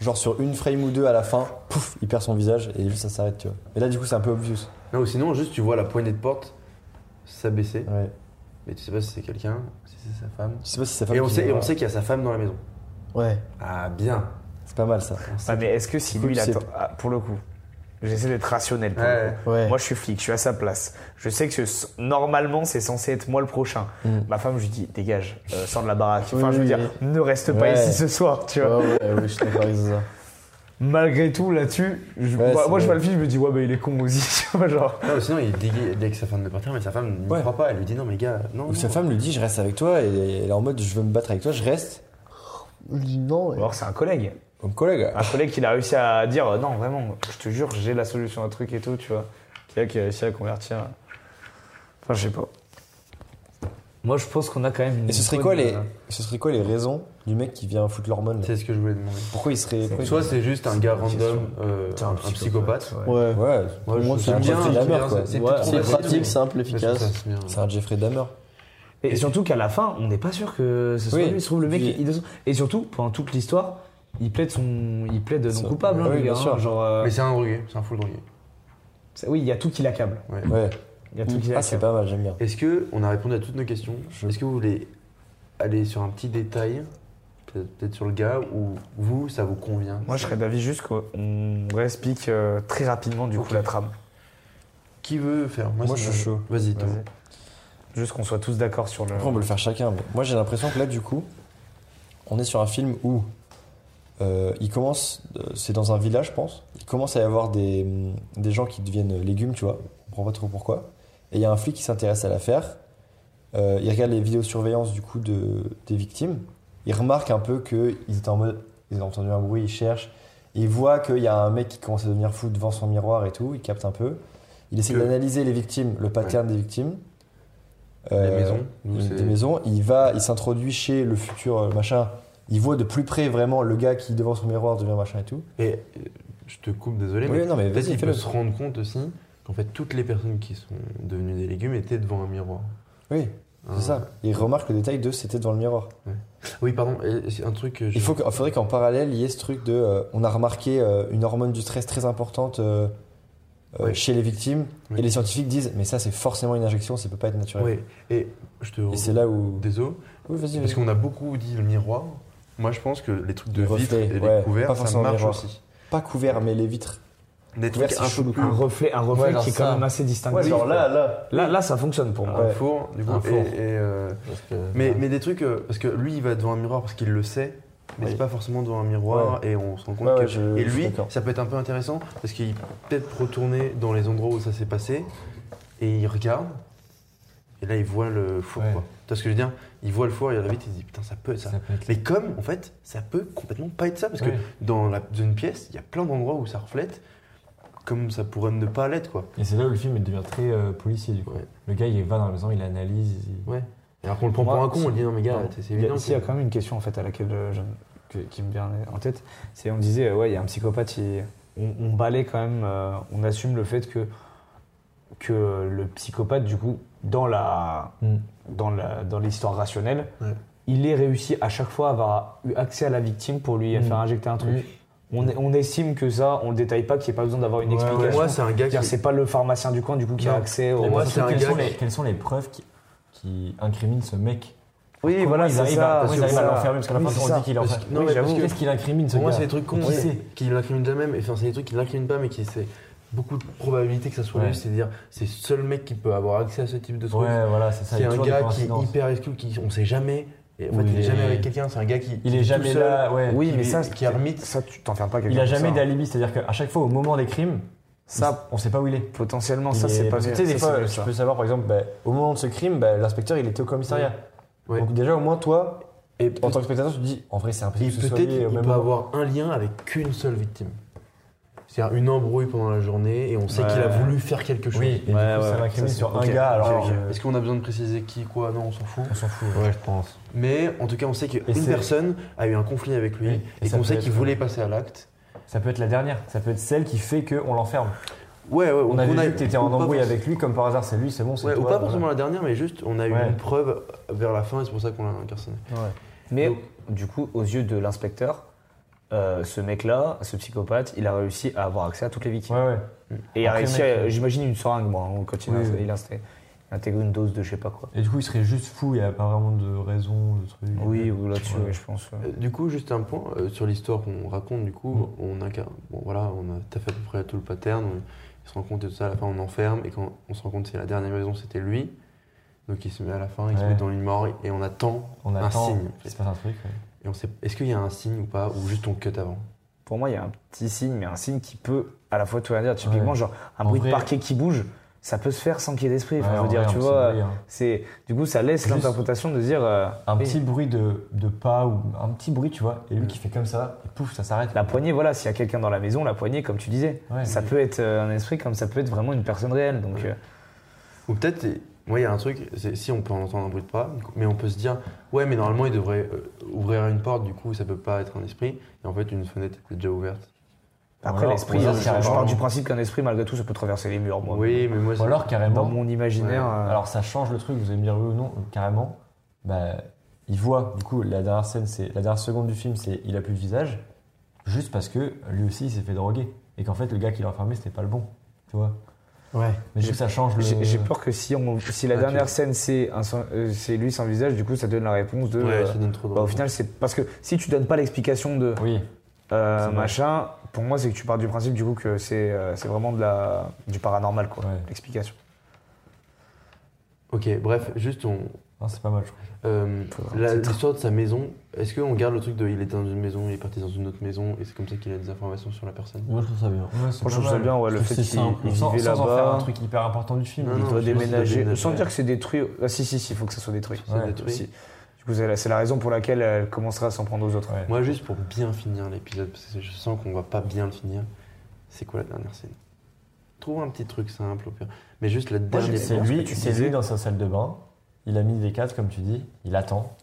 D: genre sur une frame ou deux à la fin, pouf, il perd son visage et juste ça s'arrête, tu vois. Et là, du coup, c'est un peu obvious.
A: Non, ou sinon juste tu vois la poignée de porte s'abaisser,
D: Ouais.
A: mais tu sais pas si c'est quelqu'un, si c'est sa femme.
D: Je sais pas si ça fait
A: Et on sait, et on sait qu'il y a sa femme dans la maison.
D: Ouais,
A: Ah bien.
D: c'est pas mal ça.
E: Ouais, mais est-ce que si
D: Cool,
E: lui, il
D: c'est-
E: attend. Ah, pour le coup, j'essaie d'être rationnel. Pour le
A: Ouais.
E: coup.
D: Ouais.
E: Moi, je suis flic, je suis à sa place. Je sais que ce- normalement, c'est censé être moi le prochain.
D: Mm.
E: Ma femme, je lui dis, dégage, euh, sors de la baraque. Enfin,
D: Oui,
E: je veux
D: oui,
E: dire, ne reste pas
D: Ouais.
E: ici ce soir, tu
D: Ouais,
E: vois.
D: ouais, ouais, je suis d'accord avec ça.
E: Malgré tout, là-dessus, je-
D: Ouais,
E: moi,
D: c'est
E: moi, je
D: vrai.
E: vois le film, je me dis, ouais, bah, il est con aussi, tu vois, genre.
A: Non, ou sinon il dit, il dit que sa femme de partir, mais sa femme n'y
D: Ouais.
A: croit pas. Elle lui dit non mais gars, non.
D: Ou sa
A: non.
D: femme lui dit je reste avec toi et elle est en mode je veux me battre avec toi, je reste. Je dis non.
E: Ou alors, c'est un collègue.
D: Comme collègue.
A: Ah,
E: Un collègue, il a réussi à dire, euh, non, vraiment, je te jure, j'ai la solution à un truc et tout, tu vois. Qui a, qui a réussi à convertir. Enfin, je sais pas. Moi, je pense qu'on a quand même une.
D: Et ce serait quoi
E: bonne,
D: les
E: euh,
D: ce serait quoi les raisons du mec qui vient foutre l'hormone là
A: hein. C'est ce que je voulais demander.
D: Pourquoi il serait pourquoi il-
A: Soit c'est juste un gars
D: une
A: random, euh, un, psychopathe.
D: Ouais. ouais.
A: Moi, je-
D: c'est
A: j'aime
D: un
A: bien,
D: Jeffrey
A: j'aime
D: Dahmer
A: bien,
D: quoi.
A: c'est- c'est
D: Ouais,
A: plus
D: c'est
A: trop facile.
D: pratique, simple, efficace.
A: c'est bien.
D: C'est un Jeffrey Dahmer.
E: Et, surtout qu'à la fin, on n'est pas sûr que ce soit
D: Oui.
E: lui. Il se trouve le mec.
D: Oui.
E: il- il- Et surtout, pendant toute l'histoire, il plaide son, il plaide non
D: Ça-
E: coupable, hein,
D: oui,
E: le
D: bien
E: gars, hein,
D: sûr.
E: genre, euh,
A: Mais c'est un drogué, c'est un full drogué.
E: c'est- oui, il y a tout qui l'accable.
D: Ouais.
E: Il y a tout qui hein.
D: Ah c'est pas
E: l'accable.
D: mal, j'aime bien.
A: Est-ce que on a répondu à toutes nos questions Est-ce que vous voulez aller sur un petit détail, peut-être peut-être sur le gars, ou vous, ça vous convient
E: Moi, je serais d'avis juste qu'on réexplique très rapidement du coup la trame.
A: Qui veut faire
D: Moi,
A: ça
D: je
A: me-
D: suis chaud.
A: Vas-y, Tom.
E: Juste qu'on soit tous d'accord sur le.
A: Euh,
D: Après, on peut le faire chacun, mais moi j'ai l'impression que là, du coup, on est sur un film où euh, il commence, euh, c'est dans un village, je pense, il commence à y avoir des, hum, des gens qui deviennent légumes, tu vois, on comprend pas trop pourquoi. Et il y a un flic qui s'intéresse à l'affaire, Euh, il regarde les vidéosurveillances du coup de, des victimes, il remarque un peu qu'ils étaient en mode, ils ont entendu un bruit, ils cherchent, il voit qu'il y a un mec qui commence à devenir fou devant son miroir et tout, il capte un peu. Il essaie
A: Que-
D: d'analyser les victimes, le pattern des victimes.
A: Les
D: Euh,
A: maisons. nous, c'est-
D: des maisons. Il va, il s'introduit chez le futur euh, machin. Il voit de plus près vraiment le gars qui devant son miroir devient machin et tout.
A: Et euh, je te coupe, désolé,
D: Oui,
A: mais
D: non mais
A: peut-être
D: vas-y,
A: qu'il
D: fais-le.
A: peut se rendre compte aussi qu'en fait toutes les personnes qui sont devenues des légumes étaient devant un miroir.
D: Oui, c'est
A: Un-
D: ça. Il remarque le détail de c'était devant le miroir.
A: Ouais. Oui, pardon, et- et c'est un truc. que je-
D: Il faut que- il faudrait qu'en parallèle, il y ait ce truc de. euh, on a remarqué euh, une hormone du stress très importante euh, euh, chez les victimes.
A: Oui.
D: Et les scientifiques disent Mais ça, c'est forcément une injection, ça peut pas être naturel.
A: Oui, et je te.
D: Et c'est là où.
A: Désolé,
D: Oui, vas-y.
A: parce
D: vas-y.
A: qu'on a beaucoup dit le miroir. Moi, je pense que les trucs de
D: Le
A: vitres
D: reflet,
A: et les
D: ouais, pas
A: couverts, ça
D: forcément le
A: marche
D: miroir.
A: aussi.
D: Pas couvert, mais les vitres.
A: Des
D: Couvert,
A: trucs
D: c'est
A: un peu
D: chelou.
A: plus
E: Un reflet, un reflet
A: Ouais, alors
E: qui est
A: ça-
E: quand même assez
A: Ah,
E: distinctif.
C: genre là, là.
E: là, là, ça fonctionne pour moi.
A: un
D: Ouais.
A: four, du coup.
D: Un
A: et-
D: four.
A: et, euh,
D: Parce que-
A: mais, mais des trucs. euh, parce que lui, il va devant un miroir parce qu'il le sait, mais
D: Oui.
A: c'est pas forcément devant un miroir et on se rend compte
D: Ouais,
A: que.
D: ouais, je-
A: et
D: je suis
A: lui,
D: d'accord.
A: ça peut être un peu intéressant parce qu'il peut peut-être retourner dans les endroits où ça s'est passé et il regarde. Et là, il voit le four,
B: Ouais.
A: quoi. Tu vois ce que je veux dire Il voit le four, il regarde vite, il se dit Putain, ça peut être ça.
B: Ça peut être-
A: Mais comme, en fait, ça peut complètement pas être ça, parce
B: Ouais.
A: que dans, la, dans une pièce, il y a plein d'endroits où ça reflète, comme ça pourrait ne pas l'être, quoi.
B: Et c'est là où le film il devient très euh, policier du coup.
A: Ouais.
B: Le gars il va dans la maison, il analyse. il-
A: Ouais. Alors qu'on le prend pour
E: Moi,
A: un con, on le dit non, mais gars,
E: Non.
A: c'est- c'est
E: Il y a-
A: évident.
E: s'il y a quand même une question en fait à laquelle euh, je- que- qui me vient en tête, c'est on disait euh, ouais il y a un psychopathe, il- on, on balaie quand même, euh, on assume le fait que que le psychopathe du coup dans la
B: Mm.
E: dans la dans l'histoire rationnelle,
A: Ouais.
E: il est réussi à chaque fois à avoir eu accès à la victime pour lui faire injecter un truc. On, est- on estime que ça, on le détaille pas, qu'il n'y a pas besoin d'avoir une
B: Ouais,
A: Pour
E: explication.
A: moi, c'est un gars qui.
E: C'est-à-dire, c'est pas le pharmacien du coin du coup qui a
A: Non.
E: accès au.
A: Et moi,
B: Surtout,
A: c'est un
B: quelles,
A: gars
B: sont
A: qui-
B: les, quelles sont les preuves qui, qui incriminent ce mec
E: Oui, voilà,
B: ils
E: c'est
B: arrivent,
E: ça.
B: à, comment
E: c'est
B: ils arrivent à
E: ça.
B: l'enfermer parce qu'à la
E: Oui,
B: fin
E: c'est
B: on
E: ça.
B: dit qu'il est
A: Parce
B: enfermé.
A: que- non, mais parce que-
B: Qu'est-ce qu'il incrimine ce
A: Pour moi,
B: gars
A: c'est des trucs cons
B: Qui sait
A: qui l'incriminent jamais, et enfin, c'est des trucs qui l'incriminent pas, mais qui c'est beaucoup de probabilités que ça soit
B: Ouais.
A: lui, c'est-à-dire, c'est le seul mec qui peut avoir accès à ce type de truc.
B: Ouais, voilà, c'est ça. il
A: c'est
B: y a
A: un
B: toujours des
A: gars qui est
B: coïncidences.
A: hyper exclu, qui on sait jamais. Et en
B: Ou
A: fait, il
B: il
A: est jamais
B: est-
A: avec quelqu'un, c'est un gars qui.
B: Il
A: qui
B: est
A: tout
B: jamais
A: seul.
B: là, ouais.
E: Oui,
A: qui
E: mais
A: est-
E: ça,
A: qui est ermite.
E: ça, tu t'enfermes pas quelqu'un.
B: Il a
E: comme
B: jamais
E: ça.
B: d'alibi, c'est-à-dire qu'à chaque fois au moment des crimes,
E: Ça-
B: ça, on sait pas où il est.
E: hein. Potentiellement,
B: Il
E: ça,
B: est-
E: c'est pas
B: parce que
E: vrai.
B: Tu sais, des
E: Ça,
B: fois, euh,
E: c'est
B: tu
E: ça.
B: peux savoir, par exemple, bah, au moment de ce crime, bah, l'inspecteur, il était au commissariat.
A: Ouais.
B: Donc déjà, au moins, toi,
A: Et
B: en tant que spectateur, tu te dis, en vrai, c'est
A: Et
B: impossible que ce soit
A: peut-être
B: lié au
A: il
B: même
A: peut
B: moment.
A: avoir un lien avec qu'une seule victime. C'est-à-dire une embrouille pendant la journée et on sait qu'il a voulu faire quelque chose.
B: Oui, et du coup,
E: Ouais, ouais,
B: ça
E: ouais.
B: l'incrimine
E: Ça, c'est-
B: sur
E: ok,
B: un gars,
E: ok,
B: alors...
E: ok.
B: euh,
A: Est-ce qu'on a besoin de préciser qui, quoi Non, on s'en fout.
B: On s'en fout.
A: Ouais,
B: je pense.
A: Mais en tout cas, on sait
B: Et
A: qu'une
B: c'est-
A: personne a eu un conflit avec lui
B: Oui, et
A: et
B: ça
A: qu'on
B: peut
A: sait qu'il
B: être-
A: voulait passer à l'acte.
B: Ça peut être la dernière. Ça peut être celle qui fait qu'on l'enferme.
A: Ouais, ouais,
B: On avait
A: a
B: vu que t'étais
A: ou
B: en
A: pas
B: embrouille
A: forc-
B: avec lui, comme par hasard, c'est lui, c'est bon, c'est
A: Ouais,
B: toi.
A: ou pas
B: voilà.
A: forcément la dernière, mais juste on a eu
B: Ouais.
A: une preuve vers la fin et c'est pour ça qu'on l'a incarcéré.
E: Mais
A: Donc-
E: du coup, aux yeux de l'inspecteur, euh, ce mec-là, ce psychopathe, il a réussi à avoir accès à toutes les victimes.
B: Ouais, ouais.
E: Et il a
B: Après,
E: réussi,
B: mec, euh,
E: à- j'imagine, une seringue, moi, hein, quand il, a-
B: Oui, oui.
E: il a insta- intégré une dose de je sais pas quoi.
B: Et du coup, il serait juste fou, il n'y a pas vraiment de raison, de truc.
E: Oui, ou là-dessus,
B: Ouais.
E: ouais, je pense. ouais.
A: Euh, Du coup, juste un point euh, sur l'histoire qu'on raconte. Du coup, on a qu'un- bon voilà, on a tout à fait à peu près tout le pattern. On, il se rend compte et tout ça. À la fin, on enferme et quand on se rend compte que c'est la dernière maison, c'était lui. Donc il se met à la fin, il se
B: Ouais.
A: met dans une mort et on attend.
B: On
A: Un
B: attend,
A: signe, en fait.
B: il se passe un truc. ouais.
A: Et on sait, est-ce qu'il y a un signe ou pas ou juste on cut avant
E: Pour moi, il y a un petit signe, mais un signe qui peut à la fois tout rien dire. Typiquement, genre un
B: En
E: bruit
B: vrai-
E: de parquet qui bouge, ça peut se faire sans qu'il y ait d'esprit. Enfin,
B: Ouais,
E: je
B: en
E: veux dire,
B: vrai,
E: tu
B: un
E: vois,
B: petit bruit, hein.
E: c'est du coup, ça laisse
B: Juste
E: l'interprétation de dire euh,
B: Un
E: oui,
B: petit bruit de, de pas ou un petit bruit, tu vois, et lui qui fait comme ça, et pouf, ça s'arrête.
E: La poignée, voilà, s'il y a quelqu'un dans la maison, la poignée, comme tu disais,
B: Ouais,
E: ça peut être euh, un esprit comme ça peut être vraiment une personne réelle. Donc, euh,
A: Ou peut-être, c'est- moi il y a un truc, c'est si on peut en entendre un bruit de pas, du coup, mais on peut se dire, ouais, mais normalement il devrait euh, ouvrir une porte, du coup ça peut pas être un esprit. Et en fait, une fenêtre était déjà ouverte.
E: après,
B: alors-
E: l'esprit,
B: ou
E: euh,
B: alors
E: je, je
B: carrément-
E: pars du principe qu'un esprit, malgré tout, ça peut traverser les murs. Moi,
A: oui, mais moi
B: Ou
A: c'est-
B: alors carrément,
E: dans mon imaginaire.
A: Ouais.
E: euh,
B: alors ça change le truc, vous allez me dire oui ou non, euh, carrément, bah, il voit, du coup, la dernière scène, c'est la dernière seconde du film, c'est il a plus de visage, juste parce que lui aussi il s'est fait droguer, et qu'en fait le gars qui l'a enfermé c'était pas le bon, tu vois.
E: Ouais.
B: Mais du coup, ça change le.
E: j'ai j'ai peur que si, on, si la
A: Ah, tu-
E: dernière scène c'est un sans- euh, c'est lui sans visage, du coup ça donne la réponse de.
A: Ouais,
E: euh,
A: ça donne trop de
E: bah, au final, c'est parce que si tu donnes pas l'explication de
B: Oui,
E: euh,
B: c'est vrai.
E: machin, pour moi c'est que tu pars du principe du coup que c'est euh, c'est vraiment de la du paranormal quoi,
B: Ouais.
E: l'explication.
A: Ok, bref, juste on,
B: Non, c'est pas mal, je crois.
A: Euh,
E: Faudra
A: la-
E: un titre.
A: L'histoire de sa maison, est-ce qu'on garde le truc de il était dans une maison, il est parti dans une autre maison, et c'est comme ça qu'il a des informations sur la personne
C: Moi, je trouve ça bien.
E: Moi, je trouve ça bien, ouais, le fait
B: c'est
E: qu'il
B: simple.
E: il
B: Sans,
E: vivait
B: sans en faire un
E: là-bas.
B: truc hyper important du film.
A: Non,
E: Il
A: non,
E: doit
A: je pense qu'il doit
E: déménager.
A: déménager.
E: Sans dire que c'est détruit. Ah si, si, si, il faut que ça soit détruit.
A: Ça
B: Ouais,
A: détruit.
E: Si. Du coup, c'est la, c'est la raison pour laquelle elle commencera à s'en prendre aux autres.
B: Ouais.
A: Moi, juste pour bien finir l'épisode, parce que je sens qu'on va pas bien le finir, c'est quoi la dernière scène Trouve un petit truc simple au pire. Mais juste la dernière
B: C'est
A: scène.
E: pense que
B: lui,
E: tu
B: c'est
E: disais.
B: lui dans sa salle de bain. Il a mis des cadres, comme tu dis. Il attend.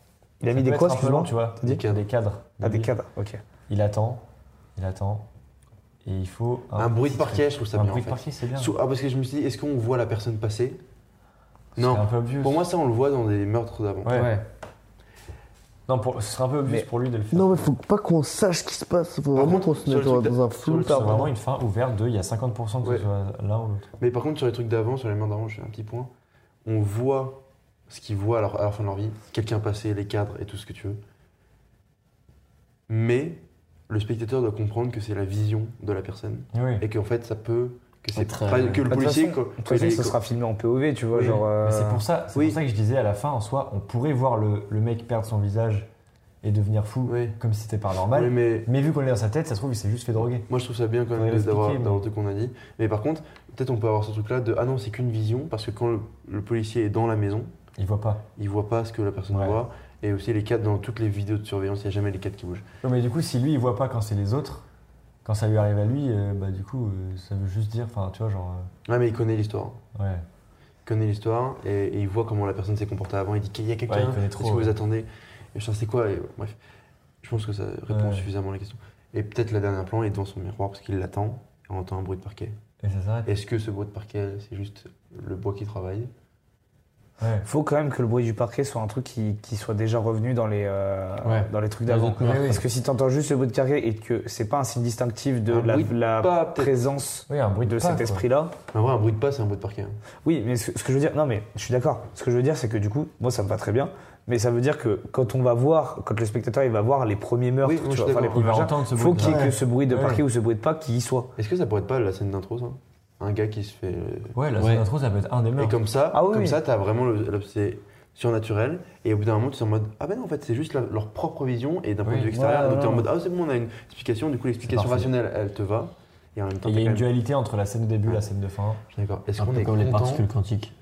E: Il a
B: Ça
E: mis
B: peut
E: des
B: être
E: quoi,
B: un peu
E: excuse-moi
B: long, tu vois
A: Des
B: Des cadres.
A: cadres.
B: Des cadres.
E: Ah, des cadres, ok.
B: Il attend. Il attend. Et il faut
A: Un bruit de
B: petit
A: parquet,
B: truc.
A: je trouve ça
B: Un
A: bien,
B: bruit
A: en
B: de
A: fait.
B: parquet, c'est bien.
A: Sous- Ah, parce que je me suis dit, est-ce qu'on voit la personne passer
B: C'est
A: Non.
B: un peu obvious.
A: Pour moi, ça, on le voit dans des meurtres d'avant.
B: Ouais.
E: Ouais.
B: Non, pour- ce serait un peu obvious
K: Mais-
B: pour lui de le faire.
K: Non, mais faut pas qu'on sache ce qui se passe. Faut vraiment
A: contre,
K: qu'on se
A: sur
K: mette
A: le
K: dans,
A: truc
K: dans un
A: sur
K: flou.
A: le
B: C'est
A: pardon.
B: vraiment une fin ouverte de il y a 50% que
A: Ouais.
B: ce soit l'un ou l'autre.
A: Mais par contre, sur les trucs d'avant, sur les mains d'avant, je fais un petit point. On voit ce qu'ils voient à, leur- à la fin de leur vie, quelqu'un passer, les cadres et tout ce que tu veux. Mais le spectateur doit comprendre que c'est la vision de la personne
B: Oui.
A: et qu'en fait, ça peut. que c'est
C: Être,
A: pas
C: euh,
A: que le
E: Bah, de toute
A: policier.
E: façon-
A: quoi.
E: De toute façon,
A: Il est-
E: ce sera filmé en POV, tu vois,
A: Oui,
E: genre. euh,
B: Mais c'est pour ça, c'est
A: oui.
B: pour ça que je disais à la fin, en soi, on pourrait voir le, le mec perdre son visage et devenir fou,
A: Oui.
B: comme si c'était pas normal.
A: Ouais, mais
B: Mais vu qu'on est dans sa tête, ça se trouve, il s'est juste fait droguer.
A: moi, je trouve ça bien quand
B: Faudrait
A: même de-
B: l'expliquer,
A: d'avoir
B: mais-
A: d'avoir le truc qu'on a dit. Mais par contre, peut-être on peut avoir ce truc-là de ah non, c'est qu'une vision parce que quand le- le policier est dans la maison,
B: Il voit pas.
A: il voit pas ce que la personne
B: Ouais.
A: voit. Et aussi les cadres dans toutes les vidéos de surveillance, il n'y a jamais les cadres qui bougent.
B: Ouais, mais du coup, si lui, il voit pas quand c'est les autres, quand ça lui arrive à lui, euh, bah du coup, euh, ça veut juste dire, enfin, tu vois, genre.
A: Ouais, Ah, mais il connaît l'histoire.
B: euh, ouais.
A: Il connaît l'histoire et, et il voit comment la personne s'est comportée avant. Il dit qu'il y a
B: Ouais,
A: quelqu'un,
B: il connaît
A: est-ce
B: trop,
A: que vous
B: ouais.
A: attendez Et je sais c'est quoi et, Bref, je pense que ça répond
B: Ouais.
A: suffisamment à la question. Et peut-être la dernière plan est devant son miroir parce qu'il l'attend et on entend un bruit de parquet.
B: Et ça s'arrête.
A: Est-ce que ce bruit de parquet, c'est juste le bois qui travaille
B: Ouais.
E: Faut quand même que le bruit du parquet soit un truc qui, qui soit déjà revenu dans les, euh,
B: Ouais.
E: dans les trucs
B: Dans les
E: d'avant.
B: autres couleurs.
E: Parce que si t'entends juste le bruit de parquet et que c'est pas un signe distinctif de
A: Un
E: la,
A: bruit de
E: la
A: pas, peut-être.
E: présence
B: Oui, un bruit de,
E: de
B: pas,
E: cet
B: quoi.
E: esprit-là.
A: Mais En vrai, un bruit de pas, c'est un bruit de parquet. hein.
E: Oui, mais ce, ce que je veux dire, non mais je suis d'accord. Ce que je veux dire, c'est que du coup, moi ça me va très bien, mais ça veut dire que quand on va voir, quand le spectateur il va voir les premiers meurtres,
A: Oui, moi,
E: tu
A: je
E: vois,
A: suis
E: enfin, les
A: d'accord.
B: Il
E: premiers
B: va
E: machins,
B: entendre ce bruit
E: faut
B: de
E: qu'il y ait
B: parquet.
E: que ce bruit de
B: Ouais.
E: parquet ou ce bruit de pas qui y soit.
A: Est-ce que ça pourrait être pas la scène d'intro, ça Un gars qui se fait. euh,
B: Ouais, la
C: Ouais.
B: scène d'intro, ça peut être un des
A: Et
B: meurtres.
A: comme ça,
E: Ah oui,
A: comme
E: oui.
A: ça, t'as vraiment le- le- c'est surnaturel. Et au bout d'un moment, tu es en mode ah ben non, en fait, c'est juste la- leur propre vision et d'un point
B: Oui.
A: de vue extérieur.
B: Ouais,
A: donc t'es en
B: ouais.
A: mode ah c'est bon, on a une explication. Du coup, l'explication
B: parfait.
A: rationnelle, elle te va. Et en même temps,
B: Et il
A: t'as
B: y
A: quand
B: a une
A: même-
B: dualité entre la scène de début et
A: Ouais.
B: la scène de fin.
A: D'accord. Est-ce
C: Un
A: qu'on
C: peu
A: est
C: comme les
A: content
C: particules quantiques.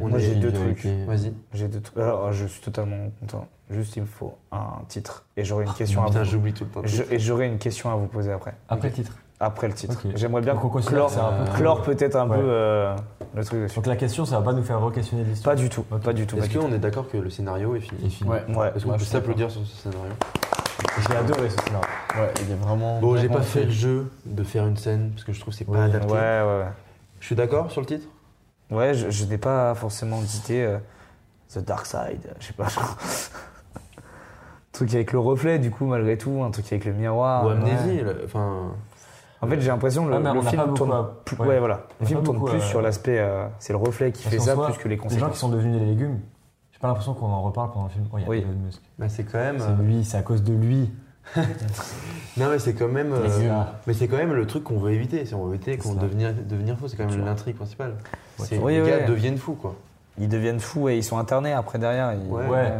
A: On
E: Moi,
A: est-
E: j'ai deux
C: vérité.
E: trucs.
A: Vas-y.
E: J'ai deux trucs. Alors, je suis totalement content. Juste, il me faut un titre. Et j'aurai une question à
A: Ah, Putain,
E: vous.
A: j'oublie tout le temps.
E: Je- et j'aurai une question à vous poser après.
B: Après le titre.
E: Après le titre.
B: Ok.
E: J'aimerais bien
B: Donc, on considère
E: clore,
B: que c'est un peu-
E: clore peut-être un
B: Ouais.
E: peu euh, le truc dessus.
B: Donc la question, ça va pas nous faire re-questionner l'histoire.
E: Pas du tout. Pas du tout. pas
A: Est-ce
E: du
A: qu'on est d'accord que le scénario est
C: Et
A: fini
C: fini.
E: tout. Ouais.
A: Est-ce qu'on
C: Moi,
A: peut
C: je suis d'accord.
A: s'applaudir sur ce scénario
B: J'ai adoré ce scénario.
E: Ah,
C: Ouais, il est vraiment.
A: Bon, j'ai
C: vraiment
A: pas fait le jeu de faire une scène parce que je trouve que c'est pas
E: Ouais,
A: adapté.
E: ouais, ouais.
A: Je suis d'accord sur le titre.
E: Ouais, je, je n'ai pas forcément d'idée. euh, The Dark Side, euh, je sais pas. genre. Un truc avec le reflet, du coup, malgré tout. Un truc avec le miroir.
A: Ou Amnésie. le- Enfin,
E: En fait, j'ai l'impression que
B: Ah,
E: le,
B: mais
E: le
B: on n'a pas
E: film
B: beaucoup
E: tourne.
B: à-
E: plus-
B: ouais.
E: ouais. voilà.
B: On
E: Le
B: n'a
E: film
B: pas
E: tourne
B: beaucoup
E: plus
B: à-
E: sur l'aspect. euh, c'est le reflet qui
B: Parce
E: fait
B: qu'en
E: ça
B: soi,
E: plus que les
B: Les gens
E: conséquences.
B: qui sont devenus des légumes, j'ai pas l'impression qu'on en reparle pendant le film. Oh, il y a
E: Oui.
B: Elon Musk.
A: bah, c'est quand même.
B: C'est lui, c'est à cause de lui.
A: Non mais c'est quand même. euh,
C: Les yeux.
A: Mais c'est quand même le truc qu'on veut éviter, c'est on veut éviter qu'on
B: ça.
A: devenir devenir fou, c'est quand même l'intrigue principale. C'est
E: Oui,
A: les
E: oui.
A: gars deviennent fous quoi.
E: Ils deviennent fous et ils sont internés après derrière. ils-
A: Ouais.
B: Ouais.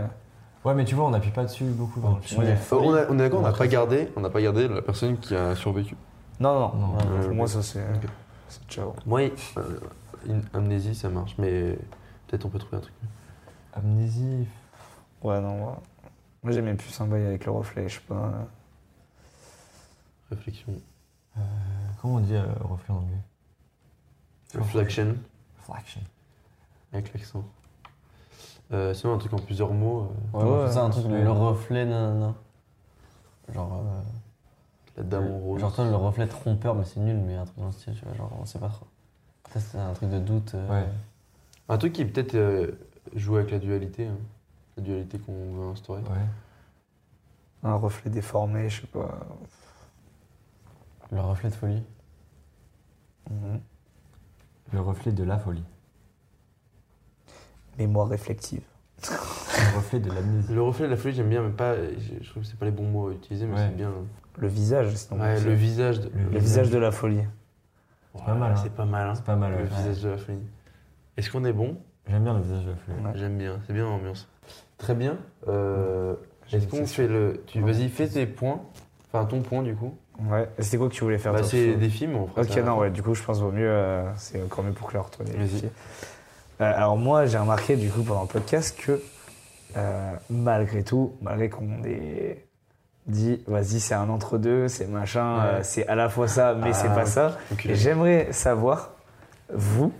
B: Ouais, mais tu vois, on n'appuie pas dessus beaucoup dans le film.
E: Ouais.
A: On, a- on est d'accord, on n'a pas gardé, on n'a pas gardé la personne qui a survécu.
E: Non, non, non.
B: Non.
A: Euh,
E: Pour moi, ça, c'est.
A: Ok.
E: c'est ciao.
A: Moi, euh, une amnésie ça marche, mais peut-être on peut trouver un truc.
B: Amnésie.
E: Ouais, non, moi. Moi, j'aimais plus un bail avec le reflet, je sais pas. euh.
A: Réflexion,
B: Comment on dit euh, reflet en anglais
A: reflection
B: Reflection.
A: avec l'accent. Euh, sinon un truc en plusieurs mots, euh,
C: Ouais, ouais,
E: Ouais.
C: c'est ça, un truc, le, le reflet, nanana. Genre. euh,
A: la dame en rose.
C: Genre, toi, le reflet trompeur, mais c'est nul, mais un truc dans le style, tu vois, genre, on sait pas trop. Ça, c'est un truc de doute. euh,
B: Ouais.
A: Un truc qui peut-être euh, joue avec la dualité, hein. la dualité qu'on veut instaurer.
B: Ouais.
E: Un reflet déformé, je sais pas.
C: Le reflet de folie.
E: Mhm.
B: Le reflet de la folie.
E: Mémoire réflective.
B: Le reflet de l'amnésie.
A: Le reflet de la folie j'aime bien, mais pas, je, je trouve que c'est pas les bons mots à utiliser, mais
B: Ouais.
A: c'est bien. hein.
E: Le visage, sinon.
A: Ouais,
E: c'est-
A: le visage. De...
B: Le
E: le visage de la folie.
A: Ouais,
B: pas mal, hein.
A: C'est pas mal. hein.
B: C'est pas mal.
A: Le
B: ouais.
A: visage de la folie. Est-ce qu'on est bon
B: J'aime bien le visage de la folie.
E: Ouais.
A: J'aime bien. C'est bien l'ambiance. Très bien. Euh,
E: J'ai
A: Est-ce
E: une
A: qu'on
E: question.
A: fait le. Tu... Vas-y, fais tes points. Enfin, ton point du coup.
E: Ouais. Et C'était quoi que tu voulais faire
A: Bah,
E: toi,
A: c'est
E: sur-
A: des films, on fera
E: Ok,
A: ça.
E: non, ouais, du coup, je pense vaut mieux. euh, c'est encore mieux pour Claire, toi. les
A: Vas-y.
E: filles. Euh, alors, moi, j'ai remarqué, du coup, pendant le podcast, que euh, malgré tout, malgré qu'on ait dit, vas-y, c'est un entre-deux, c'est machin,
A: Ouais.
E: euh, c'est à la fois ça, mais c'est
A: Ah,
E: pas ça.
A: Ok.
E: Et j'aimerais savoir, vous,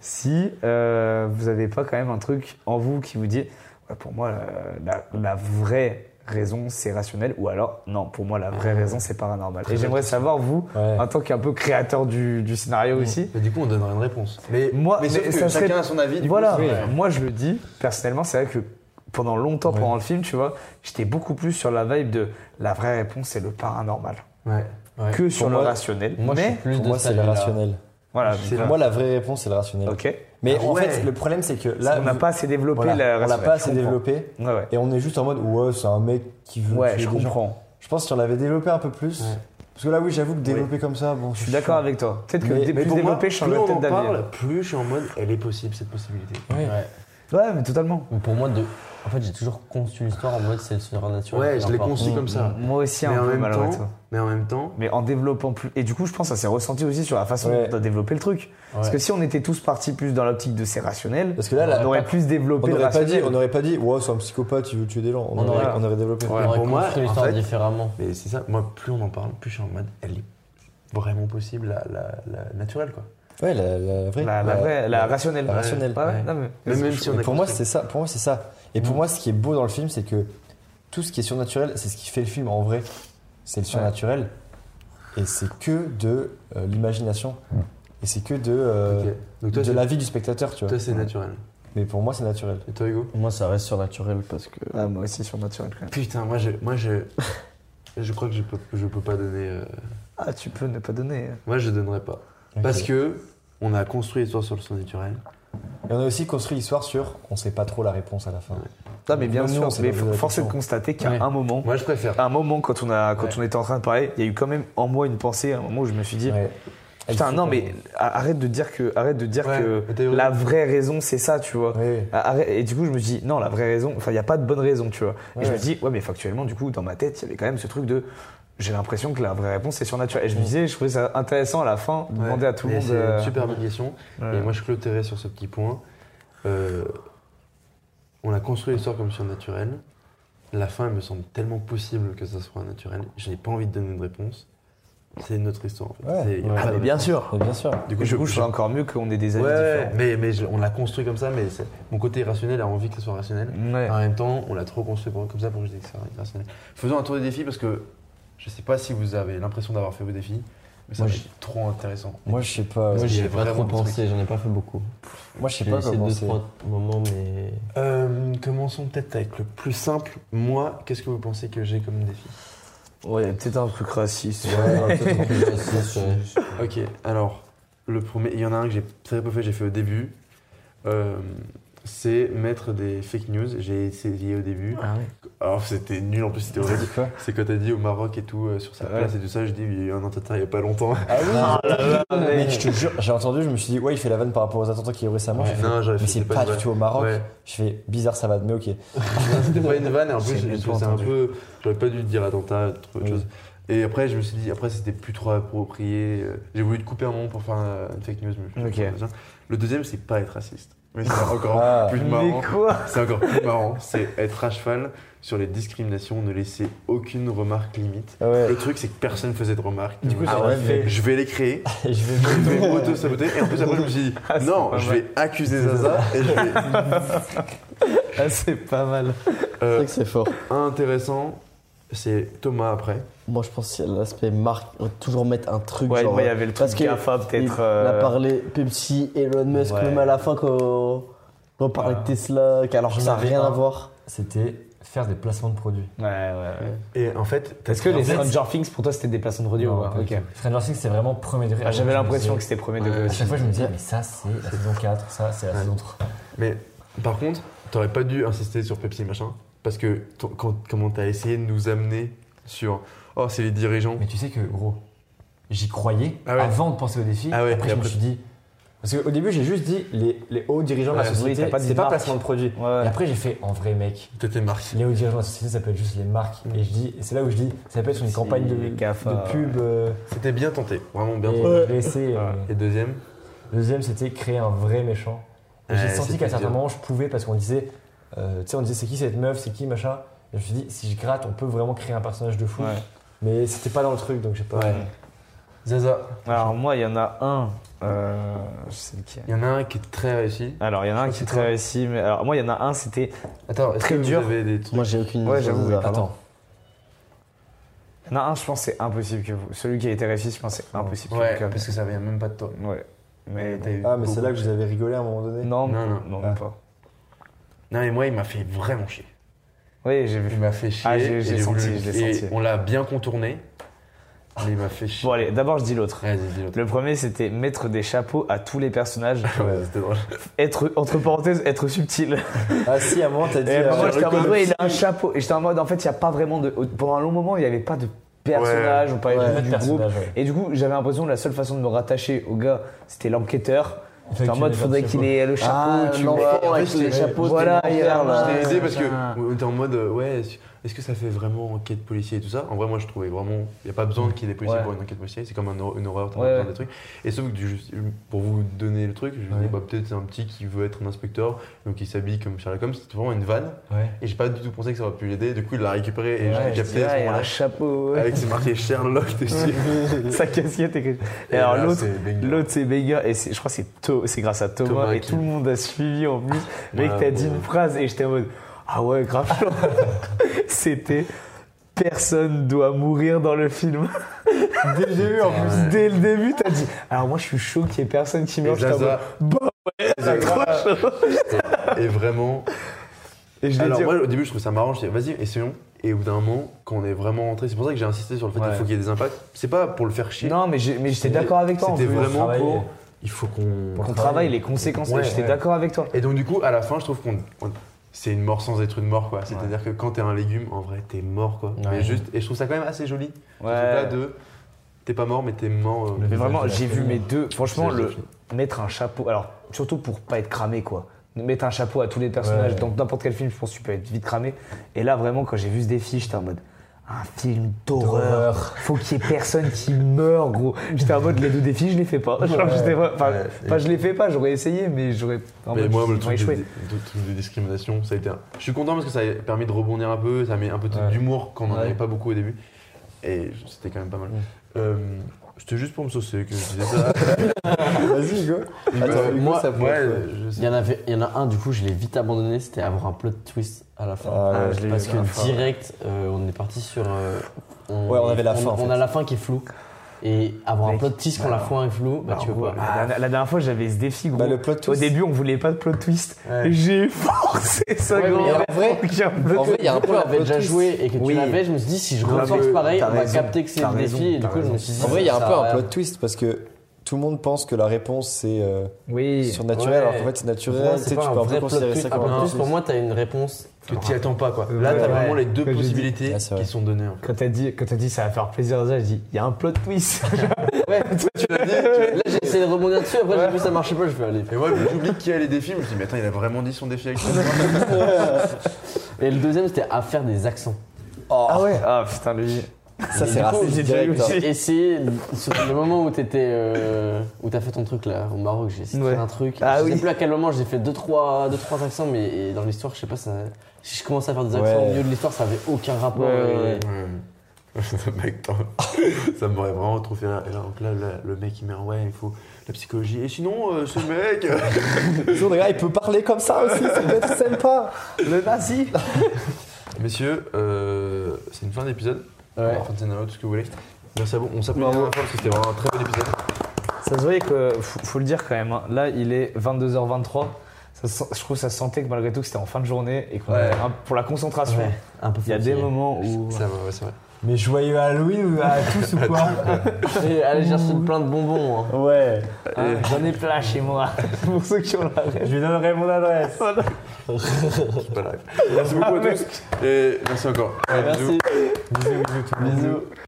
E: si euh, vous n'avez pas quand même un truc en vous qui vous dit, Ouais, pour moi, euh, la, la vraie raison, c'est rationnel, ou alors, non, pour moi, la vraie raison, c'est paranormal. Et j'aimerais savoir, vous,
B: Ouais.
E: en tant qu'un peu créateur du, du scénario aussi.
A: Mais Bah, du coup, on donnera une réponse. Mais,
E: Moi,
A: mais, sauf
E: mais
A: que
E: ça serait-
A: chacun a son avis. du
E: Voilà,
A: coup, c'est-
E: moi je le dis, personnellement, c'est vrai que pendant longtemps, pendant le film, tu vois, j'étais beaucoup plus sur la vibe de la vraie réponse, c'est le paranormal.
A: Ouais. Ouais.
E: Que sur
D: moi-
E: le rationnel.
A: Moi, je
E: mais,
A: suis plus
D: Pour
A: de
D: moi,
A: ça,
D: c'est le
A: lui, là.
D: rationnel.
E: voilà.
A: C'est
D: Pour
A: là.
D: moi, la vraie réponse, c'est le rationnel.
E: Ah. Ok. Ah
D: Mais en
E: Ouais.
D: fait, le problème, c'est que là,
E: on n'a
D: vous-
E: pas assez développé
D: voilà,
E: la
D: on l'a
E: rationnel.
D: pas assez
E: Je comprends.
D: développé.
E: Ouais, ouais.
D: Et on est juste en mode, ouais, c'est un mec qui veut.
E: Ouais,
D: tuer
E: je
D: des gens.
E: comprends.
D: Je pense que si on l'avait développé un peu plus.
A: Ouais.
D: Parce que là, oui, j'avoue que développer comme ça, bon.
E: Je suis d'accord avec toi. Peut-être que
D: Mais-
E: dé-
D: mais
E: plus
D: pour moi,
E: développé, je
A: plus
E: changerais
A: on
E: peut-être
A: en
E: d'avis.
A: parle, plus je suis en mode, elle est possible cette possibilité.
D: Ouais.
E: Ouais, mais totalement.
H: Mais Pour moi, de... en fait, j'ai toujours conçu l'histoire en mode c'est le surnaturel.
A: Ouais,
H: qui
A: je l'ai
H: l'emporte.
A: conçu comme ça.
E: Moi aussi,
A: Mais
E: un
A: en
E: peu
A: même
E: malheureux.
A: temps-
E: toi.
A: Mais en même temps,
E: Mais en développant plus. Et du coup, je pense que ça s'est ressenti aussi sur la façon
D: Ouais.
E: dont on a développé le truc. Parce que si on était tous partis plus dans l'optique de c'est rationnel,
D: Parce que là, la-
E: on aurait plus
D: On
E: développé le
D: n'aurait pas dit,
E: rationnel.
D: on n'aurait pas dit, ouais, c'est un psychopathe, il veut tuer des gens. On,
H: On
D: aurait,
H: aurait-
D: on aurait développé.
A: Ouais.
H: On aurait
A: Pour moi,
H: construit
A: en
H: l'histoire
A: fait-
H: différemment.
A: mais c'est ça, moi plus on en parle, plus je suis en mode, elle est vraiment possible, la, la, la naturelle quoi.
D: Ouais, la, la- la vraie.
E: La, la vraie, la rationnelle.
D: la rationnelle.
E: Ouais,
A: Ouais.
E: non, mais-
A: Mais même si on
D: Mais
A: est
D: pour moi, c'est ça. Pour moi, c'est ça. Et pour moi, ce qui est beau dans le film, c'est que tout ce qui est surnaturel, c'est ce qui fait le film en vrai. C'est le surnaturel. Et c'est que de euh, l'imagination. Et c'est que de, euh,
A: Ok. Donc toi,
D: de
A: c'est-
D: la vie du spectateur, tu vois.
A: toi, c'est naturel.
D: Mais pour moi, c'est naturel.
A: Et toi Hugo
H: Moi, ça reste surnaturel parce que.
E: Ah, moi aussi, surnaturel quand même.
A: Putain, moi je, moi je, je crois que je peux, je peux pas donner. euh,
E: Ah, tu peux ne pas donner.
A: Moi je donnerai pas, parce
D: Ok.
A: que on a construit l'histoire sur le surnaturel.
D: Et on a aussi construit l'histoire sur on sait pas trop la réponse à la fin.
E: Non, mais bien
D: Même nous,
E: sûr,
D: on s'est
E: mais
D: pas posé
E: faut-
D: la
E: force est de
D: question.
E: constater qu'à un moment,
A: Moi je préfère.
E: à un moment, quand, on, a, quand
A: Ouais.
E: on était en train de parler, il y a eu quand même en moi une pensée, à un moment où je me suis dit,
D: Ouais.
E: putain,
D: Elle
E: non,
D: faut
E: mais a- arrête de dire que, arrête de dire
A: Ouais, mais t'as eu
E: que la
A: raison.
E: vraie raison, c'est ça, tu vois.
D: qu'on- Ouais.
E: Ah, arrête- Et du coup, je me dis, non, la vraie raison, enfin, il n'y a pas de bonne raison, tu vois. et
D: Ouais,
E: je me
D: ouais.
E: dis, ouais, mais factuellement, du coup, dans ma tête, il y avait quand même ce truc de. J'ai l'impression que la vraie réponse c'est surnaturel. Et je me disais, je trouvais ça intéressant à la fin, de
A: Ouais.
E: demander à tout le
A: Mais
E: monde.
A: C'est
E: euh,
A: une super bonne question.
E: ouais.
A: Et moi, je clôturerai sur ce petit point. Euh, on a construit l'histoire comme surnaturelle. La fin, elle me semble tellement possible que ça soit naturel. Je n'ai pas envie de donner de réponse. C'est notre histoire, en fait.
D: Ouais.
A: C'est- y a
D: Ouais.
A: pas
E: Ah,
A: de
E: mais bien
A: réponse.
E: sûr.
D: Mais bien sûr.
A: Du coup,
E: Du
A: je,
E: coup, je
A: je-
E: trouve encore mieux qu'on ait des avis
A: Ouais,
E: différents.
A: mais, mais je- on l'a construit comme ça, mais c'est- mon côté irrationnel a envie que ce soit rationnel.
E: Ouais.
A: En même temps, on l'a trop construit pour- comme ça pour que je dise que c'est irrationnel. Faisons un tour des défis parce que je sais pas si vous avez l'impression d'avoir fait vos défis, mais ça
D: Moi,
A: va être trop intéressant.
D: Moi, je sais pas.
H: Moi,
A: j'y ai
H: j'ai pas
A: vraiment
H: trop
A: des trucs.
H: pensé, j'en ai pas fait beaucoup.
D: Moi, je sais
H: J'ai
D: pas
H: essayé
D: comment
H: deux,
D: c'est.
H: trois moments, mais.
A: Euh, commençons peut-être avec le plus simple. Moi, qu'est-ce que vous pensez que j'ai comme défi
E: Ouais, il y a peut-être un truc raciste.
H: Ouais, peut-être un peu raciste, ouais.
A: Ok, alors, le premier, il y en a un que j'ai très peu fait, j'ai fait au début. Euh, c'est mettre des fake news. J'ai essayé au début. Alors, c'était nul, en plus, c'était horrible.
D: quoi
A: C'est quand t'as dit au Maroc et tout, euh, sur sa place et tout ça, je dis, il y a eu un attentat il y a pas longtemps.
D: Ah oui Mais je te jure, j'ai entendu, je me suis dit, ouais, il fait la vanne par rapport aux attentats qu'il y a eu récemment. J'ai fait,
A: Non, j'avais
D: mais
A: fait
D: c'est
A: c'était
D: pas
A: une
D: du
A: vanne.
D: tout au Maroc.
A: Ouais.
D: Je fais bizarre ça va, mais ok.
A: Non, C'était pas une vanne, et en
D: J'ai
A: plus,
D: même
A: je
D: pas
A: trouvais ça un
D: entendu.
A: peu. J'aurais pas dû dire attentat, autre
D: Oui.
A: chose. Et après, je me suis dit, après, c'était plus trop approprié. euh, J'ai voulu te couper un moment pour faire euh, une fake news. mais je-
E: Ok.
A: je- Le deuxième, c'est pas être raciste. Mais c'est encore
D: Ah.
A: plus marrant.
E: Mais quoi
A: C'est encore plus marrant. C'est être à cheval sur les discriminations, ne laisser aucune remarque limite.
D: Ah Ouais.
A: Le truc, c'est que personne faisait de remarques.
D: Du coup,
A: Ah
D: j'en
A: ouais,
D: ai fait.
A: Je vais les créer,
D: Et je
A: je
D: vais
A: vais m'auto-saboter. Et en plus, après, je me suis dit,
E: Ah, c'est
A: non,
E: pas
A: je
E: mal.
A: vais accuser Zaza et je vais.
E: Ah, c'est pas mal.
A: Euh,
H: C'est vrai que c'est fort.
A: Un intéressant, c'est Thomas après.
H: Moi, je pense qu'il y a l'aspect marque. On va toujours mettre un truc.
E: Ouais,
H: genre,
E: moi, il y avait le truc
H: parce que
E: GAFA,
H: il-
E: peut-être.
H: On a
E: euh,
H: parlé Pepsi, Elon Musk,
E: ouais.
H: même à la fin, quand on parlait de Tesla, alors que ça n'a
D: avais
H: rien
D: un.
H: à voir.
D: C'était faire des placements de produits.
E: Ouais, ouais. ouais.
A: Et en fait, t'as
E: Est-ce que les
D: fait,
E: Stranger Things, pour toi, c'était des placements de produits ou
D: Non,
E: pas
D: pas
E: Ok.
D: du tout. Stranger Things, c'est vraiment premier degré.
E: Ah, J'avais
D: Je me
E: l'impression que
D: disais-
E: c'était premier
A: Ouais.
E: degré.
D: À chaque fois, je me disais, mais ça, c'est la saison 4, ça, c'est la saison 3.
A: Mais par contre, t'aurais pas dû insister sur Pepsi machin, parce que ton- quand, comment t'as essayé de nous amener sur oh c'est les dirigeants.
D: Mais tu sais que, gros, j'y croyais
A: Ah ouais.
D: avant de penser au défi.
A: Ah ouais,
D: après,
A: et
D: je me
A: après-
D: suis dit. Parce qu'au début, j'ai juste dit les, les hauts dirigeants de la
E: Ouais, oui,
D: société,
E: t'as pas dit
D: c'est pas
E: marque.
D: placement de produits.
E: Ouais.
D: Et après, j'ai fait en vrai, mec.
A: T'étais marqué.
D: Les hauts dirigeants de la société, ça peut être juste les marques. Et, je dis, et c'est là où je dis, ça peut être une
E: Si,
D: campagne de,
E: les GAFA,
D: de pub. euh,
A: C'était bien tenté, vraiment bien
D: et
A: tenté.
D: je l'ai essayé, euh,
A: Et deuxième,
D: Deuxième, c'était créer un vrai méchant. Et j'ai
A: Ouais,
D: senti
A: c'était
D: qu'à certains
A: dur.
D: moments, je pouvais parce qu'on disait, euh, tu sais, on disait c'est qui cette meuf, c'est qui machin. Et je me suis dit, si je gratte, on peut vraiment créer un personnage de fou.
E: Ouais.
D: Mais c'était pas dans le truc, donc j'ai pas.
A: Ouais. Zaza.
E: Alors, moi, il y en a un. euh, je sais lequel.
A: Il y en a un qui est très réussi.
E: Alors, il y en a un qui est très réussi, mais alors, moi, il y en a un, c'était.
A: Attends, est-ce
E: Très
A: que vous
E: dur.
A: avez des trucs
H: Moi, j'ai aucune
E: Ouais,
H: idée
E: j'avoue,
H: de ça.
D: euh, Attends,
E: Il y en a un, je pense, c'est impossible que vous. Celui qui a été réussi, je pense, c'est impossible
A: Ouais,
E: que vous.
A: parce que ça vient même pas de toi.
E: Ouais. Mais.
A: t'as eu
D: ah, mais c'est
A: beaucoup.
D: là que vous avez rigolé à un moment donné.
E: Non,
A: Non, non.
E: non, non,
D: Ah.
E: pas.
A: Non, mais moi, il m'a fait vraiment chier.
E: Oui, j'ai
A: Il
E: vu.
A: m'a fait chier.
E: Ah, j'ai-
A: et
E: j'ai
A: voulu-
E: senti, je l'ai
A: et
E: senti.
A: On l'a bien contourné, mais il m'a fait chier.
E: Bon, allez, d'abord, je dis l'autre.
A: Vas-y, dis l'autre.
E: Le premier, c'était mettre des chapeaux à tous les personnages.
A: Ouais, c'était drôle.
E: être, entre parenthèses, être subtil.
D: Ah si, à un moment, t'as dit.
E: Et
D: euh,
E: bah, moi, j'étais en mode, ouais, il a un chapeau. Et j'étais en mode, en fait, il n'y a pas vraiment de. Pendant un long moment, il n'y avait pas de personnage, on parlait
D: ouais,
E: juste
D: pas de
E: du groupe.
D: personnage, ouais.
E: Et du coup, j'avais l'impression que la seule façon de me rattacher au gars, c'était l'enquêteur. J'étais en mode, faudrait qu'il ait le chapeau,
D: Ah,
E: tu
D: l'enfant
E: vois.
D: avec les chapeaux,
E: Voilà, Ah.
D: c'était
E: il a-
D: l'enfer,
A: Je
D: là.
A: t'ai aidé parce
E: putain.
A: que on était en mode euh, ouais est-ce- est-ce que ça fait vraiment enquête policier et tout ça En vrai moi je trouvais vraiment il n'y a pas besoin qu'il y ait des policiers
E: Ouais.
A: pour une enquête policière c'est comme un hor- une horreur t'as
E: Ouais,
A: pas besoin
E: ouais.
A: des trucs et sauf que du- juste, pour vous donner le truc je me
B: Ouais.
A: dis bah peut-être c'est un petit qui veut être un inspecteur donc il s'habille comme Sherlock Holmes c'était vraiment une vanne
B: Ouais.
A: et j'ai pas du tout pensé que ça aurait pu l'aider du coup il l'a récupéré et je
E: Ouais,
A: l'ai
E: je dis,
A: capté à
E: ah,
A: ce
E: il a un
A: moment-là
E: chapeau, ouais.
A: avec c'est marqué Sherlock dessus
E: sa casquette écrite. Et, alors
A: là,
E: l'autre,
A: c'est banger.
E: l'autre c'est Banger et c'est- je crois que c'est To- c'est grâce à Thomas,
A: Thomas
E: et
A: qui-
E: tout le monde a suivi en
D: Ah,
E: plus. Mec,
A: Ouais,
E: t'as dit
A: ouais.
E: une phrase et j'étais en mode ah ouais grave. chaud. C'était personne doit mourir dans le film. Dès le début en plus, dès le début t'as dit alors moi je suis chaud qu'il y ait personne qui meurt.
A: Et
E: J'étais en
A: Zaza.
E: mode, bah ouais, c'est trop chaud.
A: et vraiment
E: Et je l'ai
A: Alors
E: dit.
A: moi au début je trouvais ça marrant, je dis vas-y essayons. Et au bout d'un moment, quand on est vraiment rentré, c'est pour ça que j'ai insisté sur le fait qu'il faut qu'il y ait des impacts. C'est pas pour le faire chier.
E: non mais j'ai- mais j'étais d'accord avec toi. en
A: C'était
E: plus.
A: vraiment
B: travailler.
A: pour. Il faut qu'on.
E: Qu'on travaille les conséquences.
A: Ouais,
E: j'étais
A: ouais.
E: d'accord avec toi.
A: Et donc du coup, à la fin, je trouve qu'on. on- C'est une mort sans être une mort quoi. C'est-à-dire que quand t'es un légume, en vrai, t'es mort quoi. Mais juste. Et je trouve ça quand même assez joli.
E: Ouais.
A: Là de. T'es pas mort, mais t'es mort. euh,
E: Mais vraiment,
B: visage de
E: j'ai
B: la
E: vu
B: fille.
E: mes deux. Franchement,
A: visage de la
E: le mettre un chapeau. Alors, surtout pour pas être cramé, quoi. Mettre un chapeau à tous les personnages
B: Ouais.
E: dans n'importe quel film, je pense que tu peux être vite cramé. Et là, vraiment, quand j'ai vu ce défi, j'étais en mode. Un film d'horreur.
B: D'horreur.
E: Faut qu'il y ait personne qui meurt, gros. J'étais en mode les deux défis, je les fais pas. Genre, j'étais pas- Enfin,
A: Ouais.
E: enfin, je les fais pas. J'aurais essayé, mais j'aurais. en
A: Mais
E: mode,
A: moi, le
E: j'aurais
A: truc de, de- truc de discrimination, ça a été. un- Je suis content parce que ça a permis de rebondir un peu, ça a mis un peu de-
B: Ouais.
A: d'humour quand on n'en
C: Ouais.
A: avait pas beaucoup au début. Et je- c'était quand même pas mal. Euh, C'était juste pour me saucer que je disais ça.
D: Vas-y, go.
A: Mais
D: Attends,
A: euh,
D: Hugo,
A: moi,
D: ça pourrait
A: ouais,
D: être
A: je sais.
C: Il y, en avait, il y en a un, du coup, je l'ai vite abandonné, c'était avoir un plot twist à la fin.
D: Ah,
E: je l'ai
C: Parce
E: vu
C: que
E: la fin.
C: direct, euh, on est parti sur. euh, on,
D: Ouais, on avait la fin, en
C: On
D: fait.
C: a la fin qui est floue. Et avoir un
E: Mec,
C: plot twist quand la
E: alors,
C: fin est floue, bah
E: Alors,
C: tu veux
E: gros,
C: pas.
E: Ah, la, dernière, la dernière fois, j'avais ce défi, gros.
D: Bah, le plot
E: Au
D: twist.
E: début, on voulait pas de plot twist.
C: Ouais.
E: J'ai forcé ça,
C: Ouais, mais
E: gros.
C: en
D: vrai-
E: Pour qu'il y ait un plot
D: en vrai, il y a un
C: Du coup,
D: peu
C: on
D: un
C: avait
D: plot
C: déjà
D: twist.
C: joué et que
E: Oui.
C: tu l'avais, je me suis dit, si je
E: Non,
C: ressorte
E: mais
C: pareil,
E: t'as
C: on va
E: raison,
C: capter que c'est
E: t'as
C: le
E: raison,
C: défi. Et du
E: t'as
C: coup, je me suis dit.
D: En vrai, il y a un
C: ça
D: peu un
C: rien.
D: plot twist parce que tout le monde pense que la réponse c'est euh,
E: Oui.
D: surnaturel,
C: Ouais.
D: alors qu'en fait c'est naturel.
C: Ouais,
D: tu sais,
C: c'est
D: tu peux
C: pas un
D: un peu
C: vrai plot
D: considérer ça
C: twist. Un
D: comme
C: plot
D: un
C: twist, pour moi, t'as une réponse.
A: Que t'y attends pas quoi.
E: Ouais,
A: Là, t'as
E: ouais.
A: vraiment les deux
E: Que j'ai dit.
A: possibilités
D: Ouais, c'est vrai.
A: qui sont données.
E: Quand t'as dit, quand t'as dit ça va faire plaisir, j'ai dit il y a un plot twist.
C: Ouais, tu l'as dit. Là, j'ai essayé de rebondir dessus, après, j'ai vu que ça marchait pas, je fais aller.
A: Et moi, j'oublie qui a les défis, je me dis, mais attends, il a vraiment dit son défi avec
C: Et le deuxième, c'était à faire des accents.
E: ah ouais. Ah putain lui.
D: Ça c'est raciste
E: j'ai déjà eu
D: direct. hein.
E: aussi.
C: Essayer, sur le moment où t'étais, euh, où t'as fait ton truc là, au Maroc, j'ai essayé de
E: Ouais.
C: faire un truc.
E: Ah
C: je
E: oui.
C: sais plus à quel moment, j'ai fait 2-3 deux, trois, deux, trois accents, mais et dans l'histoire, je sais pas, ça, si je commençais à faire des accents
D: Ouais.
C: au milieu de l'histoire, ça avait aucun rapport.
E: Ouais,
C: et-
E: ouais,
A: Ce mec, t'en- ça m'aurait vraiment trop fait rire. Et là, donc là, le- le mec, il met ouais, il faut la psychologie. Et sinon, euh, ce mec.
D: Toujours, le gars, il peut parler comme ça aussi, ça peut être sympa.
E: Le nazi.
A: Messieurs, euh, c'est une fin d'épisode.
C: Ouais.
A: Fin de scénario, tout ce que vous voulez. Merci à vous. On s'appelle la dernière fois parce que c'était vraiment un très bon épisode.
E: Ça se voyait que faut, faut le dire quand même. hein. Là il est 22h23. Ça sent- je trouve que ça se sentait que malgré tout que c'était en fin de journée et qu'on
A: Ouais.
E: avait un- pour la concentration.
C: Ouais, un peu
E: Il y a des
C: fatigué.
E: moments où.
A: Ça va, ouais, c'est vrai.
B: Mais joyeux Halloween à tous ou quoi
C: Et Allez, j'ai reçu plein de bonbons. hein.
B: Ouais.
E: Ah, J'en ai plein chez moi. pour ceux qui ont la rêve.
B: Je lui donnerai mon adresse.
A: C'est
E: Ah,
A: pas la ref. Merci beaucoup à tous. Et merci encore. Ouais, bisous.
C: Merci. Bisous.